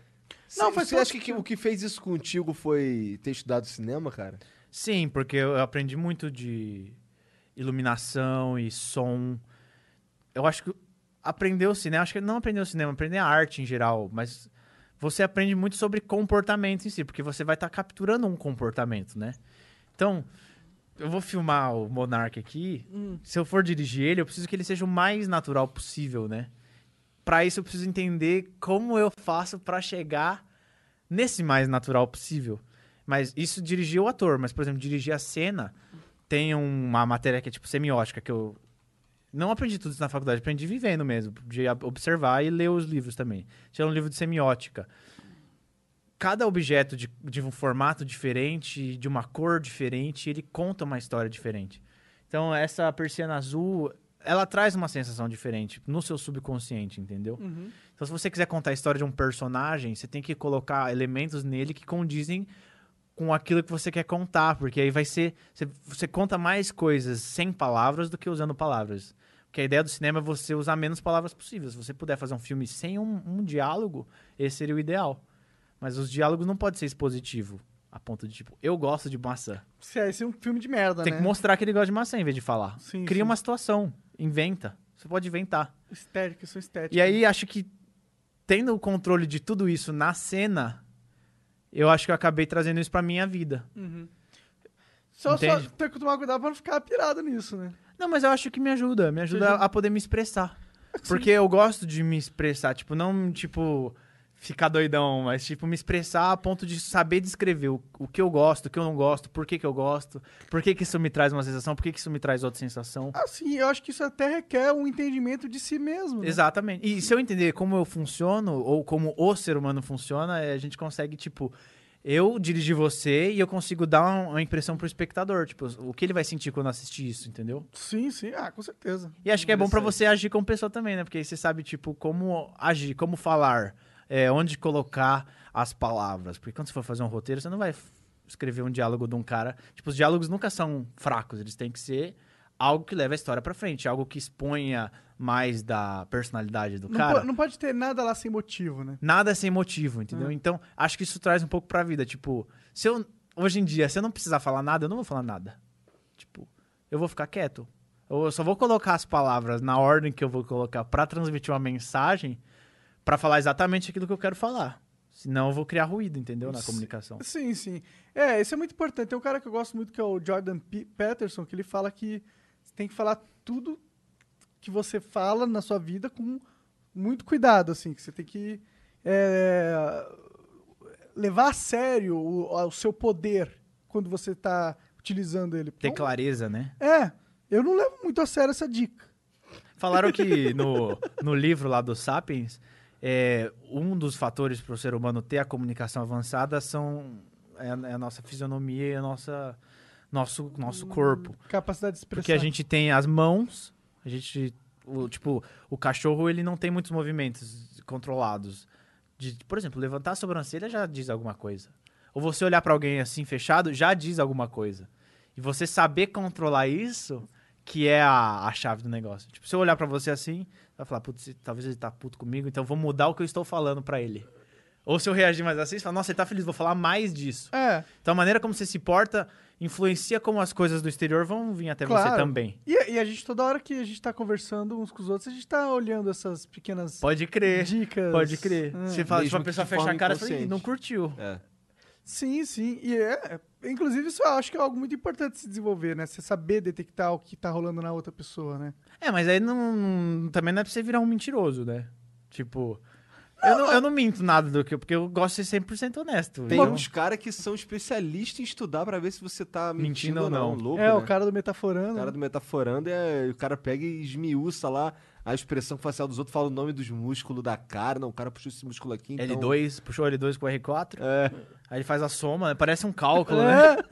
[SPEAKER 3] não,
[SPEAKER 2] Não,
[SPEAKER 3] mas
[SPEAKER 2] faz
[SPEAKER 3] você
[SPEAKER 2] todo
[SPEAKER 3] acha que, que o que fez isso contigo foi ter estudado cinema, cara?
[SPEAKER 4] Sim, porque eu aprendi muito de iluminação e som. Eu acho que aprender o cinema, acho que não aprender o cinema, aprender a arte em geral, mas você aprende muito sobre comportamento em si, porque você vai estar capturando um comportamento, né? Então, eu vou filmar o Monark aqui. Se eu for dirigir ele, eu preciso que ele seja o mais natural possível, né? Pra isso eu preciso entender como eu faço pra chegar nesse mais natural possível. Mas isso dirigir o ator, mas por exemplo, dirigir a cena tem uma matéria que é tipo semiótica que eu não aprendi tudo isso na faculdade, aprendi vivendo mesmo, de ab- observar e ler os livros também. Tinha um livro de semiótica. Cada objeto de, de um formato diferente, de uma cor diferente, ele conta uma história diferente. Então, essa persiana azul, ela traz uma sensação diferente no seu subconsciente, entendeu? Então, se você quiser contar a história de um personagem, você tem que colocar elementos nele que condizem com aquilo que você quer contar, porque aí vai ser. Você, você conta mais coisas sem palavras do que usando palavras. Porque a ideia do cinema é você usar menos palavras possíveis. Se você puder fazer um filme sem um, um diálogo, esse seria o ideal. Mas os diálogos não podem ser expositivo. A ponto de tipo, eu gosto de maçã.
[SPEAKER 2] Se é, esse é um filme de merda,
[SPEAKER 4] Tem
[SPEAKER 2] né?
[SPEAKER 4] que mostrar que ele gosta de maçã em vez de falar.
[SPEAKER 2] Sim,
[SPEAKER 4] Cria
[SPEAKER 2] sim.
[SPEAKER 4] uma situação. Inventa. Você pode inventar.
[SPEAKER 2] Estética, eu sou estética.
[SPEAKER 4] E aí, acho que tendo o controle de tudo isso na cena, eu acho que eu acabei trazendo isso pra minha vida.
[SPEAKER 2] Só, só
[SPEAKER 4] entende?
[SPEAKER 2] tem que tomar cuidado pra não ficar pirado nisso, né?
[SPEAKER 4] Não, mas eu acho que me ajuda. Me ajuda
[SPEAKER 2] Entendi.
[SPEAKER 4] a poder me expressar. Porque eu gosto de me expressar. Tipo, não, tipo, ficar doidão, mas, tipo, me expressar a ponto de saber descrever o, o que eu gosto, o que eu não gosto, por que, que eu gosto, por que, que isso me traz uma sensação, por que, que isso me traz outra sensação.
[SPEAKER 2] Assim, eu acho que isso até requer um entendimento de si mesmo. né?
[SPEAKER 4] Exatamente. E se eu entender como eu funciono, ou como o ser humano funciona, eh, a gente consegue, tipo, eu dirigir você e eu consigo dar um- uma impressão pro espectador. Tipo, o que ele vai sentir quando assistir isso, entendeu?
[SPEAKER 2] Sim, sim. Ah, com certeza.
[SPEAKER 4] E acho que é bom pra você agir como pessoa também, né? Porque aí você sabe, tipo, como agir, como falar, eh, onde colocar as palavras. Porque quando você for fazer um roteiro, você não vai f- escrever um diálogo de um cara. Tipo, os diálogos nunca são fracos, eles têm que ser algo que leve a história pra frente, algo que exponha mais da personalidade do
[SPEAKER 2] Não,
[SPEAKER 4] cara.
[SPEAKER 2] po- não pode ter nada lá sem motivo, né?
[SPEAKER 4] Nada é sem motivo,
[SPEAKER 2] Hum.
[SPEAKER 4] entendeu? Então, acho que isso traz um pouco pra vida. Tipo, se eu. Hoje em dia, se eu não precisar falar nada, eu não vou falar nada. Tipo, eu vou ficar quieto. Eu só vou colocar as palavras na ordem que eu vou colocar pra transmitir uma mensagem pra falar exatamente aquilo que eu quero falar. Senão eu vou criar ruído, entendeu? Na comunicação.
[SPEAKER 2] Sim, sim. É, isso é muito importante. Tem um cara que eu gosto muito que é o Jordan P- Peterson, que ele fala que você tem que falar tudo que você fala na sua vida com muito cuidado, assim, que você tem que é, levar a sério o, o seu poder quando você está utilizando ele.
[SPEAKER 4] Ter
[SPEAKER 2] Então,
[SPEAKER 4] clareza, né?
[SPEAKER 2] É, eu não levo muito a sério essa dica.
[SPEAKER 4] Falaram que no, no livro lá do Sapiens, é, um dos fatores para o ser humano ter a comunicação avançada são é, a- é a nossa fisionomia e a nossa, nosso, nosso corpo.
[SPEAKER 2] Capacidade de expressão.
[SPEAKER 4] Porque a gente tem as mãos, a gente. O, tipo, o cachorro ele não tem muitos movimentos controlados. De, por exemplo, levantar a sobrancelha já diz alguma coisa. Ou você olhar para alguém assim fechado já diz alguma coisa. E você saber controlar isso que é a, a chave do negócio. Tipo, se eu olhar pra você assim, vai falar, putz, talvez ele tá puto comigo, então eu vou mudar o que eu estou falando pra ele. Ou se eu reagir mais assim, você fala, nossa, ele tá feliz, vou falar mais disso.
[SPEAKER 2] É,
[SPEAKER 4] Então a maneira como você se porta influencia como as coisas do exterior vão vir até você
[SPEAKER 2] Claro.
[SPEAKER 4] também.
[SPEAKER 2] e, e a gente, toda hora que a gente tá conversando uns com os outros, a gente tá olhando essas pequenas
[SPEAKER 4] Pode crer.
[SPEAKER 2] dicas.
[SPEAKER 4] Pode crer.
[SPEAKER 2] Ah.
[SPEAKER 4] Você fala, tipo,
[SPEAKER 3] Mesmo
[SPEAKER 4] a
[SPEAKER 3] que
[SPEAKER 4] pessoa
[SPEAKER 3] de
[SPEAKER 4] fecha a
[SPEAKER 3] forma
[SPEAKER 4] cara e fala, "Ih,
[SPEAKER 3] inconsciente."
[SPEAKER 4] não curtiu.
[SPEAKER 3] É.
[SPEAKER 2] Sim, sim. E é, inclusive, isso eu acho que é algo muito importante de se desenvolver, né? Você saber detectar o que tá rolando na outra pessoa, né?
[SPEAKER 4] É, mas aí não, também não é pra você virar um mentiroso, né? Tipo, Eu não, eu não minto nada do que, porque eu gosto de ser 100% honesto.
[SPEAKER 3] Tem
[SPEAKER 4] então-
[SPEAKER 3] uns caras que são especialistas em estudar pra ver se você tá mentindo,
[SPEAKER 4] Mentindo ou
[SPEAKER 3] ou não.
[SPEAKER 4] não.
[SPEAKER 3] Louco,
[SPEAKER 2] É,
[SPEAKER 3] né?
[SPEAKER 2] o cara do Metaforando.
[SPEAKER 3] O cara do Metaforando é. O cara pega e esmiuça lá a expressão facial dos outros, fala o nome dos músculos da cara. Não, o cara puxou esse músculo aqui. Então...
[SPEAKER 4] L2, puxou L2 com R4. Aí ele faz a soma, né? parece um cálculo, né?
[SPEAKER 2] É.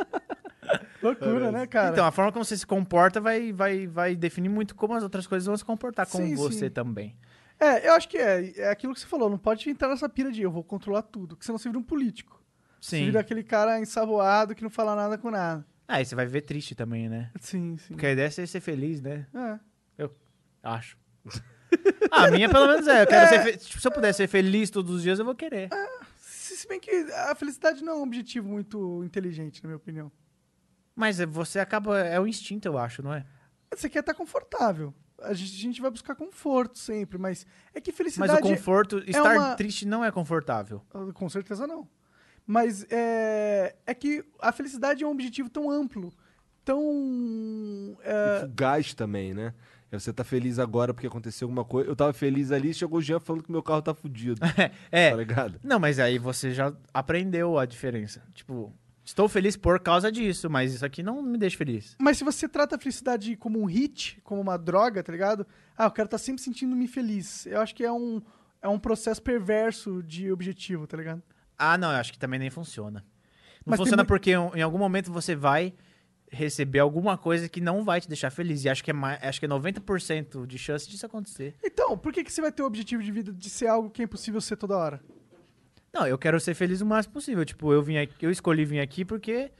[SPEAKER 2] Loucura, né, cara?
[SPEAKER 4] Então, a forma como você se comporta vai, vai, vai definir muito como as outras coisas vão se comportar com
[SPEAKER 2] Sim,
[SPEAKER 4] você
[SPEAKER 2] sim.
[SPEAKER 4] também.
[SPEAKER 2] É, eu acho que é, é aquilo que você falou, não pode entrar nessa pira de eu vou controlar tudo, que senão você vira um político. Você
[SPEAKER 4] Sim.
[SPEAKER 2] vira aquele cara ensaboado que não fala nada com nada.
[SPEAKER 4] Ah, e você vai viver triste também, né?
[SPEAKER 2] Sim, sim.
[SPEAKER 4] Porque a ideia é você ser feliz, né?
[SPEAKER 2] É.
[SPEAKER 4] Acho. Ah, a minha pelo menos é. Eu quero ser fe- tipo, se eu puder ser feliz todos os dias, eu vou querer.
[SPEAKER 2] Se se bem que a felicidade não é um objetivo muito inteligente, na minha opinião.
[SPEAKER 4] Mas é- você acaba. É o instinto, eu acho, não é?
[SPEAKER 2] Você quer estar confortável. A gente, a gente vai buscar conforto sempre, mas é que
[SPEAKER 4] Mas
[SPEAKER 2] felicidade.
[SPEAKER 4] o conforto. Estar
[SPEAKER 2] uma-
[SPEAKER 4] triste não é confortável.
[SPEAKER 2] Com certeza não. Mas é, é que a felicidade é um objetivo tão amplo, tão. é,
[SPEAKER 3] E fugaz também, né? É, Você tá feliz agora porque aconteceu alguma coisa. Eu tava feliz ali, chegou o Jean falando que meu carro tá fudido.
[SPEAKER 4] É.
[SPEAKER 3] Tá ligado?
[SPEAKER 4] Não, mas aí você já aprendeu a diferença. Tipo, estou feliz por causa disso, mas isso aqui não me deixa feliz.
[SPEAKER 2] Mas se você trata a felicidade como um hit, como uma droga, tá ligado? Ah, eu quero estar sempre sentindo-me feliz. Eu acho que é um, é um processo perverso de objetivo, tá ligado?
[SPEAKER 4] Ah, não, eu acho que também nem funciona. Não
[SPEAKER 2] Mas tem
[SPEAKER 4] funciona
[SPEAKER 2] mui-
[SPEAKER 4] porque em algum momento você vai receber alguma coisa que não vai te deixar feliz. E acho que é, mais, acho que é 90% de chance disso acontecer.
[SPEAKER 2] Então, por que, que você vai ter o objetivo de vida de ser algo que é impossível ser toda hora?
[SPEAKER 4] Não, eu quero ser feliz o máximo possível. Tipo, eu vim aqui- eu escolhi vir aqui porque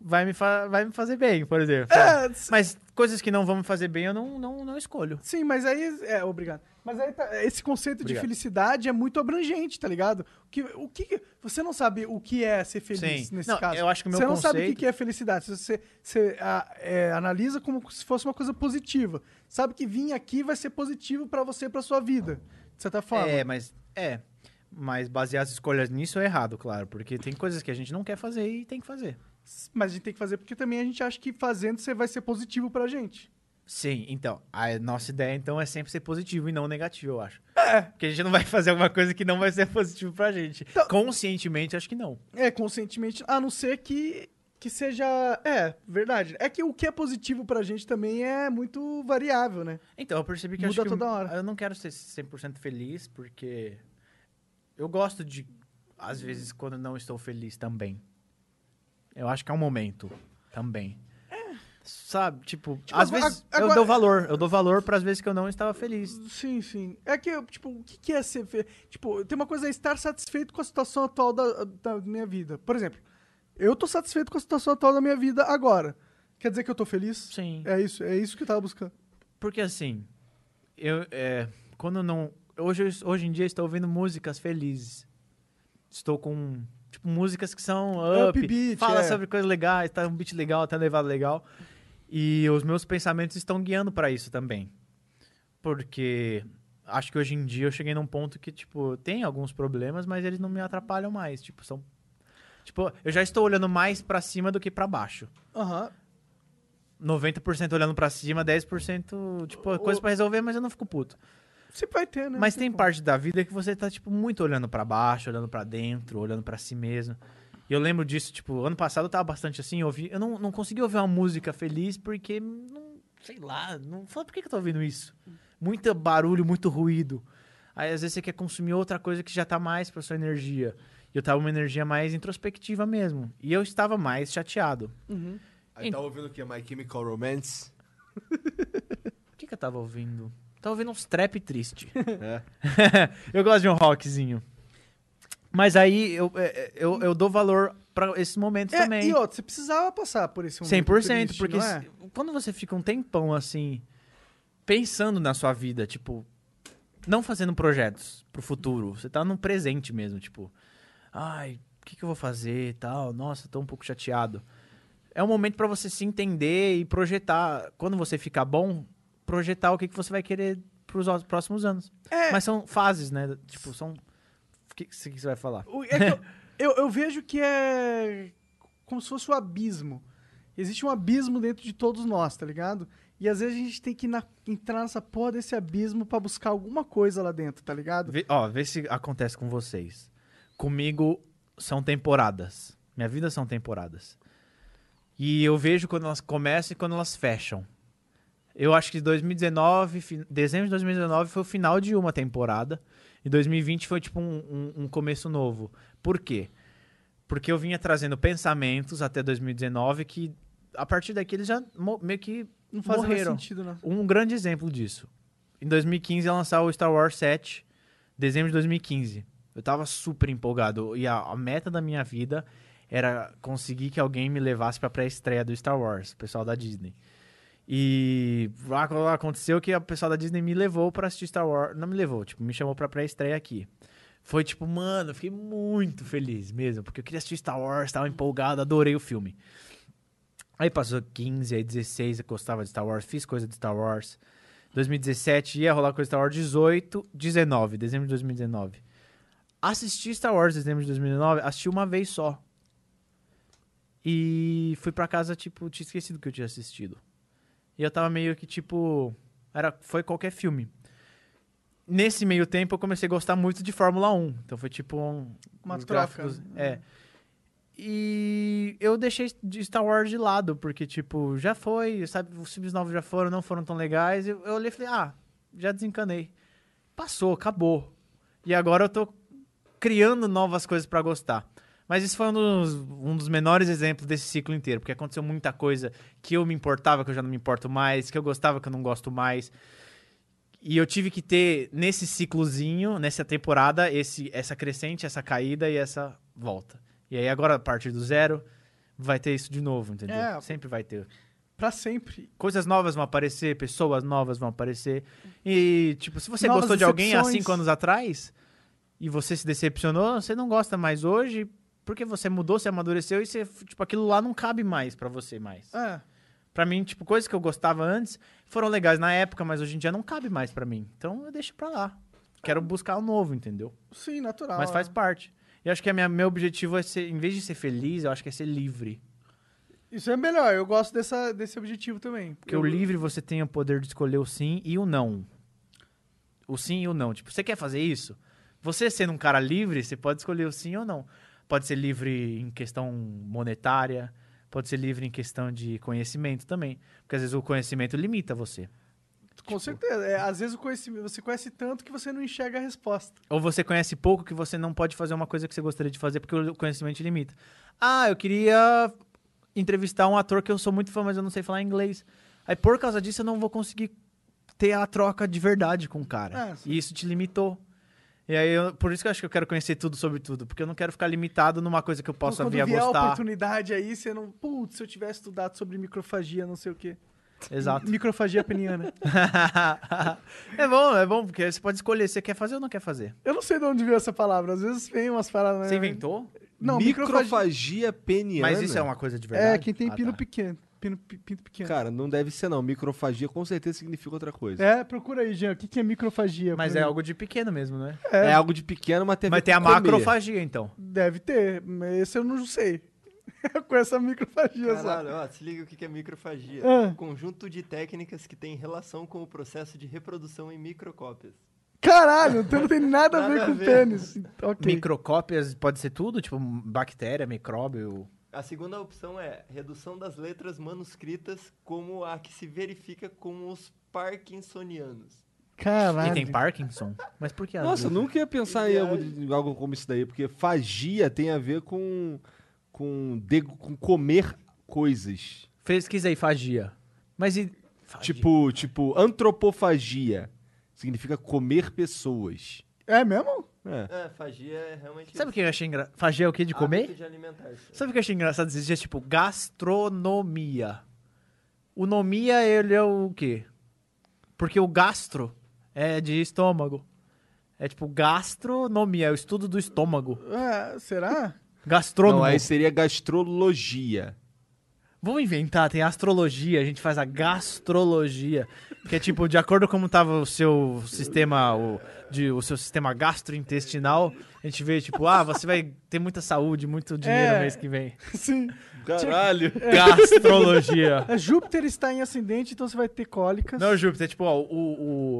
[SPEAKER 4] vai me, fa- vai me fazer bem, por exemplo.
[SPEAKER 2] É, s-
[SPEAKER 4] Mas coisas que não vão me fazer bem, eu não, não, não escolho.
[SPEAKER 2] sim, mas aí. É, obrigado. Mas aí tá- esse conceito de
[SPEAKER 4] Obrigado.
[SPEAKER 2] felicidade é muito abrangente, tá ligado? O que, o que. Você não sabe o que é ser feliz
[SPEAKER 4] Sim.
[SPEAKER 2] nesse
[SPEAKER 4] Não,
[SPEAKER 2] caso.
[SPEAKER 4] eu acho que o meu
[SPEAKER 2] Você não sabe o que
[SPEAKER 4] conceito-
[SPEAKER 2] que é felicidade. Se Você, você ah, é, analisa como se fosse uma coisa positiva. Sabe que vir aqui vai ser positivo pra você, e pra sua vida. De certa forma.
[SPEAKER 4] É, mas. É. Mas basear as escolhas nisso é errado, claro. Porque tem coisas que a gente não quer fazer e tem que fazer.
[SPEAKER 2] Mas a gente tem que fazer porque também a gente acha que fazendo você vai ser positivo pra gente.
[SPEAKER 4] Sim, então. A nossa ideia, então, é sempre ser positivo e não negativo, eu acho. É. Porque a gente não vai fazer alguma coisa que não vai ser positivo pra gente.
[SPEAKER 2] Então
[SPEAKER 4] Conscientemente, acho que não.
[SPEAKER 2] É, conscientemente, a não ser que, que seja. É, verdade. É que o que é positivo pra gente também é muito variável, né?
[SPEAKER 4] Então, eu percebi que
[SPEAKER 2] Muda
[SPEAKER 4] acho que
[SPEAKER 2] toda hora.
[SPEAKER 4] eu não quero ser 100% feliz, porque eu gosto de, às vezes, quando não estou feliz também. Eu acho que é um momento também. Sabe? Tipo, às
[SPEAKER 2] É. agora-
[SPEAKER 4] vezes
[SPEAKER 2] agora-
[SPEAKER 4] eu dou valor. Eu dou valor para as vezes que eu não estava feliz.
[SPEAKER 2] Sim, sim. É que, tipo, o que que é ser. fe- Tipo, tem uma coisa é estar satisfeito com a situação atual da, da minha vida. Por exemplo, eu tô satisfeito com a situação atual da minha vida agora. Quer dizer que eu tô feliz?
[SPEAKER 4] Sim.
[SPEAKER 2] É isso, é isso que eu tava buscando.
[SPEAKER 4] Porque assim, eu é, quando não, hoje eu- hoje em dia eu estou ouvindo músicas felizes. Estou com tipo músicas que são up,
[SPEAKER 2] Upbeat,
[SPEAKER 4] fala
[SPEAKER 2] é.
[SPEAKER 4] sobre coisas legais, tá um beat legal, tá um levado legal. E os meus pensamentos estão guiando para isso também. Porque acho que hoje em dia eu cheguei num ponto que tipo, tem alguns problemas, mas eles não me atrapalham mais, tipo, são Tipo, eu já estou olhando mais para cima do que para baixo.
[SPEAKER 2] Aham.
[SPEAKER 4] 90% olhando pra cima, 10%, tipo, coisa pra resolver, mas eu não fico puto.
[SPEAKER 2] Sempre vai ter, né?
[SPEAKER 4] Mas
[SPEAKER 2] Não
[SPEAKER 4] tem
[SPEAKER 2] como.
[SPEAKER 4] parte da vida que você tá, tipo, muito olhando pra baixo, olhando pra dentro, olhando pra si mesmo. E eu lembro disso, tipo, ano passado eu tava bastante assim, eu, ouvi, eu não, não consegui ouvir uma música feliz porque, não, sei lá, não falei, por que, que eu tô ouvindo isso? Muito barulho, muito ruído. Aí às vezes você quer consumir outra coisa que já tá mais pra sua energia. E eu tava uma energia mais introspectiva mesmo. E eu estava mais chateado.
[SPEAKER 3] Aí tá ouvindo o quê? My Chemical Romance?
[SPEAKER 4] O que, que eu tava ouvindo? Tava ouvindo uns trap triste.
[SPEAKER 3] É.
[SPEAKER 4] eu gosto de um rockzinho. Mas aí eu, é, é, eu, eu dou valor pra esses momentos
[SPEAKER 2] É,
[SPEAKER 4] também.
[SPEAKER 2] E outro, você precisava passar por esse momento
[SPEAKER 4] 100%,
[SPEAKER 2] triste,
[SPEAKER 4] porque
[SPEAKER 2] não é?
[SPEAKER 4] se- quando você fica um tempão assim, pensando na sua vida, tipo, não fazendo projetos pro futuro, você tá no presente mesmo, tipo, ai, o que, que eu vou fazer e tal, nossa, tô um pouco chateado. É um momento pra você se entender e projetar, quando você ficar bom, projetar o que, que você vai querer pros os- próximos anos.
[SPEAKER 2] É.
[SPEAKER 4] Mas são fases, né? Tipo, são. O que, que você vai falar?
[SPEAKER 2] O- é que eu, eu- eu vejo que é como se fosse o abismo. Existe um abismo dentro de todos nós, tá ligado? E às vezes a gente tem que na- entrar nessa porra desse abismo pra buscar alguma coisa lá dentro, tá ligado?
[SPEAKER 4] Vê- ó, vê se acontece com vocês. Comigo são temporadas. Minha vida são temporadas. E eu vejo quando elas começam e quando elas fecham. Eu acho que 2019, fin- dezembro de 2019 foi o final de uma temporada. E 2020 foi tipo um, um- um começo novo. Por quê? Porque eu vinha trazendo pensamentos até 2019 que a partir daqui eles já mo- meio que
[SPEAKER 2] Não faz mais
[SPEAKER 4] morreram.
[SPEAKER 2] sentido, não.
[SPEAKER 4] Um grande exemplo disso. Em 2015 ia lançar o Star Wars 7, dezembro de 2015. Eu tava super empolgado e a, a meta da minha vida era conseguir que alguém me levasse pra pré-estreia do Star Wars, o pessoal da Disney. E lá- lá aconteceu que o pessoal da Disney me levou pra assistir Star Wars, não me levou, tipo, me chamou pra pré-estreia aqui. Foi tipo, mano, eu fiquei muito feliz mesmo, porque eu queria assistir Star Wars, tava empolgado, adorei o filme. Aí passou 15, aí 16, eu gostava de Star Wars, fiz coisa de Star Wars. 2017 ia rolar coisa de Star Wars, 18, 19, dezembro de 2019. Assisti Star Wars em dezembro de 2019, assisti uma vez só. E fui pra casa, tipo, tinha esquecido que eu tinha assistido. E eu tava meio que, tipo, era, foi qualquer filme. Nesse meio tempo eu comecei a gostar muito de Fórmula 1. Então foi tipo um,
[SPEAKER 2] Uma
[SPEAKER 4] uns
[SPEAKER 2] troca.
[SPEAKER 4] gráficos- é. E eu deixei de Star Wars de lado, porque, tipo, já foi, sabe, os filmes novos já foram, não foram tão legais. Eu, eu olhei e falei, ah, já desencanei. Passou, acabou. E agora eu tô criando novas coisas pra gostar. Mas isso foi um dos, um dos menores exemplos desse ciclo inteiro, porque aconteceu muita coisa que eu me importava, que eu já não me importo mais, que eu gostava, que eu não gosto mais. E eu tive que ter, nesse ciclozinho, nessa temporada, esse, essa crescente, essa caída e essa volta. E aí agora, a partir do zero, vai ter isso de novo, entendeu?
[SPEAKER 2] É.
[SPEAKER 4] Sempre vai ter.
[SPEAKER 2] Pra sempre.
[SPEAKER 4] Coisas novas vão aparecer, pessoas novas vão aparecer. E, tipo, se você
[SPEAKER 2] Novas
[SPEAKER 4] gostou de alguém há
[SPEAKER 2] decepções.
[SPEAKER 4] cinco anos atrás e você se decepcionou, você não gosta mais hoje porque você mudou, você amadureceu e você, tipo, aquilo lá não cabe mais pra você mais.
[SPEAKER 2] É.
[SPEAKER 4] Pra mim, tipo, coisas que eu gostava antes foram legais na época, mas hoje em dia não cabe mais pra mim. Então eu deixo pra lá. Quero buscar o novo, entendeu?
[SPEAKER 2] Sim, natural.
[SPEAKER 4] Mas faz
[SPEAKER 2] é.
[SPEAKER 4] parte. E acho que a minha, meu objetivo é ser, em vez de ser feliz, eu acho que é ser livre.
[SPEAKER 2] Isso é melhor, eu gosto dessa, desse objetivo também.
[SPEAKER 4] Porque o livre você tem o poder de escolher o sim e o não. O sim e o não. Tipo, você quer fazer isso? Você sendo um cara livre, você pode escolher o sim ou não. Pode ser livre em questão monetária, pode ser livre em questão de conhecimento também. Porque às vezes o conhecimento limita você. tipo,
[SPEAKER 2] Com certeza. É, às vezes o conhecimento, você conhece tanto que você não enxerga a resposta.
[SPEAKER 4] Ou você conhece pouco que você não pode fazer uma coisa que você gostaria de fazer porque o conhecimento te limita. Ah, eu queria entrevistar um ator que eu sou muito fã, mas eu não sei falar inglês. Aí por causa disso eu não vou conseguir ter a troca de verdade com o cara.
[SPEAKER 2] Ah, sim.
[SPEAKER 4] e isso te limitou. E aí, eu- por isso que eu acho que eu quero conhecer tudo sobre tudo, porque eu não quero ficar limitado numa coisa que eu possa
[SPEAKER 2] Então, quando
[SPEAKER 4] vir a
[SPEAKER 2] vier a
[SPEAKER 4] gostar.
[SPEAKER 2] oportunidade aí, você não. Putz, se eu tivesse estudado sobre microfagia, não sei o quê.
[SPEAKER 4] Exato.
[SPEAKER 2] Microfagia peniana.
[SPEAKER 4] é bom, é bom, porque aí você pode escolher se você quer fazer ou não quer fazer.
[SPEAKER 2] eu não sei de onde veio essa palavra. Às vezes vem umas paradas. né?
[SPEAKER 4] Você inventou?
[SPEAKER 2] Não, microfagia.
[SPEAKER 3] microfagia peniana.
[SPEAKER 4] Mas isso é uma coisa de verdade.
[SPEAKER 2] É, quem tem
[SPEAKER 4] Ah,
[SPEAKER 2] pino
[SPEAKER 4] tá.
[SPEAKER 2] pequeno. Pino, pe- pinto pequeno.
[SPEAKER 3] Cara, não deve ser não. Microfagia com certeza significa outra coisa.
[SPEAKER 2] É, procura aí, Jean. O que, que é microfagia?
[SPEAKER 4] Mas
[SPEAKER 2] Pra
[SPEAKER 4] é
[SPEAKER 2] mim.
[SPEAKER 4] algo de pequeno mesmo, né?
[SPEAKER 3] Uhum. É, algo de pequeno, mas tem
[SPEAKER 4] Mas
[SPEAKER 3] ver
[SPEAKER 4] tem a
[SPEAKER 3] com comer.
[SPEAKER 4] macrofagia, então.
[SPEAKER 2] Deve ter. mas Esse eu não sei. eu conheço a microfagia só.
[SPEAKER 5] Caralho, ó, se liga o que que é microfagia.
[SPEAKER 2] Ah.
[SPEAKER 5] Conjunto de técnicas que tem relação com o processo de reprodução em microcópias.
[SPEAKER 2] Caralho, então não tem nada, a
[SPEAKER 5] Nada
[SPEAKER 2] ver
[SPEAKER 5] a
[SPEAKER 2] com
[SPEAKER 5] ver.
[SPEAKER 2] pênis. Ok.
[SPEAKER 4] Microcópias pode ser tudo, tipo bactéria, micróbio.
[SPEAKER 5] A segunda opção é redução das letras manuscritas como a que se verifica com os parkinsonianos.
[SPEAKER 2] Caralho.
[SPEAKER 4] E tem Parkinson. Mas por que? as
[SPEAKER 3] É, Nossa, eu
[SPEAKER 4] duas?
[SPEAKER 3] nunca ia pensar em algo, de- algo como isso daí, porque fagia tem a ver com, com, dego- com comer coisas.
[SPEAKER 4] Pesquisa aí, fagia. Mas e.
[SPEAKER 3] Tipo, tipo, antropofagia. Significa comer pessoas.
[SPEAKER 2] É mesmo?
[SPEAKER 3] É.
[SPEAKER 5] É, fagia é realmente
[SPEAKER 4] Sabe o que eu achei engraçado? Fagia é o quê? De
[SPEAKER 3] Ah,
[SPEAKER 4] comer?
[SPEAKER 5] hábito de alimentar-se.
[SPEAKER 4] Sabe o que eu achei engraçado esses dias? Tipo, gastronomia. O nomia, ele é o quê? Porque o gastro é de estômago. É tipo gastronomia, é o estudo do estômago.
[SPEAKER 2] É, será?
[SPEAKER 4] Gastrônomo.
[SPEAKER 3] Não, aí seria gastrologia.
[SPEAKER 4] Vamos inventar, tem astrologia, a gente faz a gastrologia, que é tipo, de acordo com como tava o seu sistema, o, de, o seu sistema gastrointestinal, a gente vê, tipo, ah, você vai ter muita saúde, muito dinheiro
[SPEAKER 2] É.
[SPEAKER 4] mês que vem.
[SPEAKER 2] Sim.
[SPEAKER 3] Caralho.
[SPEAKER 4] tá Gastrologia.
[SPEAKER 2] É, Júpiter está em ascendente, então você vai ter cólicas.
[SPEAKER 4] Não, Júpiter, tipo, ó, o.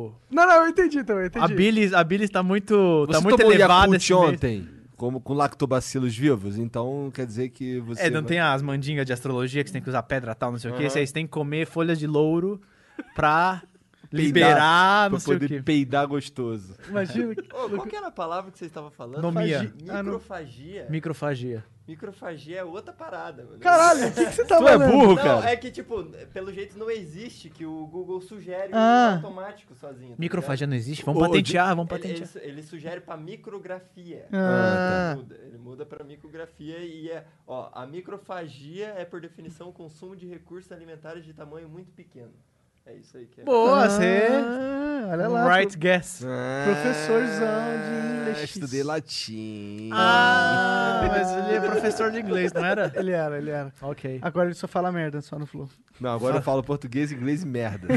[SPEAKER 4] o-
[SPEAKER 2] não, não, eu entendi também, eu entendi.
[SPEAKER 4] a bilis, a bilis tá muito, tá
[SPEAKER 3] Você
[SPEAKER 4] muito
[SPEAKER 3] tomou
[SPEAKER 4] elevada
[SPEAKER 3] Yakult
[SPEAKER 4] esse mês.
[SPEAKER 3] ontem, como, com lactobacilos vivos, então quer dizer que você...
[SPEAKER 4] É, não tem as mandingas de astrologia que você tem que usar pedra tal, não sei o quê. Vocês têm que comer folhas de louro pra
[SPEAKER 3] Peidar,
[SPEAKER 4] liberar, não
[SPEAKER 3] pra
[SPEAKER 4] sei o
[SPEAKER 3] poder
[SPEAKER 4] quê.
[SPEAKER 3] peidar gostoso.
[SPEAKER 2] Imagina. que-
[SPEAKER 5] Ô, qual que era a palavra que vocês estavam falando?
[SPEAKER 4] Nomia.
[SPEAKER 5] Fagi-
[SPEAKER 2] Ah, não.
[SPEAKER 5] Microfagia.
[SPEAKER 4] Microfagia.
[SPEAKER 5] Microfagia é outra parada, mano.
[SPEAKER 2] Caralho, o que, que você tá
[SPEAKER 3] Tu é
[SPEAKER 2] falando?
[SPEAKER 3] burro,
[SPEAKER 5] Não,
[SPEAKER 3] cara.
[SPEAKER 5] é que, tipo, pelo jeito não existe que o Google sugere o
[SPEAKER 2] Ah.
[SPEAKER 5] automático sozinho. tá
[SPEAKER 4] Microfagia não existe? Vamos
[SPEAKER 3] Ô, ô,
[SPEAKER 4] patentear,
[SPEAKER 2] um
[SPEAKER 4] vamos
[SPEAKER 5] ligado? Ele, ele
[SPEAKER 4] patentear.
[SPEAKER 5] su- ele sugere pra micrografia.
[SPEAKER 2] Ah,
[SPEAKER 5] Ele, muda, ele muda pra micrografia e é. Ó, a microfagia é, por definição, o consumo de recursos alimentares de tamanho muito pequeno. É isso aí que é.
[SPEAKER 4] Boa, você... é
[SPEAKER 2] Ah, olha lá.
[SPEAKER 4] Ah, Right guess.
[SPEAKER 2] Professorzão de
[SPEAKER 3] Ah,
[SPEAKER 2] inglês.
[SPEAKER 3] Estudei latim.
[SPEAKER 4] Ah, mas ele é professor de inglês, não era?
[SPEAKER 2] Ele era, ele era.
[SPEAKER 4] Ok.
[SPEAKER 2] Agora ele só fala merda, só no flow.
[SPEAKER 3] Não, agora eu falo português, inglês e merda.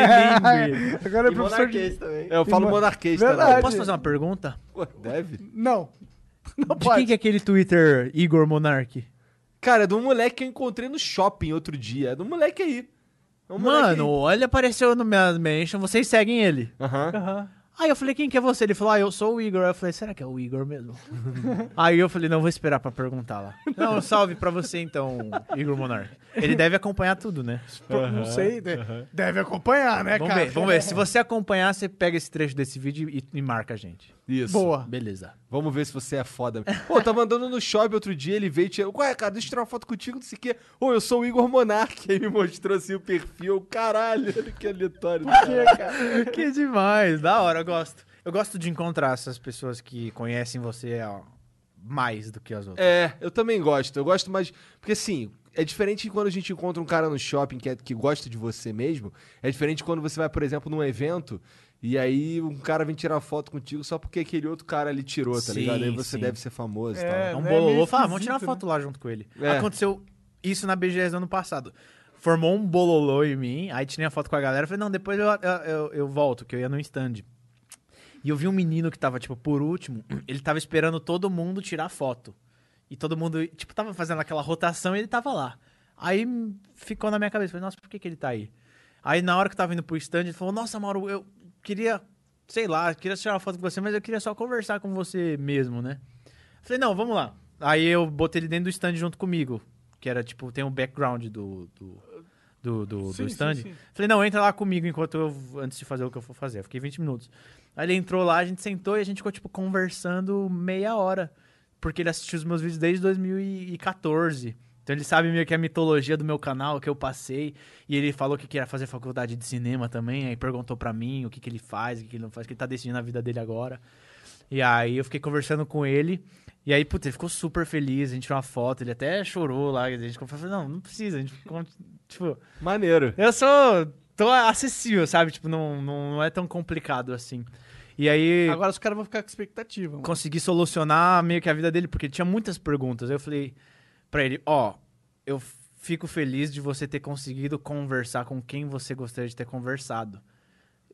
[SPEAKER 4] Trilingue.
[SPEAKER 2] Agora é professor
[SPEAKER 5] E
[SPEAKER 2] de...
[SPEAKER 5] monarquês também.
[SPEAKER 3] Eu falo monarquês
[SPEAKER 2] Verdade.
[SPEAKER 3] também.
[SPEAKER 4] Posso fazer uma pergunta?
[SPEAKER 3] Pô, deve?
[SPEAKER 2] Não. Não
[SPEAKER 4] De quem
[SPEAKER 2] pode.
[SPEAKER 4] que é aquele Twitter Igor Monark?
[SPEAKER 3] Cara, é de um moleque que eu encontrei no shopping outro dia. É de um moleque aí. É um moleque
[SPEAKER 4] Mano,
[SPEAKER 3] aí.
[SPEAKER 4] olha, apareceu no meu mention, vocês seguem ele.
[SPEAKER 3] Aham.
[SPEAKER 4] Aí eu falei, quem que é você? Ele falou, ah, eu sou o Igor. Aí eu falei, será que é o Igor mesmo? Aí eu falei, não, vou esperar pra perguntar lá. Não, salve pra você então, Igor Monark. Ele deve acompanhar tudo, né?
[SPEAKER 2] Não sei. de- Deve acompanhar, né,
[SPEAKER 4] Vamos
[SPEAKER 2] cara?
[SPEAKER 4] ver, vamos ver. Se você acompanhar, você pega esse trecho desse vídeo e, e marca a gente.
[SPEAKER 3] Isso.
[SPEAKER 2] Boa.
[SPEAKER 4] Beleza.
[SPEAKER 3] Vamos ver se você é foda. Pô, tava andando no shopping outro dia, ele veio e tirou. Ué, cara, deixa eu tirar uma foto contigo, não sei o quê. Ô, eu sou o Igor Monark. Aí me mostrou assim o perfil. Caralho, olha que aleatório. do cara.
[SPEAKER 4] Que demais, da hora, eu gosto. Eu gosto de encontrar essas pessoas que conhecem você ó, mais do que as outras.
[SPEAKER 3] É, eu também gosto. Eu gosto mais. Porque assim, é diferente de quando a gente encontra um cara no shopping que, é- que gosta de você mesmo. É diferente quando você vai, por exemplo, num evento. E aí um cara vem tirar foto contigo só porque aquele outro cara ali tirou, tá
[SPEAKER 4] Sim,
[SPEAKER 3] ligado? Aí você
[SPEAKER 4] sim.
[SPEAKER 3] deve ser famoso e
[SPEAKER 2] É,
[SPEAKER 3] tal.
[SPEAKER 4] Então,
[SPEAKER 2] né?
[SPEAKER 4] bolou,
[SPEAKER 2] Meio
[SPEAKER 4] fala,
[SPEAKER 2] esquisito,
[SPEAKER 4] vamos tirar uma
[SPEAKER 2] né?
[SPEAKER 4] foto lá junto com ele.
[SPEAKER 3] É.
[SPEAKER 4] Aconteceu isso na BGS do ano passado. Formou um bololô em mim, aí tirei a foto com a galera. Falei, não, depois eu, eu, eu- eu volto, que eu ia no stand. E eu vi um menino que tava, tipo, por último, ele tava esperando todo mundo tirar foto. E todo mundo, tipo, tava fazendo aquela rotação e ele tava lá. Aí hum, ficou na minha cabeça, falei, nossa, por que, que ele tá aí? Aí na hora que eu tava indo pro stand, ele falou, nossa, Mauro, eu queria, sei lá, queria tirar uma foto com você, mas eu queria só conversar com você mesmo, né? Falei, não, vamos lá. Aí eu botei ele dentro do stand junto comigo, que era tipo, tem um background do, do, do, do- do
[SPEAKER 2] Sim, sim,
[SPEAKER 4] stand.
[SPEAKER 2] sim.
[SPEAKER 4] Falei, não, entra lá comigo enquanto eu, antes de fazer o que eu for fazer. Eu fiquei 20 minutos. Aí ele entrou lá, a gente sentou e a gente ficou, tipo, conversando meia hora. Porque ele assistiu os meus vídeos desde 2014. Então ele sabe meio que a mitologia do meu canal, que eu passei. E ele falou que queria fazer faculdade de cinema também. Aí perguntou pra mim o que, que ele faz, o que, que ele não faz, o que ele tá decidindo a vida dele agora. E aí eu fiquei conversando com ele. E aí, putz, ele ficou super feliz, a gente tirou uma foto, ele até chorou lá, a gente conversou, não, não precisa, a gente, ficou, tipo,
[SPEAKER 3] Maneiro.
[SPEAKER 4] eu sou, tô acessível, sabe, tipo, não, não, não é tão complicado assim. E aí,
[SPEAKER 2] Agora os caras vão ficar com expectativa. Mano.
[SPEAKER 4] consegui solucionar meio que a vida dele, porque ele tinha muitas perguntas, eu falei pra ele, ó, eu fico feliz de você ter conseguido conversar com quem você gostaria de ter conversado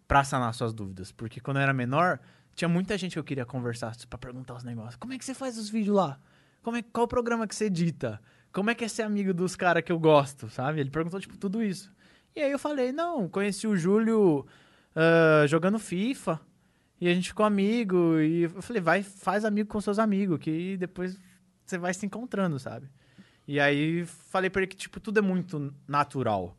[SPEAKER 4] pra sanar suas dúvidas. Porque quando eu era menor, tinha muita gente que eu queria conversar tipo, pra perguntar os negócios. Como é que você faz os vídeos lá? Como é, qual o programa que você edita? Como é que é ser amigo dos caras que eu gosto, sabe? Ele perguntou, tipo, tudo isso. E aí eu falei, não, conheci o Júlio ah, jogando FIFA. E a gente ficou amigo. E eu falei, vai, faz amigo com seus amigos, que depois você vai se encontrando, sabe? E aí falei pra ele que, tipo, tudo é muito natural.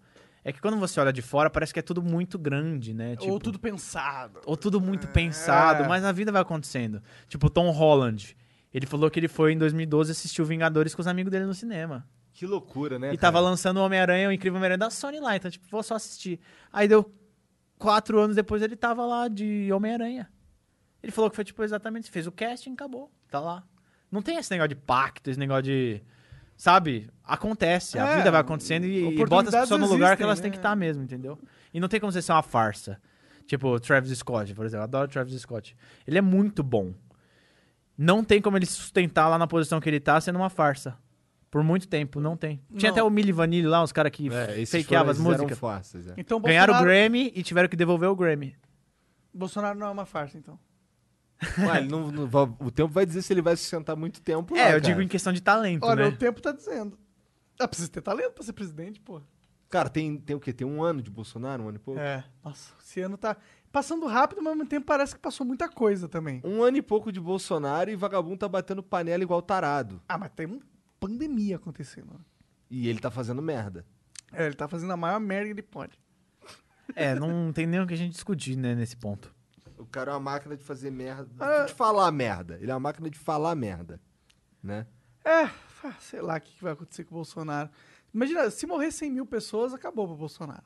[SPEAKER 4] É que quando você olha de fora, parece que é tudo muito grande, né? Tipo,
[SPEAKER 2] Ou tudo É. pensado.
[SPEAKER 4] ou tudo muito pensado, mas na vida vai acontecendo. Tipo, Tom Holland. Ele falou que ele foi em 2012 assistir o Vingadores com os amigos dele no cinema.
[SPEAKER 3] Que loucura, né?
[SPEAKER 4] e tava
[SPEAKER 3] cara?
[SPEAKER 4] lançando o Homem-Aranha, o Incrível Homem-Aranha da Sony lá, então, tipo, vou só assistir. Aí deu quatro anos depois ele tava lá de Homem-Aranha. Ele falou que foi, tipo, exatamente, fez o casting, acabou, tá lá. Não tem esse negócio de pacto, esse negócio de. Sabe? Acontece, a
[SPEAKER 2] É,
[SPEAKER 4] vida vai acontecendo e, e bota as
[SPEAKER 2] oportunidades
[SPEAKER 4] pessoas no lugar
[SPEAKER 2] existem,
[SPEAKER 4] que elas
[SPEAKER 2] né?
[SPEAKER 4] têm que estar mesmo, entendeu? E não tem como você ser uma farsa. Tipo, Travis Scott, por exemplo. Eu adoro Travis Scott. Ele é muito bom. Não tem como ele se sustentar lá na posição que ele tá sendo uma farsa. Por muito tempo, não tem. Tinha
[SPEAKER 2] Não.
[SPEAKER 4] até o Milli Vanilli lá, os caras que
[SPEAKER 3] É,
[SPEAKER 4] fakeavam as músicas.
[SPEAKER 3] Forças, é.
[SPEAKER 2] Então,
[SPEAKER 4] Ganharam o
[SPEAKER 2] Bolsonaro-
[SPEAKER 4] Grammy e tiveram que devolver o Grammy.
[SPEAKER 2] Bolsonaro não é uma farsa, então.
[SPEAKER 3] Ué, ele não- não vai- o tempo vai dizer se ele vai sustentar muito tempo. lá,
[SPEAKER 4] É, eu
[SPEAKER 3] cara.
[SPEAKER 4] digo em questão de talento,
[SPEAKER 2] Olha,
[SPEAKER 4] né?
[SPEAKER 2] o tempo tá dizendo. Ah, precisa ter talento pra ser presidente, pô.
[SPEAKER 3] Cara, tem, tem o quê? Tem um ano de Bolsonaro, um ano e pouco?
[SPEAKER 4] É.
[SPEAKER 2] Nossa, esse ano tá passando rápido, mas ao mesmo tempo parece que passou muita coisa também.
[SPEAKER 3] Um ano e pouco de Bolsonaro e vagabundo tá batendo panela igual tarado.
[SPEAKER 2] Ah, mas tem uma pandemia acontecendo. né?
[SPEAKER 3] E ele tá fazendo merda.
[SPEAKER 2] É, ele tá fazendo a maior merda que ele pode.
[SPEAKER 4] É, não tem nem o que a gente discutir, né, nesse ponto.
[SPEAKER 3] O cara é uma máquina de fazer merda.
[SPEAKER 2] Ah.
[SPEAKER 3] De falar merda. Ele é uma máquina de falar merda. Né?
[SPEAKER 2] É, ah, sei lá o que que vai acontecer com o Bolsonaro. Imagina, se morrer 100 mil pessoas, acabou pro Bolsonaro.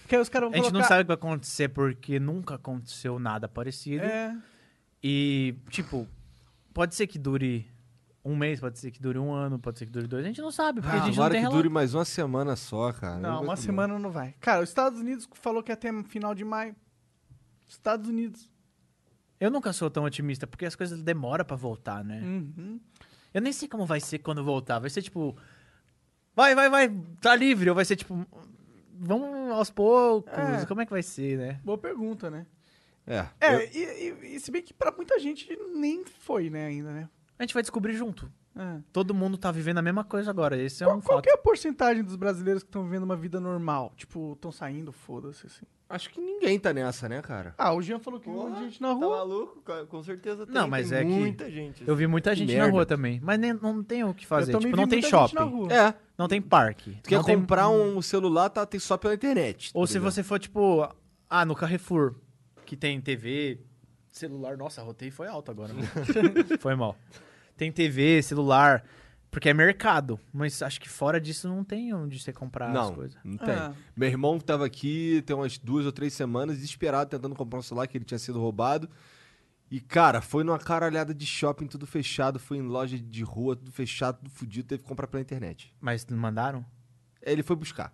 [SPEAKER 2] Porque aí os caras
[SPEAKER 4] A
[SPEAKER 2] vão
[SPEAKER 4] gente
[SPEAKER 2] colocar...
[SPEAKER 4] não sabe o que vai acontecer porque nunca aconteceu nada parecido.
[SPEAKER 2] É,
[SPEAKER 4] E, tipo, pode ser que dure um mês, pode ser que dure um ano, pode ser que dure dois. A gente não sabe, porque a gente Ah, não
[SPEAKER 3] Ah, Tomara
[SPEAKER 4] tem
[SPEAKER 3] que
[SPEAKER 4] relato.
[SPEAKER 3] dure mais uma semana só, cara.
[SPEAKER 2] não, uma semana não vai. Cara, os Estados Unidos falou que até final de maio. Estados Unidos.
[SPEAKER 4] Eu nunca sou tão otimista, porque as coisas demoram pra voltar, né?
[SPEAKER 2] Uhum.
[SPEAKER 4] Eu nem sei como vai ser quando voltar. Vai ser tipo. Vai, vai, vai, tá livre. Ou vai ser tipo. Vamos aos poucos.
[SPEAKER 2] É.
[SPEAKER 4] Como é que vai ser, né?
[SPEAKER 2] Boa pergunta, né?
[SPEAKER 3] É.
[SPEAKER 2] É, e, e- e se bem que pra muita gente nem foi, né, ainda, né?
[SPEAKER 4] A gente vai descobrir junto.
[SPEAKER 2] É.
[SPEAKER 4] Todo mundo tá vivendo a mesma coisa agora. Esse é
[SPEAKER 2] Qual,
[SPEAKER 4] um
[SPEAKER 2] qual
[SPEAKER 4] fato.
[SPEAKER 2] que é a porcentagem dos brasileiros que estão vivendo uma vida normal? Tipo, estão saindo, foda-se, assim.
[SPEAKER 3] Acho que ninguém tá nessa, né, cara?
[SPEAKER 2] Ah, o Jean falou que um
[SPEAKER 5] Porra,
[SPEAKER 2] monte de gente na
[SPEAKER 5] Tá
[SPEAKER 2] rua.
[SPEAKER 5] maluco? Co- Com certeza tem,
[SPEAKER 4] Não, mas
[SPEAKER 5] tem
[SPEAKER 4] é que
[SPEAKER 5] muita gente. assim.
[SPEAKER 4] Eu vi muita
[SPEAKER 3] Que
[SPEAKER 4] gente na
[SPEAKER 3] merda.
[SPEAKER 4] rua também. Mas nem- não tem o que fazer.
[SPEAKER 2] Eu também
[SPEAKER 4] Tipo,
[SPEAKER 2] vi
[SPEAKER 4] não tem
[SPEAKER 2] muita gente na
[SPEAKER 4] shopping.
[SPEAKER 2] rua.
[SPEAKER 3] É.
[SPEAKER 4] Não tem parque.
[SPEAKER 3] Tu quer
[SPEAKER 4] não tem-
[SPEAKER 3] comprar um celular, tá, tem só pela internet.
[SPEAKER 4] Ou
[SPEAKER 3] tá
[SPEAKER 4] se
[SPEAKER 3] ligado?
[SPEAKER 4] você for, tipo, ah, no Carrefour, que tem TV, celular. Nossa, rotei foi alto agora. né? foi mal. Tem TV, celular, porque é mercado. Mas acho que fora disso não tem onde você comprar as
[SPEAKER 3] Não,
[SPEAKER 4] coisas.
[SPEAKER 3] não tem.
[SPEAKER 2] Ah.
[SPEAKER 3] Meu irmão tava aqui tem umas duas ou três semanas, desesperado, tentando comprar um celular que ele tinha sido roubado. E, cara, foi numa caralhada de shopping, tudo fechado, foi em loja de rua, tudo fechado, tudo fudido, teve que comprar pela internet.
[SPEAKER 4] Mas não mandaram?
[SPEAKER 3] Aí ele foi buscar.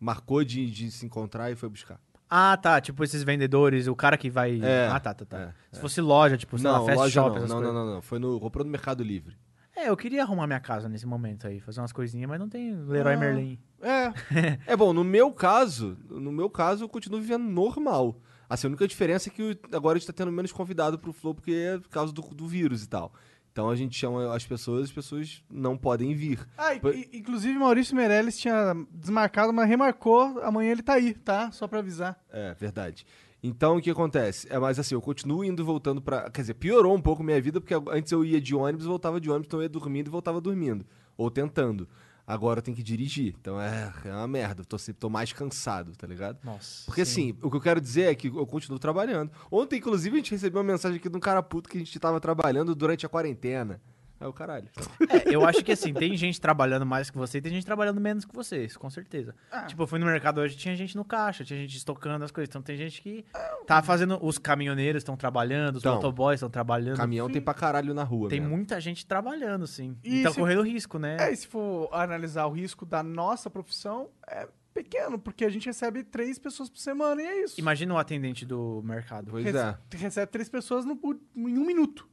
[SPEAKER 3] Marcou de, de se encontrar e foi buscar.
[SPEAKER 4] Ah, tá. Tipo, esses vendedores, o cara que vai.
[SPEAKER 3] É,
[SPEAKER 4] ah, tá, tá, tá.
[SPEAKER 3] é,
[SPEAKER 4] Se fosse loja, tipo, sei lá, fast
[SPEAKER 3] loja
[SPEAKER 4] shop,
[SPEAKER 3] não,
[SPEAKER 4] essas
[SPEAKER 3] não, não,
[SPEAKER 4] coisas.
[SPEAKER 3] não, não. Foi no. Comprou no Mercado Livre.
[SPEAKER 4] É, eu queria arrumar minha casa nesse momento aí, fazer umas coisinhas, mas não tem Leroy
[SPEAKER 2] Ah.
[SPEAKER 4] Merlin.
[SPEAKER 2] É,
[SPEAKER 3] É bom, no meu caso, no meu caso, eu continuo vivendo normal. Assim, a única diferença é que agora a gente tá tendo menos convidado pro Flow porque é por causa do, do vírus e tal. Então a gente chama as pessoas, as pessoas não podem vir.
[SPEAKER 2] Ah, e-
[SPEAKER 3] Por-
[SPEAKER 2] e- inclusive Maurício Meirelles tinha desmarcado, mas remarcou. Amanhã ele tá aí, tá? Só pra avisar.
[SPEAKER 3] É, verdade. Então o que acontece? É, mas assim, eu continuo indo e voltando pra. Quer dizer, piorou um pouco minha vida, porque antes eu ia de ônibus, voltava de ônibus, então eu ia dormindo e voltava dormindo. Ou tentando. Agora eu tenho que dirigir. Então é, é uma merda. Eu tô, sempre- tô mais cansado, tá ligado?
[SPEAKER 4] Nossa.
[SPEAKER 3] Porque
[SPEAKER 4] sim.
[SPEAKER 3] assim, o que eu quero dizer é que eu continuo trabalhando. Ontem, inclusive, a gente recebeu uma mensagem aqui de um cara puto que a gente tava trabalhando durante a quarentena. Aí o caralho.
[SPEAKER 4] É, eu acho que assim, tem gente trabalhando mais que você e tem gente trabalhando menos que vocês, com certeza.
[SPEAKER 2] Ah.
[SPEAKER 4] Tipo, eu fui no mercado hoje, tinha gente no caixa, tinha gente estocando as coisas. Então tem gente que tá fazendo. Os caminhoneiros estão trabalhando, os
[SPEAKER 3] Então,
[SPEAKER 4] motoboys estão trabalhando.
[SPEAKER 3] Caminhão né? tem pra caralho na rua.
[SPEAKER 4] Tem
[SPEAKER 3] mesmo.
[SPEAKER 4] muita gente trabalhando, sim.
[SPEAKER 2] E
[SPEAKER 4] E tá
[SPEAKER 2] se-
[SPEAKER 4] correndo risco, né?
[SPEAKER 2] É, e se for analisar o risco da nossa profissão, é pequeno, porque a gente recebe três pessoas por semana e é isso.
[SPEAKER 4] Imagina o atendente do mercado.
[SPEAKER 3] Pois
[SPEAKER 2] Rece-
[SPEAKER 3] é.
[SPEAKER 2] Recebe três pessoas no, pu- em um minuto.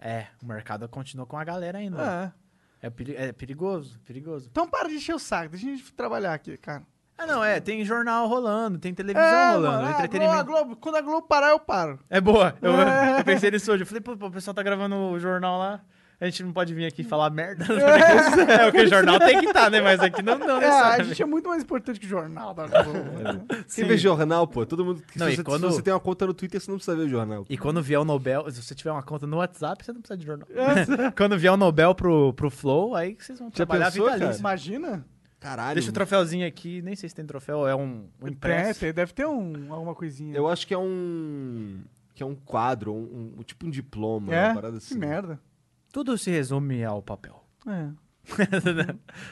[SPEAKER 4] É, o mercado continua com a galera ainda.
[SPEAKER 2] É.
[SPEAKER 4] É, peri- é perigoso, perigoso.
[SPEAKER 2] Então para de encher o saco, deixa a gente trabalhar aqui, cara. É,
[SPEAKER 4] Ah, não, é, tem jornal rolando, tem televisão rolando,
[SPEAKER 2] mano,
[SPEAKER 4] entretenimento.
[SPEAKER 2] A Globo, a Globo- quando a Globo parar, eu paro.
[SPEAKER 4] É boa. Eu,
[SPEAKER 2] É.
[SPEAKER 4] eu pensei nisso hoje. Eu falei, pô, pô, o pessoal tá gravando o jornal lá. A gente não pode vir aqui falar merda. É, o que jornal tem que estar, né? Mas aqui não, não
[SPEAKER 2] É, a
[SPEAKER 4] necessariamente.
[SPEAKER 2] gente é muito mais importante que o jornal da
[SPEAKER 3] É
[SPEAKER 2] Globo. né?
[SPEAKER 3] Quem vê jornal, pô, todo mundo.
[SPEAKER 4] Não,
[SPEAKER 3] se,
[SPEAKER 4] e
[SPEAKER 3] você,
[SPEAKER 4] quando-
[SPEAKER 3] se você tem uma conta no Twitter, você não precisa ver o jornal.
[SPEAKER 4] E quando vier o Nobel, se você tiver uma conta no WhatsApp, você não precisa de jornal.
[SPEAKER 2] É,
[SPEAKER 4] quando vier o Nobel pro, pro Flow, aí que vocês vão
[SPEAKER 3] Já
[SPEAKER 4] trabalhar
[SPEAKER 3] pensou,
[SPEAKER 4] vitalício.
[SPEAKER 3] cara?
[SPEAKER 2] Imagina?
[SPEAKER 3] Caralho.
[SPEAKER 4] Deixa o troféuzinho aqui, nem sei se tem troféu, é um, um impresso.
[SPEAKER 2] Tem- deve ter um, alguma coisinha.
[SPEAKER 3] Eu acho que é um. Que é um quadro, um, um- tipo um diploma,
[SPEAKER 2] é,
[SPEAKER 3] uma parada assim.
[SPEAKER 2] que merda.
[SPEAKER 4] Tudo se resume ao papel.
[SPEAKER 2] É.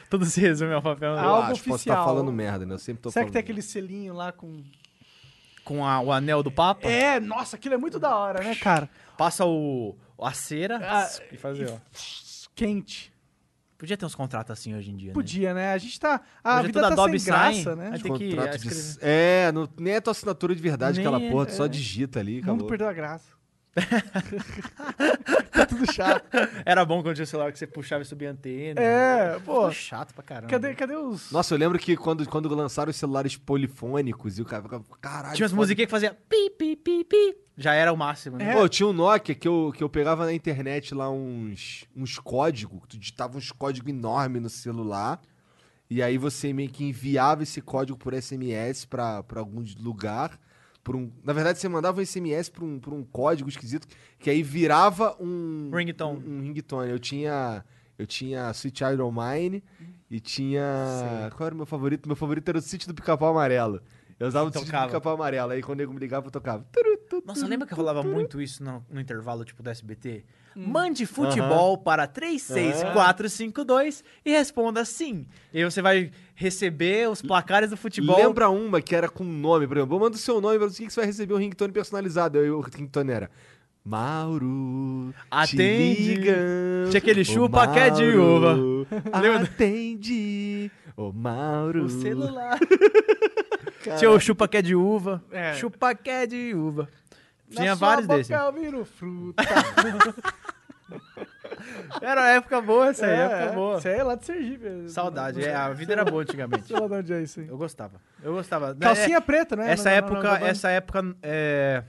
[SPEAKER 4] Tudo se resume ao papel.
[SPEAKER 3] Eu
[SPEAKER 2] Algo
[SPEAKER 3] acho, posso estar
[SPEAKER 2] oficial.
[SPEAKER 3] falando merda, né? Eu sempre tô
[SPEAKER 2] Será que
[SPEAKER 3] falando.
[SPEAKER 2] tem aquele selinho lá com.
[SPEAKER 4] Com a- o anel do Papa,
[SPEAKER 2] É, nossa, aquilo é muito da hora, né, cara?
[SPEAKER 4] passa o, a cera
[SPEAKER 2] Ah,
[SPEAKER 4] e fazer, ó.
[SPEAKER 2] Quente.
[SPEAKER 4] Podia ter uns contratos assim hoje em dia, É, né?
[SPEAKER 2] Podia, né? A gente tá. A
[SPEAKER 4] Hoje é
[SPEAKER 2] vida
[SPEAKER 4] tudo
[SPEAKER 2] tá
[SPEAKER 4] Adobe
[SPEAKER 2] sem graça,
[SPEAKER 4] Sign.
[SPEAKER 2] né?
[SPEAKER 4] Aí
[SPEAKER 3] Os
[SPEAKER 4] tem que
[SPEAKER 3] contratos de-
[SPEAKER 4] escrever.
[SPEAKER 3] É, não- nem é tua assinatura de verdade,
[SPEAKER 4] Nem
[SPEAKER 3] aquela
[SPEAKER 4] é,
[SPEAKER 3] porra, tu
[SPEAKER 4] é.
[SPEAKER 3] só digita ali,
[SPEAKER 2] O mundo
[SPEAKER 3] acabou.
[SPEAKER 2] perdeu a graça. tá tudo chato.
[SPEAKER 4] Era bom quando tinha o celular que você puxava e subia a antena.
[SPEAKER 2] É, pô.
[SPEAKER 4] Ficou chato pra caramba.
[SPEAKER 2] Cadê, cadê os.
[SPEAKER 3] Nossa, eu lembro que quando, quando lançaram os celulares polifônicos e o cara ficava, caralho.
[SPEAKER 4] Tinha umas
[SPEAKER 3] foda."
[SPEAKER 4] musiquinhas que fazia pi, pi, pi, pi. Já era o máximo, né?
[SPEAKER 3] Pô,
[SPEAKER 2] É.
[SPEAKER 3] eu tinha um Nokia que eu, que eu pegava na internet lá uns, uns códigos, tu digitava uns códigos enormes no celular, e aí você meio que enviava esse código por SMS pra, pra algum lugar. Por um, na verdade, você mandava um SMS pra um, pra um código esquisito, que aí virava um.
[SPEAKER 4] Ringtone.
[SPEAKER 3] Um, um ringtone. Eu tinha. Eu tinha Sweet Child O' Mine e tinha. Qual era o meu favorito? Meu favorito era o Sítio do Pica-Pau Amarelo. Eu usava o Sítio do
[SPEAKER 4] Tocava.
[SPEAKER 3] Pica-Pau Amarelo. Aí quando o nego me ligava, eu tocava.
[SPEAKER 4] Nossa, lembra que rolava muito isso no, no intervalo tipo do SBT?
[SPEAKER 2] Hum.
[SPEAKER 4] Mande futebol para É. 36452 e responda sim. E aí você vai receber os placares do futebol.
[SPEAKER 3] Lembra uma que era com nome, por exemplo. Manda o seu nome pra você que você vai receber um ringtone personalizado. Aí o ringtone era. Mauro.
[SPEAKER 4] Atende.
[SPEAKER 3] Te ligam,
[SPEAKER 4] Tinha aquele
[SPEAKER 3] ô
[SPEAKER 4] chupa que é de
[SPEAKER 3] Mauro,
[SPEAKER 4] Lembra?
[SPEAKER 3] Atende. Ô Mauro.
[SPEAKER 4] o celular. Tinha o chupa que é de uva. Chupa que é de uva.
[SPEAKER 2] Na
[SPEAKER 4] Tinha
[SPEAKER 2] sua
[SPEAKER 4] vários
[SPEAKER 2] boca
[SPEAKER 4] desses.
[SPEAKER 2] Eu viro fruta.
[SPEAKER 4] Era uma época boa essa aí, época boa.
[SPEAKER 2] Isso aí é lá de Sergipe.
[SPEAKER 4] Saudade, é, a vida era boa antigamente.
[SPEAKER 2] Sei lá de onde é isso aí.
[SPEAKER 4] Eu gostava. Eu gostava. é,
[SPEAKER 2] Calcinha preta, né?
[SPEAKER 4] Essa
[SPEAKER 2] Não- não-
[SPEAKER 4] época,
[SPEAKER 2] não- não- não-
[SPEAKER 4] essa época é,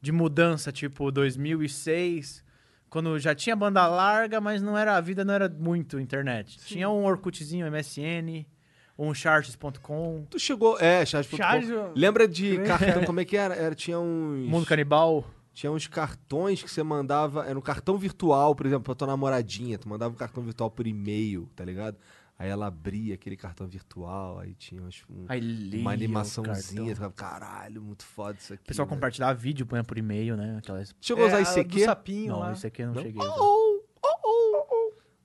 [SPEAKER 4] de mudança, tipo 2006, quando já tinha banda larga, mas não era a vida não era muito internet. Tinha um Orkutzinho MSN, um charts.com,
[SPEAKER 3] Tu chegou. É, Charles.
[SPEAKER 2] Charles, eu-
[SPEAKER 3] Lembra de cartão? Como é que era? era tinha uns.
[SPEAKER 4] Mundo Canibal.
[SPEAKER 3] Tinha uns cartões que você mandava. Era um cartão virtual, por exemplo, pra tua namoradinha. Tu mandava um cartão virtual por e-mail, tá ligado? Aí ela abria aquele cartão virtual, aí tinha uns, um,
[SPEAKER 4] Aí lia
[SPEAKER 3] uma
[SPEAKER 4] o
[SPEAKER 3] animaçãozinha. Tu
[SPEAKER 4] cartão.
[SPEAKER 3] ficava, caralho, muito foda isso aqui.
[SPEAKER 4] O pessoal
[SPEAKER 3] velho."
[SPEAKER 4] compartilhava vídeo, punha por e-mail, né? Aquelas.
[SPEAKER 3] Chegou a usar
[SPEAKER 2] é, a Do
[SPEAKER 3] ICQ?
[SPEAKER 2] sapinho
[SPEAKER 4] não,
[SPEAKER 2] lá.
[SPEAKER 4] isso aqui eu não, cheguei.
[SPEAKER 3] Oh,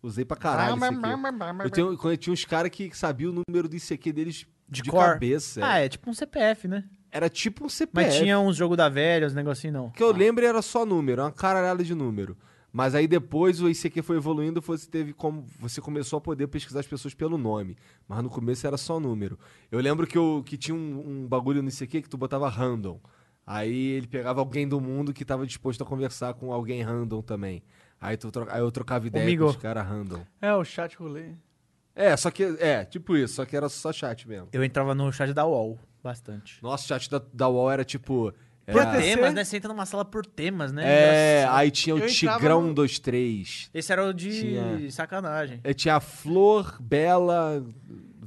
[SPEAKER 3] Usei pra
[SPEAKER 4] é
[SPEAKER 3] caralho ICQ. Eu, tenho, quando eu tinha uns caras que sabia o número do ICQ deles de,
[SPEAKER 4] cor.
[SPEAKER 3] cabeça.
[SPEAKER 4] Ah, é tipo um CPF, né?
[SPEAKER 3] Era tipo um CPF.
[SPEAKER 4] Mas
[SPEAKER 2] É.
[SPEAKER 4] tinha uns jogo da velha, uns negocinhos não.
[SPEAKER 3] O
[SPEAKER 2] Ah.
[SPEAKER 3] que eu lembro era só número, é uma caralhada de número. Mas aí depois o ICQ foi evoluindo, você teve como você começou a poder pesquisar as pessoas pelo nome, mas no começo era só número. Eu lembro que eu, que tinha um, um bagulho no ICQ que tu botava random. Aí ele pegava alguém do mundo que tava disposto a conversar com alguém random também. Aí, tu troca- aí eu trocava ideia
[SPEAKER 4] Amigo.
[SPEAKER 3] com os caras random.
[SPEAKER 2] É, o chat rolê.
[SPEAKER 3] É, só que é, tipo isso, só que era só chat mesmo.
[SPEAKER 4] Eu entrava no chat da UOL bastante.
[SPEAKER 3] Nossa, o chat da, da UOL era tipo
[SPEAKER 2] Por
[SPEAKER 3] era-
[SPEAKER 2] TC?
[SPEAKER 4] Temas, né? Você entra numa sala por temas, né?
[SPEAKER 3] é, aí tinha o
[SPEAKER 2] Eu entrava
[SPEAKER 3] Tigrão
[SPEAKER 2] no-
[SPEAKER 3] 23.
[SPEAKER 4] Esse era o de
[SPEAKER 3] Tinha.
[SPEAKER 4] sacanagem.
[SPEAKER 3] É, tinha a Flor Bela.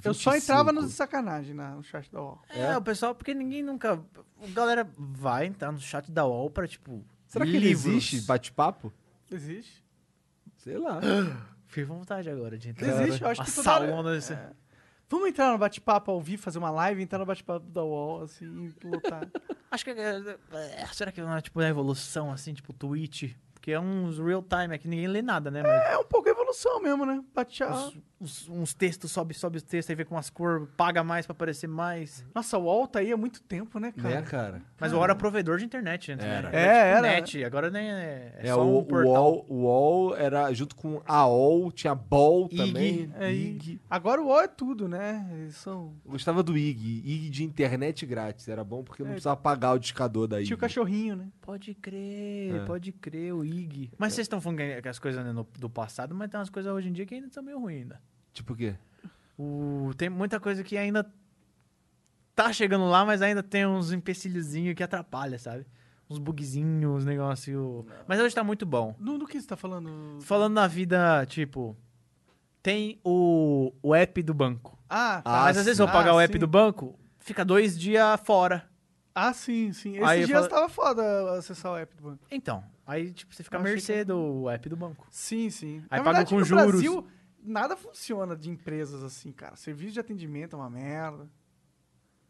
[SPEAKER 2] Eu só entrava nos de
[SPEAKER 3] 25.
[SPEAKER 2] sacanagem na, no chat da UOL.
[SPEAKER 4] É, o pessoal, porque ninguém nunca. A galera vai entrar no chat da UOL pra, tipo.
[SPEAKER 3] Será que ele
[SPEAKER 4] livros.
[SPEAKER 3] existe bate-papo?
[SPEAKER 2] Existe?
[SPEAKER 3] Sei lá.
[SPEAKER 4] Fiquei à vontade agora de entrar.
[SPEAKER 2] Existe, eu acho
[SPEAKER 4] Uma
[SPEAKER 2] que é- toda hora-
[SPEAKER 4] salona assim. desse-
[SPEAKER 2] Vamos entrar no bate-papo ao vivo, fazer uma live, entrar no bate-papo da UOL, assim, e lotar.
[SPEAKER 4] Acho que. é, é, Será que não era, tipo, uma evolução, assim, tipo, Twitch? Porque é uns real-time aqui, ninguém lê nada, né? Mas
[SPEAKER 2] é um pouco evolução mesmo, né? Bate-papo.
[SPEAKER 4] os- os- uns textos, sobe, sobe os textos, aí vê com as cores, paga mais pra aparecer mais.
[SPEAKER 2] Nossa, a UOL tá aí há muito tempo, né, cara?
[SPEAKER 3] Né, cara?
[SPEAKER 4] Mas o UOL era provedor de internet, antes, né?
[SPEAKER 3] Era.
[SPEAKER 2] É,
[SPEAKER 4] tipo
[SPEAKER 2] era.
[SPEAKER 4] Net, agora nem é.
[SPEAKER 3] É,
[SPEAKER 4] só
[SPEAKER 3] o,
[SPEAKER 4] um portal.
[SPEAKER 3] UOL, o UOL era junto com a OL, tinha a BOL
[SPEAKER 4] Ig.
[SPEAKER 3] também.
[SPEAKER 2] É, e- Agora o UOL é tudo, né? Eles são...
[SPEAKER 3] Eu Gostava do IG. IG de internet grátis. Era bom porque não precisava pagar o discador da IG.
[SPEAKER 2] Tinha o cachorrinho, né?
[SPEAKER 4] Pode crer, pode crer, o IG. Mas vocês estão falando que as coisas né, no- do passado, mas tem umas coisas hoje em dia que ainda estão meio ruins ainda.
[SPEAKER 3] Tipo o quê?
[SPEAKER 4] O- tem muita coisa que ainda tá chegando lá, mas ainda tem uns empecilhozinhos que atrapalha, sabe? Uns bugzinhos, uns negócio. Mas hoje tá muito bom.
[SPEAKER 2] No, do que você tá falando?
[SPEAKER 4] Falando na vida, tipo, tem o, o app do banco.
[SPEAKER 2] Ah,
[SPEAKER 3] Ah,
[SPEAKER 2] tá.
[SPEAKER 4] mas às vezes
[SPEAKER 3] sim.
[SPEAKER 4] eu pagar
[SPEAKER 2] Ah,
[SPEAKER 4] o app
[SPEAKER 2] sim.
[SPEAKER 4] do banco, fica dois dias fora.
[SPEAKER 2] Ah, sim, sim. Esses
[SPEAKER 4] Aí eu
[SPEAKER 2] dias
[SPEAKER 4] falo-
[SPEAKER 2] tava foda acessar o app do banco.
[SPEAKER 4] Então, aí tipo, você fica à
[SPEAKER 2] Eu achei
[SPEAKER 4] mercê do app do banco.
[SPEAKER 2] Sim, sim.
[SPEAKER 4] Aí
[SPEAKER 2] Na
[SPEAKER 4] paga
[SPEAKER 2] verdade,
[SPEAKER 4] com
[SPEAKER 2] no
[SPEAKER 4] juros.
[SPEAKER 2] Brasil, nada funciona de empresas assim, cara. Serviço de atendimento é uma merda.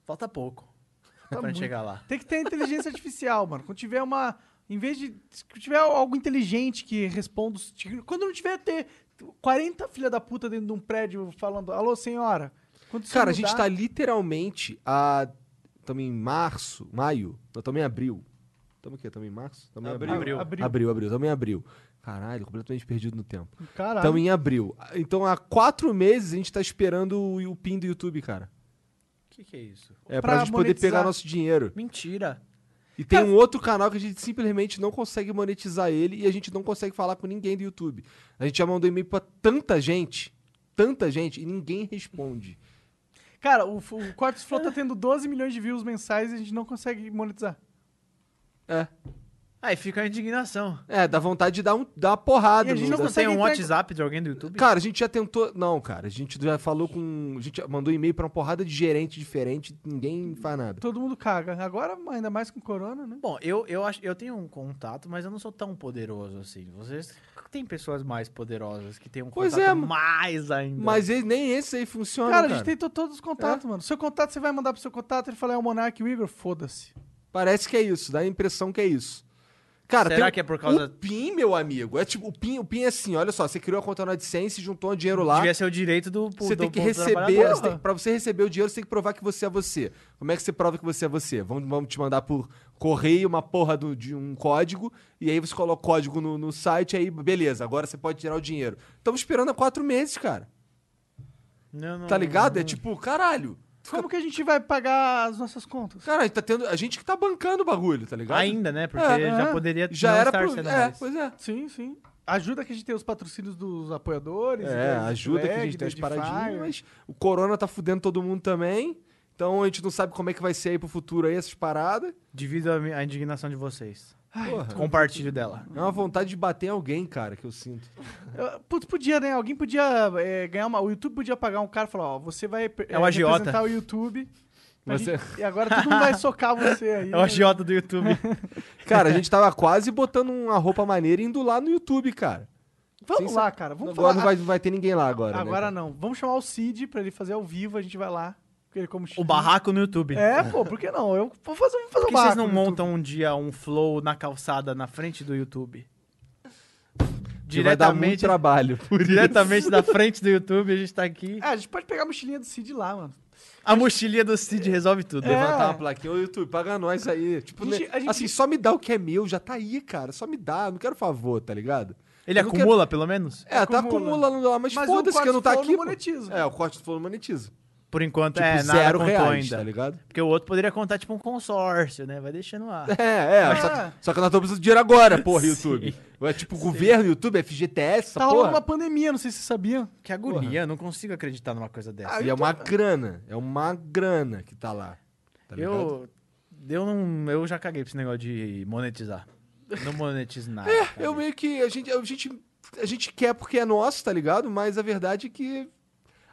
[SPEAKER 4] Falta pouco
[SPEAKER 2] Tá
[SPEAKER 4] pra
[SPEAKER 2] muito.
[SPEAKER 4] chegar lá.
[SPEAKER 2] Tem que ter inteligência artificial, mano. Quando tiver uma... Em vez de... Se tiver algo inteligente que responda... os tig- Quando não tiver ter 40 filha da puta dentro de um prédio falando Alô, senhora. Quando isso
[SPEAKER 3] Cara, a
[SPEAKER 2] mudar-
[SPEAKER 3] gente tá literalmente a. Estamos em março, maio. Não, estamos em abril. Estamos o quê? Estamos em março? Tamo em
[SPEAKER 5] Abril.
[SPEAKER 3] Abril, abril. Estamos em abril. Caralho, completamente perdido no tempo.
[SPEAKER 2] Caralho.
[SPEAKER 3] Estamos em abril. Então, há quatro meses a gente tá esperando o, o PIN do YouTube, cara.
[SPEAKER 4] O que, que é isso?
[SPEAKER 3] É pra,
[SPEAKER 2] Pra
[SPEAKER 3] gente poder
[SPEAKER 2] monetizar.
[SPEAKER 3] pegar nosso dinheiro.
[SPEAKER 4] Mentira.
[SPEAKER 3] E tem um outro canal que a gente simplesmente não consegue monetizar ele e a gente não consegue falar com ninguém do YouTube. A gente já mandou e-mail pra tanta gente, tanta gente, e ninguém responde.
[SPEAKER 2] Cara, o, f- o Corpus Flow tá tendo 12 milhões de views mensais e a gente não consegue monetizar.
[SPEAKER 3] É,
[SPEAKER 4] Aí fica a indignação.
[SPEAKER 3] é dá vontade de dar, um, dar uma porrada.
[SPEAKER 2] E a gente
[SPEAKER 3] no-
[SPEAKER 2] não
[SPEAKER 4] Não tem
[SPEAKER 2] consegue
[SPEAKER 4] um
[SPEAKER 2] entregar-
[SPEAKER 4] WhatsApp de alguém do YouTube?
[SPEAKER 3] Cara, a gente já tentou. Não, cara, a gente já falou com. A gente já mandou e-mail pra uma porrada de gerente diferente, ninguém faz nada.
[SPEAKER 2] Todo mundo caga. Agora, ainda mais com corona, né?
[SPEAKER 4] Bom, eu, eu, acho, eu tenho um contato, mas eu não sou tão poderoso assim. Vocês têm pessoas mais poderosas que têm um
[SPEAKER 3] Pois
[SPEAKER 4] contato
[SPEAKER 3] é, ma-
[SPEAKER 4] mais ainda.
[SPEAKER 3] Mas ele- nem esse aí funciona.
[SPEAKER 2] Cara,
[SPEAKER 3] Cara, É?
[SPEAKER 2] a gente tentou todos os contatos, mano. Seu contato, você vai mandar pro seu contato, ele fala, é o Monark, o Igor, foda-se.
[SPEAKER 3] Parece que é isso, dá a impressão que é isso. Cara,
[SPEAKER 4] Será
[SPEAKER 3] tem
[SPEAKER 4] que é por causa-
[SPEAKER 3] O PIN, meu amigo, é tipo, o PIN, o PIN é assim, olha só, você criou a conta no AdSense, juntou um dinheiro lá,
[SPEAKER 4] Devia ser o direito do do-
[SPEAKER 3] você tem
[SPEAKER 4] do-
[SPEAKER 3] que
[SPEAKER 4] do
[SPEAKER 3] receber,
[SPEAKER 4] trabalhador.
[SPEAKER 3] você tem- pra você receber o dinheiro, você tem que provar que você é você. Como é que você prova que você é você? Vamos, vamos te mandar por correio uma porra do- de um código, e aí você coloca o código no, no site, aí beleza, agora você pode tirar o dinheiro. Estamos esperando há quatro meses, cara,
[SPEAKER 4] Não, não-
[SPEAKER 3] tá ligado? É tipo, caralho,
[SPEAKER 2] Como que a gente vai pagar as nossas contas?
[SPEAKER 3] cara, a gente, tá tendo, a gente que tá bancando o bagulho, tá ligado?
[SPEAKER 4] Ainda, né? Porque
[SPEAKER 3] É,
[SPEAKER 4] já
[SPEAKER 2] é.
[SPEAKER 4] poderia
[SPEAKER 3] Já
[SPEAKER 4] não
[SPEAKER 3] era
[SPEAKER 4] estar
[SPEAKER 3] pro...
[SPEAKER 4] sendo
[SPEAKER 3] É,
[SPEAKER 4] mais.
[SPEAKER 3] pois é.
[SPEAKER 2] Sim, sim. Ajuda que a gente tem os patrocínios dos apoiadores.
[SPEAKER 3] É,
[SPEAKER 2] da
[SPEAKER 3] ajuda que a
[SPEAKER 2] Leg,
[SPEAKER 3] gente tem
[SPEAKER 2] da
[SPEAKER 3] as paradinhas,
[SPEAKER 2] Edifier.
[SPEAKER 3] mas o corona tá fudendo todo mundo também. Então a gente não sabe como é que vai ser aí pro futuro aí essas paradas.
[SPEAKER 4] Divido a, mi- a indignação de vocês.
[SPEAKER 3] Porra,
[SPEAKER 4] Compartilho dela.
[SPEAKER 3] é uma vontade de bater em alguém, cara, que eu sinto.
[SPEAKER 2] Eu- Putz, podia, né? Alguém podia é, ganhar uma. O YouTube podia pagar um cara e falar, ó, você vai eh,
[SPEAKER 4] É o agiota.
[SPEAKER 2] representar o YouTube. pra
[SPEAKER 3] Você-
[SPEAKER 2] gente- E agora todo mundo vai socar você aí. né?
[SPEAKER 4] É o agiota do YouTube.
[SPEAKER 3] Cara, a gente tava quase botando uma roupa maneira e indo lá no YouTube, cara.
[SPEAKER 2] Vamos
[SPEAKER 3] Sim,
[SPEAKER 2] lá,
[SPEAKER 3] sabe?
[SPEAKER 2] cara. Vamos
[SPEAKER 3] agora
[SPEAKER 2] falar. Ah,
[SPEAKER 3] não vai, não vai ter ninguém lá agora. né,
[SPEAKER 2] Agora
[SPEAKER 3] cara?
[SPEAKER 2] não. Vamos chamar o Cid pra ele fazer ao vivo, a gente vai lá. Ele como
[SPEAKER 4] o barraco no YouTube.
[SPEAKER 2] É, pô, por que não? Eu vou fazer, vou fazer
[SPEAKER 4] Por
[SPEAKER 2] um
[SPEAKER 4] que vocês
[SPEAKER 2] barraco.
[SPEAKER 4] não
[SPEAKER 2] no YouTube.
[SPEAKER 4] montam um dia um flow na calçada na frente do YouTube?
[SPEAKER 3] Que vai dar muito
[SPEAKER 4] Diretamente,
[SPEAKER 3] trabalho.
[SPEAKER 4] diretamente da frente do YouTube, a gente tá aqui.
[SPEAKER 2] É, a gente pode pegar a mochilinha do Cid lá, mano.
[SPEAKER 4] A mochilinha do Cid resolve tudo.
[SPEAKER 2] É.
[SPEAKER 3] Levantar uma plaquinha, ô YouTube, paga nós aí. Tipo,
[SPEAKER 2] A gente-
[SPEAKER 3] né,
[SPEAKER 2] a gente-
[SPEAKER 3] assim, só me dá o que é meu, já tá aí, cara. Só me dá, não quero favor, tá ligado?
[SPEAKER 4] Ele
[SPEAKER 3] Eu não quero-
[SPEAKER 4] acumula, pelo menos?
[SPEAKER 3] É, tá
[SPEAKER 2] Acumula.
[SPEAKER 3] acumulando lá, mas,
[SPEAKER 2] Mas
[SPEAKER 3] foda-se
[SPEAKER 2] o
[SPEAKER 3] que eu não tá
[SPEAKER 2] Corte
[SPEAKER 3] aqui.
[SPEAKER 2] Flow não
[SPEAKER 3] pô.
[SPEAKER 2] monetiza.
[SPEAKER 3] É, o corte do monetiza.
[SPEAKER 4] Por enquanto,
[SPEAKER 3] Tipo,
[SPEAKER 4] é, nada
[SPEAKER 3] zero
[SPEAKER 4] contou
[SPEAKER 3] reais,
[SPEAKER 4] ainda.
[SPEAKER 3] tá ligado?
[SPEAKER 4] Porque o outro poderia contar, tipo, um consórcio, né? Vai deixando lá.
[SPEAKER 3] É, é. Só, que- só que nós estamos precisando de dinheiro agora, porra,
[SPEAKER 4] Sim.
[SPEAKER 3] YouTube. É tipo governo, YouTube, FGTS, essa
[SPEAKER 2] Tá rolando
[SPEAKER 3] porra.
[SPEAKER 2] uma pandemia, não sei se você sabia.
[SPEAKER 4] Que agonia, eu não consigo acreditar numa coisa dessa.
[SPEAKER 3] E é uma grana. É uma grana que tá lá. Tá ligado?
[SPEAKER 4] eu, eu, não, eu já caguei pra esse negócio de monetizar. Não monetizo nada. cara.
[SPEAKER 3] É, Eu meio que. A gente, a, gente, a gente quer porque é nosso, tá ligado? Mas a verdade é que.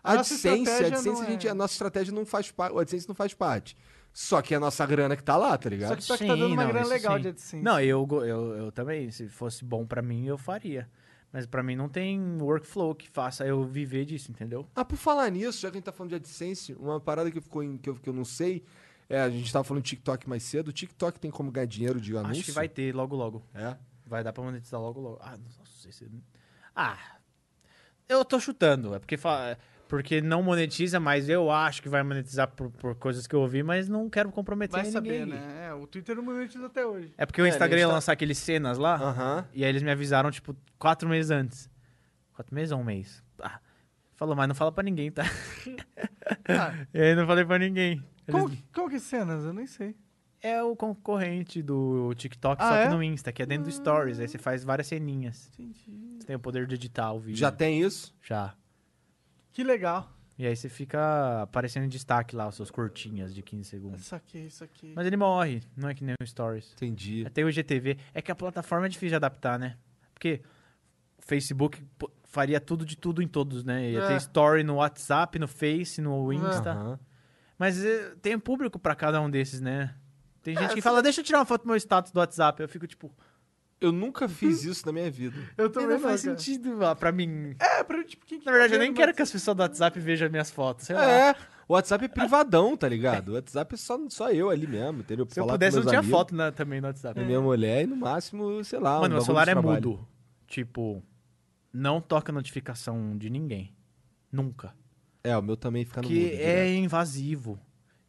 [SPEAKER 3] A
[SPEAKER 2] A nossa
[SPEAKER 3] AdSense, a
[SPEAKER 2] estratégia
[SPEAKER 3] AdSense,
[SPEAKER 2] não
[SPEAKER 3] a, gente,
[SPEAKER 2] é-
[SPEAKER 3] a nossa estratégia não faz parte. O AdSense não faz parte. Só que é a nossa grana que tá lá, tá
[SPEAKER 2] Só
[SPEAKER 3] ligado?
[SPEAKER 2] que- tá dando uma grana
[SPEAKER 4] isso
[SPEAKER 2] legal de AdSense.
[SPEAKER 4] Não, eu, go- eu, eu também, se fosse bom pra mim, eu faria. Mas pra mim não tem workflow que faça eu viver disso, entendeu?
[SPEAKER 3] Ah, por falar nisso, já que a gente tá falando de AdSense, uma parada que ficou em- que, eu, que eu não sei, é, a gente tava falando de TikTok mais cedo, o TikTok tem como ganhar dinheiro de anúncio?
[SPEAKER 4] Acho que vai ter logo logo.
[SPEAKER 3] É.
[SPEAKER 4] Vai dar pra monetizar logo logo. Ah, não não sei se... Ah, eu tô chutando. É porque, fa- porque não monetiza, mas eu acho que vai monetizar por, por coisas que eu ouvi, mas não quero comprometer
[SPEAKER 2] Vai
[SPEAKER 4] ninguém.
[SPEAKER 2] saber, né? É, o Twitter não monetiza até hoje.
[SPEAKER 4] É porque o
[SPEAKER 3] É,
[SPEAKER 4] Instagram
[SPEAKER 3] né,
[SPEAKER 4] ia
[SPEAKER 3] Insta-
[SPEAKER 4] lançar aqueles cenas lá.
[SPEAKER 3] Aham.
[SPEAKER 4] E aí eles me avisaram, tipo, quatro meses antes. Quatro meses ou um mês? Ah, falou, mas não fala pra ninguém, tá? e aí não falei pra ninguém. Eles-
[SPEAKER 2] Qual, qual Ah. que é cenas? Eu nem sei.
[SPEAKER 4] É o concorrente do TikTok,
[SPEAKER 2] Ah,
[SPEAKER 4] só que
[SPEAKER 2] é? Hum.
[SPEAKER 4] no Insta, que é dentro do Stories. Aí você faz várias ceninhas.
[SPEAKER 2] Entendi.
[SPEAKER 4] Você tem o poder de editar o vídeo.
[SPEAKER 3] Já tem isso?
[SPEAKER 4] Já.
[SPEAKER 2] Que legal.
[SPEAKER 4] E aí você fica aparecendo em destaque lá, os seus curtinhas de 15 segundos.
[SPEAKER 2] Saquei, saquei.
[SPEAKER 4] Mas ele morre, não é que nem o Stories.
[SPEAKER 3] Entendi.
[SPEAKER 4] Até o IGTV. É que a plataforma é difícil de adaptar, né? Porque o Facebook pô, faria tudo de tudo em todos, né? Ia
[SPEAKER 2] É.
[SPEAKER 4] ter story no WhatsApp, no Face, no Insta.
[SPEAKER 3] Aham.
[SPEAKER 4] Mas eh, tem público pra cada um desses, né? Tem gente que
[SPEAKER 2] É, eu
[SPEAKER 4] fala, deixa eu tirar uma foto do meu status do WhatsApp. Eu fico tipo,
[SPEAKER 3] Eu nunca fiz isso na minha vida.
[SPEAKER 2] eu
[SPEAKER 4] não,
[SPEAKER 2] também
[SPEAKER 4] não faz
[SPEAKER 2] cara.
[SPEAKER 4] sentido ah, pra mim.
[SPEAKER 2] É, pra tipo, quem que
[SPEAKER 4] Na verdade,
[SPEAKER 2] tá
[SPEAKER 4] eu nem
[SPEAKER 2] vendo,
[SPEAKER 4] quero
[SPEAKER 2] mas-
[SPEAKER 4] que as pessoas do WhatsApp vejam minhas fotos. sei Então lá.
[SPEAKER 3] É, o WhatsApp é privadão, tá ligado? O WhatsApp é só, só eu ali mesmo, entendeu?
[SPEAKER 4] Se eu pudesse, eu
[SPEAKER 3] eu
[SPEAKER 4] não tinha foto na- também no WhatsApp.
[SPEAKER 2] É.
[SPEAKER 3] Da minha mulher e no máximo, sei lá. um
[SPEAKER 4] Mano,
[SPEAKER 3] bagulho
[SPEAKER 4] meu
[SPEAKER 3] de
[SPEAKER 4] celular é
[SPEAKER 3] trabalho.
[SPEAKER 4] mudo. Tipo, não toca notificação de ninguém. Nunca.
[SPEAKER 3] É, o meu também fica no
[SPEAKER 4] que
[SPEAKER 3] mudo.
[SPEAKER 4] é
[SPEAKER 3] direto.
[SPEAKER 4] invasivo.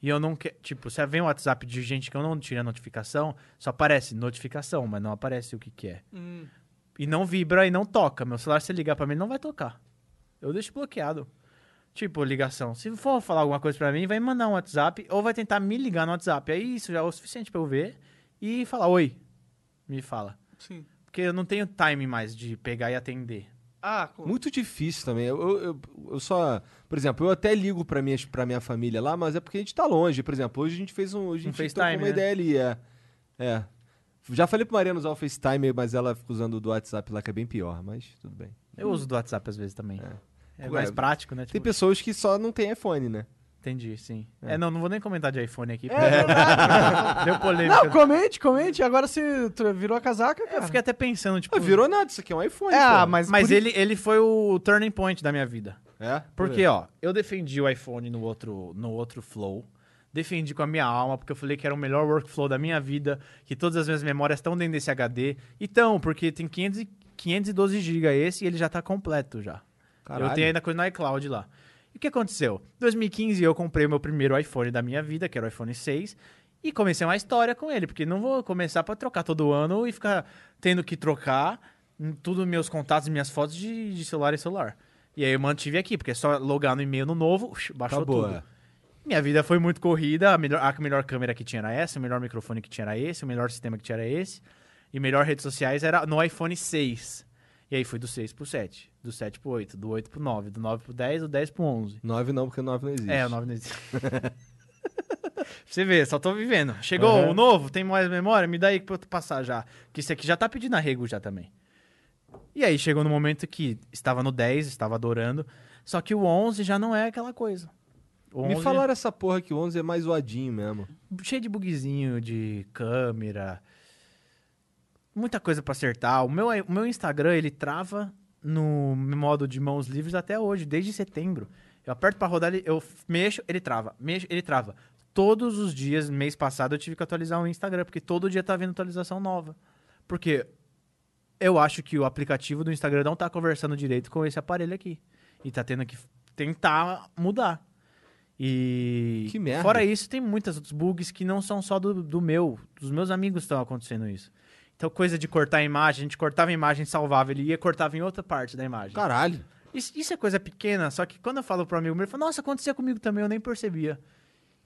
[SPEAKER 4] E eu não quero. Tipo, se vem um WhatsApp de gente que eu não tirei a notificação, só aparece notificação, mas não aparece o que, que é.
[SPEAKER 2] Hum.
[SPEAKER 4] E não vibra e não toca. Meu celular, se ligar pra mim, não vai tocar. Eu deixo bloqueado. Tipo, ligação. Se for falar alguma coisa pra mim, vai mandar um WhatsApp ou vai tentar me ligar no WhatsApp. Aí isso já é o suficiente pra eu ver. e falar oi. Me fala.
[SPEAKER 2] Sim.
[SPEAKER 4] Porque eu não tenho time mais de pegar e atender.
[SPEAKER 5] Ah, com...
[SPEAKER 3] Muito difícil também. Eu, eu- eu, eu só. Por exemplo, eu até ligo pra minha, pra minha família lá, mas é porque a gente tá longe. Por exemplo, hoje a gente fez um. Hoje a
[SPEAKER 4] Um
[SPEAKER 3] gente
[SPEAKER 4] FaceTime,
[SPEAKER 3] trocou uma
[SPEAKER 4] né?
[SPEAKER 3] ideia ali. É. É. Já falei pra Mariana usar o FaceTime, mas ela fica usando o do WhatsApp lá, que é bem pior, mas tudo bem.
[SPEAKER 4] Eu uso do WhatsApp às vezes também. É,
[SPEAKER 3] Ué,
[SPEAKER 4] mais prático, né?
[SPEAKER 3] Tem
[SPEAKER 4] Tipo,
[SPEAKER 3] pessoas que só não tem iPhone, né?
[SPEAKER 4] Entendi, sim. É. não, não vou nem comentar de iPhone aqui.
[SPEAKER 2] É
[SPEAKER 4] porque
[SPEAKER 2] verdade.
[SPEAKER 4] Deu polêmica.
[SPEAKER 2] Não, comente, comente. Agora você tr- virou a casaca, cara.
[SPEAKER 4] eu fiquei até pensando, tipo.
[SPEAKER 3] Ah, virou nada, isso aqui é um iPhone.
[SPEAKER 2] Ah,
[SPEAKER 3] pô.
[SPEAKER 2] mas,
[SPEAKER 4] Mas
[SPEAKER 2] por-
[SPEAKER 4] ele, ele foi o turning point da minha vida.
[SPEAKER 3] É?
[SPEAKER 4] Porque, ó, eu defendi o iPhone no outro, no outro flow. Defendi com a minha alma, porque eu falei que era o melhor workflow da minha vida, que todas as minhas memórias estão dentro desse HD. Então, porque tem 500, e- 512 GB esse e ele já tá completo já.
[SPEAKER 3] Caralho.
[SPEAKER 4] Eu tenho ainda coisa no iCloud lá. E o que aconteceu? Em 2015 eu comprei o meu primeiro iPhone da minha vida, que era o iPhone 6, e comecei uma história com ele, porque não vou começar pra trocar todo ano e ficar tendo que trocar hum, tudo meus contatos, minhas fotos de, de celular em celular. E aí eu mantive aqui, porque é só logar no e-mail no novo, ush, baixou
[SPEAKER 3] Acabou,
[SPEAKER 4] tudo.
[SPEAKER 3] é.
[SPEAKER 4] Minha vida foi muito corrida, a melhor, a melhor câmera que tinha era essa, o melhor microfone que tinha era esse, o melhor sistema que tinha era esse, e melhor redes sociais era no iPhone 6. E aí fui do 6 pro 7, do 7 pro 8, do 8 pro 9, do 9 pro 10, do 10 pro 11.
[SPEAKER 3] 9 não, porque 9 não existe.
[SPEAKER 4] É, o 9 não existe. Pra Você vê, só tô vivendo. Chegou o novo, tem mais memória? Me dá aí pra eu passar já. Que isso aqui já tá pedindo arrego já também. E aí chegou no momento que estava no 10, estava adorando, só que o 11 já não é aquela coisa. O
[SPEAKER 3] Me
[SPEAKER 4] 11
[SPEAKER 3] falaram essa porra que o 11 é mais zoadinho mesmo.
[SPEAKER 4] cheio de bugzinho de câmera. Muita coisa pra acertar. O meu, o meu Instagram, ele trava no modo de mãos livres até hoje, desde setembro. Eu aperto pra rodar, ele- eu f- mexo, ele trava. Mexo, ele trava. Todos os dias, mês passado, eu tive que atualizar o Instagram, porque todo dia tá vindo atualização nova. Porque eu acho que o aplicativo do Instagram não tá conversando direito com esse aparelho aqui. E tá tendo que f- tentar mudar. E
[SPEAKER 3] Que merda.
[SPEAKER 4] fora isso, tem muitos outros bugs que não são só do, do meu. Dos meus amigos estão acontecendo isso. Então, coisa de cortar a imagem, a gente cortava a imagem, salvava, ele ia e cortava em outra parte da imagem.
[SPEAKER 3] Caralho.
[SPEAKER 4] Isso, isso é coisa pequena, só que quando eu falo pro amigo meu, ele fala, nossa, acontecia comigo também, eu nem percebia.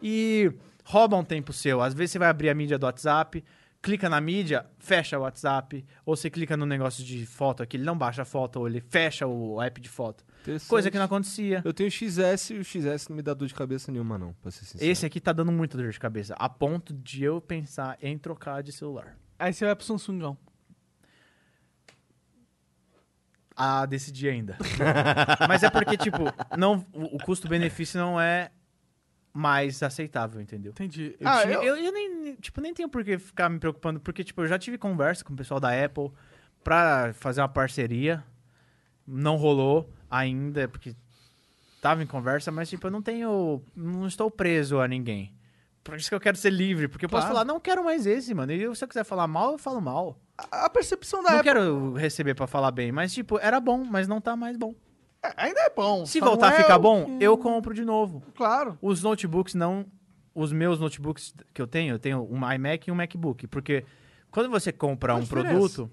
[SPEAKER 4] E rouba um tempo seu. Às vezes você vai abrir a mídia do WhatsApp, clica na mídia, fecha o WhatsApp, ou você clica no negócio de foto aqui, ele não baixa a foto, ou ele fecha o app de foto.
[SPEAKER 3] Interessante.
[SPEAKER 4] Coisa que não acontecia.
[SPEAKER 3] Eu tenho XS e o XS não me dá dor de cabeça nenhuma, não, pra ser sincero.
[SPEAKER 4] Esse aqui tá dando muita dor de cabeça, a ponto de eu pensar em trocar de celular.
[SPEAKER 2] Aí você vai pro Samsungão.
[SPEAKER 4] Ah, decidi ainda. Mas é porque, tipo, não, o o custo-benefício não é mais aceitável, entendeu?
[SPEAKER 2] Entendi.
[SPEAKER 4] Eu,
[SPEAKER 2] ah,
[SPEAKER 4] tinha-
[SPEAKER 2] eu...
[SPEAKER 4] eu- eu nem, tipo, nem tenho por que ficar me preocupando, porque tipo, eu já tive conversa com o pessoal da Apple pra fazer uma parceria. Não rolou ainda, porque tava em conversa, mas tipo, eu não tenho. não estou preso a ninguém. Por isso que eu quero ser livre, porque eu posso
[SPEAKER 2] Claro.
[SPEAKER 4] falar, não quero mais esse, mano. E se eu quiser falar mal, eu falo mal.
[SPEAKER 2] A percepção da
[SPEAKER 4] Não
[SPEAKER 2] época
[SPEAKER 4] quero receber pra falar bem, mas tipo, era bom, mas não tá mais bom.
[SPEAKER 2] ainda é bom.
[SPEAKER 4] Se
[SPEAKER 2] só não
[SPEAKER 4] voltar a
[SPEAKER 2] é
[SPEAKER 4] ficar
[SPEAKER 2] o-
[SPEAKER 4] bom, eu compro de novo.
[SPEAKER 2] Claro.
[SPEAKER 4] Os notebooks não. Os meus notebooks que eu tenho, eu tenho um iMac e um MacBook. Porque quando você compra
[SPEAKER 3] Qual a
[SPEAKER 4] um
[SPEAKER 3] diferença?
[SPEAKER 4] produto,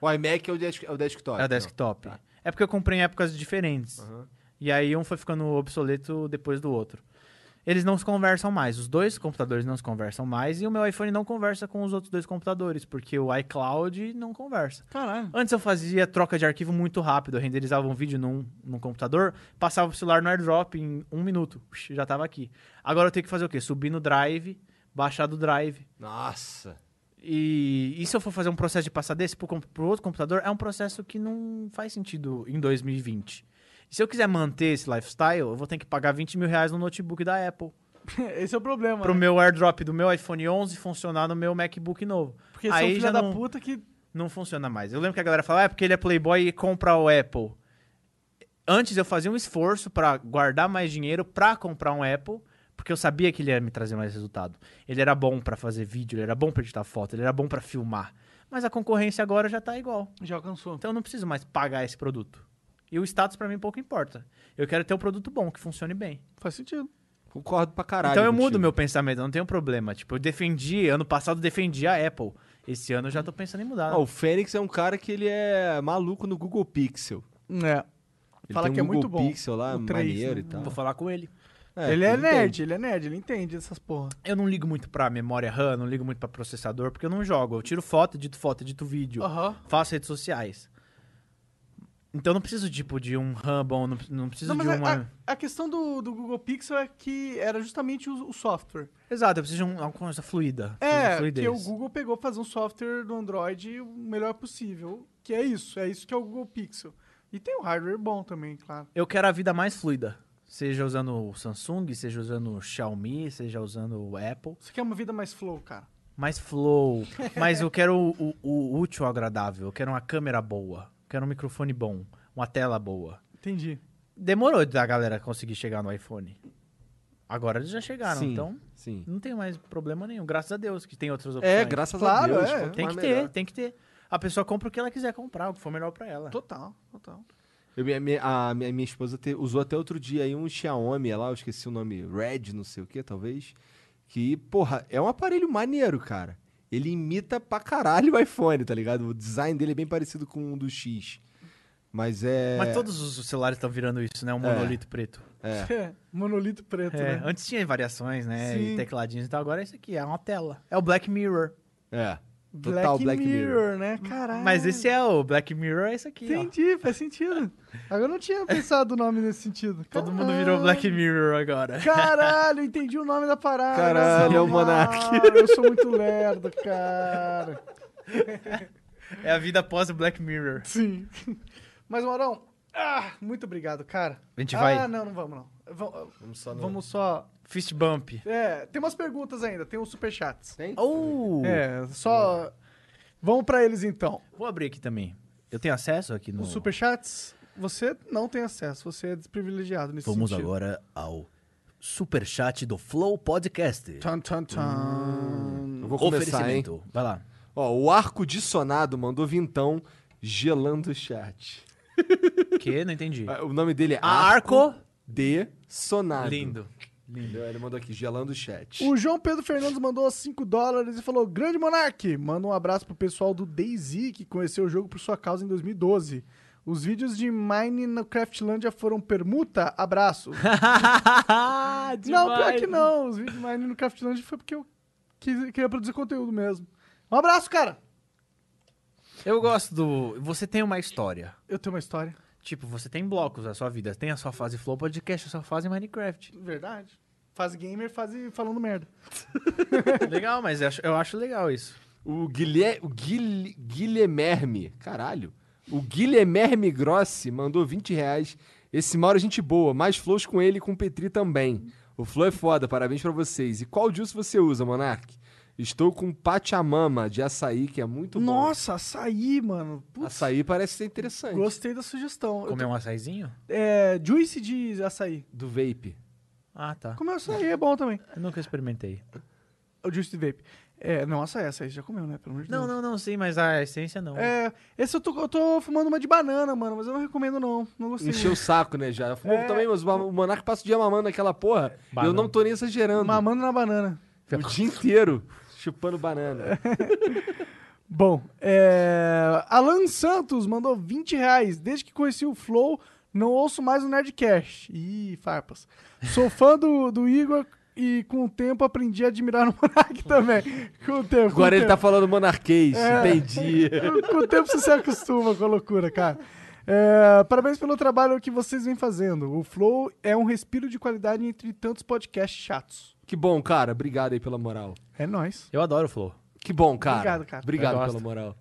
[SPEAKER 3] O iMac é o, desk- é o desktop.
[SPEAKER 4] é o
[SPEAKER 3] não.
[SPEAKER 4] desktop. É porque eu comprei em épocas diferentes. E aí um foi ficando obsoleto depois do outro. Eles não se conversam mais. Os dois computadores não se conversam mais. E o meu iPhone não conversa com os outros dois computadores. Porque o iCloud não conversa.
[SPEAKER 2] Caralho.
[SPEAKER 4] Antes eu fazia troca de arquivo muito rápido. Eu renderizava um vídeo num, num computador, passava o celular no airdrop em um minuto. Puxa, já tava aqui. Agora eu tenho que fazer o quê? Subir no drive, baixar do drive.
[SPEAKER 3] Nossa.
[SPEAKER 4] E, e se eu for fazer um processo de passar desse pro, com- pro outro computador, é um processo que não faz sentido em 2020. E se eu quiser manter esse lifestyle, eu vou ter que pagar 20 mil reais no notebook da Apple.
[SPEAKER 2] Esse é o problema.
[SPEAKER 4] Pro
[SPEAKER 2] né?
[SPEAKER 4] meu airdrop do meu iPhone 11 funcionar no meu MacBook novo.
[SPEAKER 2] Porque são filha
[SPEAKER 4] já
[SPEAKER 2] da
[SPEAKER 4] não-
[SPEAKER 2] puta que.
[SPEAKER 4] não funciona mais. Eu lembro que a galera fala, "Ah, é porque ele é playboy e compra o Apple. Antes eu fazia um esforço pra guardar mais dinheiro pra comprar um Apple, porque eu sabia que ele ia me trazer mais resultado. Ele era bom pra fazer vídeo, ele era bom pra editar foto, ele era bom pra filmar. Mas a concorrência agora já tá igual.
[SPEAKER 2] Já alcançou.
[SPEAKER 4] Então eu não preciso mais pagar esse produto. E o status pra mim pouco importa. Eu quero ter um produto bom, que funcione bem.
[SPEAKER 2] Faz sentido.
[SPEAKER 3] Concordo pra caralho.
[SPEAKER 2] é
[SPEAKER 4] então eu
[SPEAKER 3] contigo.
[SPEAKER 4] mudo meu pensamento, eu não tenho problema. Tipo, eu defendi, ano passado eu defendi a Apple. Esse ano eu já tô pensando em mudar.
[SPEAKER 3] Ah, o Fênix é um cara que ele é maluco no Google Pixel.
[SPEAKER 2] É.
[SPEAKER 3] Ele
[SPEAKER 2] Fala
[SPEAKER 3] tem um
[SPEAKER 2] que é
[SPEAKER 3] Google
[SPEAKER 2] muito bom.
[SPEAKER 3] Pixel lá,
[SPEAKER 2] O três,
[SPEAKER 3] maneiro
[SPEAKER 2] né?
[SPEAKER 3] e tal.
[SPEAKER 4] Vou falar com ele.
[SPEAKER 3] É,
[SPEAKER 2] ele é
[SPEAKER 3] ele
[SPEAKER 2] nerd,
[SPEAKER 3] entende.
[SPEAKER 2] ele é nerd, ele entende essas porra.
[SPEAKER 4] Eu não ligo muito pra memória RAM, não ligo muito pra processador, porque eu não jogo. Eu tiro foto, edito foto, edito vídeo,
[SPEAKER 2] Aham.
[SPEAKER 4] faço redes sociais. Então eu não preciso, tipo, de um RAM bom, não, não preciso
[SPEAKER 2] Não, mas é,
[SPEAKER 4] de uma...
[SPEAKER 2] a, a questão do, do Google Pixel é que era justamente o, o software.
[SPEAKER 4] Exato, eu preciso de um- alguma coisa fluida. preciso de
[SPEAKER 2] É,
[SPEAKER 4] fluidez.
[SPEAKER 2] que o Google pegou pra fazer um software do Android o melhor possível, que é isso, é isso que é o Google Pixel. E tem um hardware bom também, claro.
[SPEAKER 4] Eu quero a vida mais fluida. Seja usando o Samsung, seja usando o Xiaomi, seja usando o Apple.
[SPEAKER 2] Você quer é uma vida mais flow, cara.
[SPEAKER 4] Mais flow. Mas eu quero o, o- o útil ao agradável. Eu quero uma câmera boa. Eu quero um microfone bom. Uma tela boa.
[SPEAKER 2] Entendi.
[SPEAKER 4] Demorou da galera conseguir chegar no iPhone. Agora eles já chegaram,
[SPEAKER 3] Sim,
[SPEAKER 4] então
[SPEAKER 3] Sim.
[SPEAKER 4] não tem mais problema nenhum. Graças a Deus que tem outras opções.
[SPEAKER 3] É, graças
[SPEAKER 2] Claro,
[SPEAKER 3] a Deus.
[SPEAKER 2] é.
[SPEAKER 3] quanto
[SPEAKER 4] Tem que
[SPEAKER 3] mais
[SPEAKER 4] ter,
[SPEAKER 3] melhor.
[SPEAKER 4] tem que ter. A pessoa compra o que ela quiser comprar, o que for melhor pra ela.
[SPEAKER 2] Total, total.
[SPEAKER 3] Eu, minha- minha- a minha, minha esposa te- usou até outro dia aí um Xiaomi lá, eu esqueci o nome, Red, não sei o que, talvez. Que, porra, é um aparelho maneiro, cara. Ele imita pra caralho o iPhone, tá ligado? O design dele é bem parecido com o do X. Mas é.
[SPEAKER 4] Mas todos os celulares estão virando isso, né? Um monolito preto.
[SPEAKER 3] é,
[SPEAKER 2] É, Monolito preto,
[SPEAKER 4] É,
[SPEAKER 2] né?
[SPEAKER 4] antes tinha variações, né?
[SPEAKER 2] Sim.
[SPEAKER 4] E tecladinhos e tal. Agora é isso aqui, é uma tela. É o Black Mirror.
[SPEAKER 3] É. Total Black, Mirror.
[SPEAKER 2] né?
[SPEAKER 3] Ah.
[SPEAKER 2] Caralho.
[SPEAKER 4] Mas esse é o Black Mirror, é isso aqui. ó.
[SPEAKER 2] Entendi, faz sentido. Agora eu não tinha pensado o nome nesse sentido.
[SPEAKER 4] Todo mundo virou
[SPEAKER 3] Ah.
[SPEAKER 4] Black Mirror agora.
[SPEAKER 2] Caralho, entendi o nome da parada.
[SPEAKER 3] Caralho, é o
[SPEAKER 2] Monark. Eu sou muito lerdo, cara.
[SPEAKER 4] É a vida após o Black Mirror.
[SPEAKER 2] Sim. Mas, Maurão, ah, muito obrigado, cara.
[SPEAKER 4] A gente vai-
[SPEAKER 2] Ah, não, não vamos, não. Vamos, vamos só... Vamos só...
[SPEAKER 4] Fist Bump.
[SPEAKER 2] É, tem umas perguntas ainda, tem uns superchats.
[SPEAKER 3] Tem?
[SPEAKER 4] Oh!
[SPEAKER 2] É, só... Vamos pra eles, então.
[SPEAKER 4] Vou abrir aqui também. Eu tenho acesso aqui no.
[SPEAKER 2] Os superchats, você não tem acesso, você é desprivilegiado nesse
[SPEAKER 7] Vamos
[SPEAKER 2] sentido.
[SPEAKER 7] agora ao superchat do Flow Podcast.
[SPEAKER 2] Tan, tan, tan.
[SPEAKER 3] Eu vou começar, hein?
[SPEAKER 7] Oferecimento.
[SPEAKER 4] Vai lá.
[SPEAKER 3] Ó, o arco dissonado mandou vintão gelando o chat.
[SPEAKER 4] Que? Não entendi.
[SPEAKER 3] Ah, O nome dele é
[SPEAKER 4] Arco.
[SPEAKER 3] de Sonado.
[SPEAKER 4] Lindo.
[SPEAKER 3] Entendeu? É, Ele mandou aqui, gelando o chat.
[SPEAKER 2] O João Pedro Fernandes mandou 5 dólares e falou: Grande Monark, manda um abraço pro pessoal do Daisy que conheceu o jogo por sua causa em 2012. Os vídeos de Mine no Craftlandia foram permuta? Abraço. não, pior que não. Os vídeos de Mine no Craftlandia foi porque eu quis- queria produzir conteúdo mesmo. Um abraço, cara!
[SPEAKER 4] Eu gosto do. Você tem uma história.
[SPEAKER 2] Eu tenho uma história.
[SPEAKER 4] Tipo, você tem blocos na sua vida. Tem a sua fase Flow Podcast, a sua fase Minecraft.
[SPEAKER 2] Verdade. Faz gamer, faz falando merda.
[SPEAKER 4] É legal, mas eu acho, eu acho legal isso.
[SPEAKER 3] O, Guilhe... o Guil... Guilherme, caralho. O Guilherme Grossi mandou 20 reais. Esse Mauro é gente boa, mais flows com ele e com o Petri também. O flow é foda, parabéns pra vocês. E qual juice você usa, Monark? Estou com Pachamama de açaí, que é muito
[SPEAKER 2] Nossa, açaí, mano.
[SPEAKER 3] bom.
[SPEAKER 2] Putz,
[SPEAKER 3] Açaí parece ser interessante.
[SPEAKER 2] gostei da sugestão. Eu
[SPEAKER 4] Comer um açaizinho?
[SPEAKER 2] tô- É, juice de açaí.
[SPEAKER 3] Do vape.
[SPEAKER 4] Ah, tá.
[SPEAKER 2] Comer açaí é bom também.
[SPEAKER 4] Eu nunca experimentei.
[SPEAKER 2] O Juice de Vape. É, não, essa essa aí você já comeu, né? Pelo amor de
[SPEAKER 4] Não,
[SPEAKER 2] Deus.
[SPEAKER 4] não, não, sim, mas a essência não.
[SPEAKER 2] É, esse eu tô, eu tô fumando uma de banana, mano, mas eu não recomendo, não. Não gostei.
[SPEAKER 3] Encheu o saco, né, já. Eu fumo
[SPEAKER 2] É.
[SPEAKER 3] também, mas o Monark passa o dia mamando aquela porra. E eu
[SPEAKER 4] Banana.
[SPEAKER 3] não tô nem exagerando.
[SPEAKER 2] Mamando na banana.
[SPEAKER 3] O dia inteiro chupando
[SPEAKER 2] É.
[SPEAKER 3] banana.
[SPEAKER 2] Bom, é, Alan Santos mandou 20 reais. Desde que conheci o Flow, não ouço mais o Nerdcast. Ih, farpas. Sou fã do, do Igor e com o tempo aprendi a admirar o Monark também. Com o tempo. com o
[SPEAKER 3] Agora ele
[SPEAKER 2] tempo.
[SPEAKER 3] tá falando monarquês.
[SPEAKER 2] É.
[SPEAKER 3] Entendi.
[SPEAKER 2] com o tempo você se acostuma com a loucura, cara. É, parabéns pelo trabalho que vocês vêm fazendo. O Flow é um respiro de qualidade entre tantos podcasts chatos.
[SPEAKER 3] Que bom, cara. Obrigado aí pela moral.
[SPEAKER 2] É nóis.
[SPEAKER 4] Eu adoro o Flow.
[SPEAKER 3] Que bom, cara.
[SPEAKER 2] Obrigado, cara.
[SPEAKER 3] Obrigado
[SPEAKER 4] Eu
[SPEAKER 3] pela
[SPEAKER 4] gosto.
[SPEAKER 3] moral.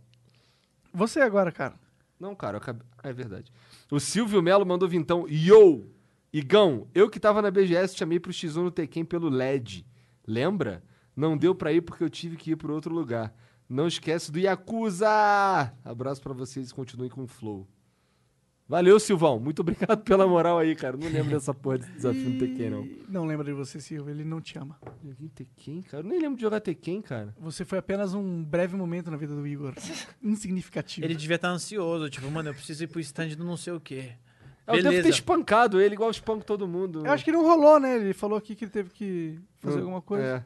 [SPEAKER 2] Você agora, cara.
[SPEAKER 3] Não, cara, eu acabei... ah, é verdade. O Silvio Melo mandou vintão. Yo! Igão, eu que tava na BGS te chamei pro X1 no Tekken pelo LED. Lembra? Não deu pra ir porque eu tive que ir pro outro lugar. Não esquece do Yakuza! Abraço pra vocês e continuem com o Flow. Valeu, Silvão. Muito obrigado pela moral aí, cara. Não lembro dessa porra desse desafio no Tekken, não.
[SPEAKER 2] E Não lembra de você, Silvio. Ele não te ama.
[SPEAKER 3] Joguei Tekken, cara. Eu nem lembro de jogar Tekken, cara.
[SPEAKER 2] Você foi apenas um breve momento na vida do Igor. Insignificativo.
[SPEAKER 4] Ele devia estar ansioso, tipo, mano, eu preciso ir pro stand do não sei o quê.
[SPEAKER 3] É, Eu devo ter
[SPEAKER 4] Beleza.
[SPEAKER 3] espancado ele igual eu espanco todo mundo.
[SPEAKER 2] Eu acho que não rolou, né? Ele falou aqui que ele teve que fazer alguma coisa.
[SPEAKER 3] É.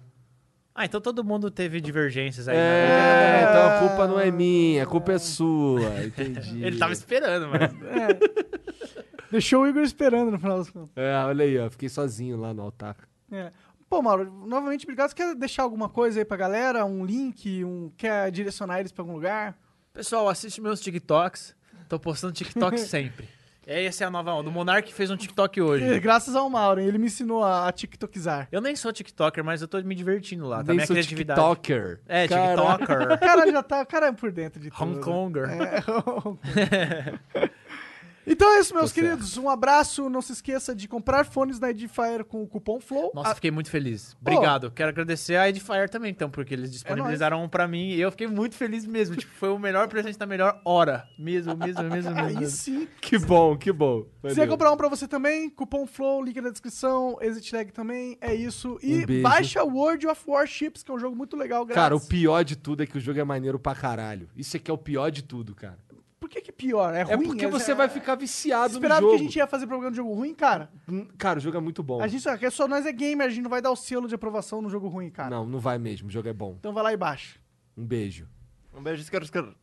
[SPEAKER 4] Ah, então todo mundo teve divergências aí. né?
[SPEAKER 3] É, então a culpa não é minha, a culpa é sua. Entendi.
[SPEAKER 4] Ele tava esperando, mas.
[SPEAKER 2] Deixou o Igor esperando no final das contas.
[SPEAKER 3] É, olha aí, ó. Fiquei sozinho lá no altar.
[SPEAKER 2] É. Pô, Mauro, novamente obrigado. Você quer deixar alguma coisa aí pra galera? Um link? Um... Quer direcionar eles pra algum lugar?
[SPEAKER 4] Pessoal, assiste meus TikToks. Tô postando TikTok sempre. É, essa é a nova onda. O Monark fez um TikTok
[SPEAKER 2] É,
[SPEAKER 4] hoje.
[SPEAKER 2] Graças ao Mauro, hein? ele me ensinou a, a tiktokizar.
[SPEAKER 4] Eu nem sou TikToker, mas eu tô me divertindo lá. Tá
[SPEAKER 3] Nem
[SPEAKER 4] minha
[SPEAKER 3] sou
[SPEAKER 4] criatividade.
[SPEAKER 3] TikToker.
[SPEAKER 4] É,
[SPEAKER 3] Caraca.
[SPEAKER 2] O
[SPEAKER 4] TikToker.
[SPEAKER 2] cara já tá, o cara é por dentro de tudo.
[SPEAKER 4] Hong Konger.
[SPEAKER 2] Então é isso, meus queridos. Um abraço. Não se esqueça de comprar fones na Edifier com o cupom FLOW. Ah,
[SPEAKER 4] Nossa, fiquei muito feliz. Obrigado. Quero agradecer a Edifier também, então, porque eles disponibilizaram um pra mim e eu fiquei muito feliz mesmo. Tipo, foi o melhor presente da melhor hora. Mesmo, mesmo, mesmo, mesmo.
[SPEAKER 2] Aí sim.
[SPEAKER 3] Que bom, que bom.
[SPEAKER 2] Se
[SPEAKER 3] Valeu.
[SPEAKER 2] quer comprar um pra você também, cupom FLOW, link na descrição, exit lag também, é isso. E
[SPEAKER 3] Um beijo.
[SPEAKER 2] baixa World of Warships, que é um jogo muito legal, grátis.
[SPEAKER 3] Cara, o pior de tudo é que o jogo é maneiro pra caralho. Isso aqui é o pior de tudo, cara.
[SPEAKER 2] Por que que pior? É
[SPEAKER 3] É
[SPEAKER 2] ruim?
[SPEAKER 3] porque você vai ficar viciado no
[SPEAKER 2] Esperava
[SPEAKER 3] jogo.
[SPEAKER 2] que a gente ia fazer programa de jogo ruim, cara.
[SPEAKER 3] Hum, Cara, o jogo é muito bom.
[SPEAKER 2] A gente só, é só nós é gamer, a gente não vai dar o selo de aprovação no jogo ruim, cara.
[SPEAKER 3] Não, não vai mesmo. O jogo é bom.
[SPEAKER 2] Então vai lá e baixa.
[SPEAKER 3] Um beijo.
[SPEAKER 5] Um beijo, os caras.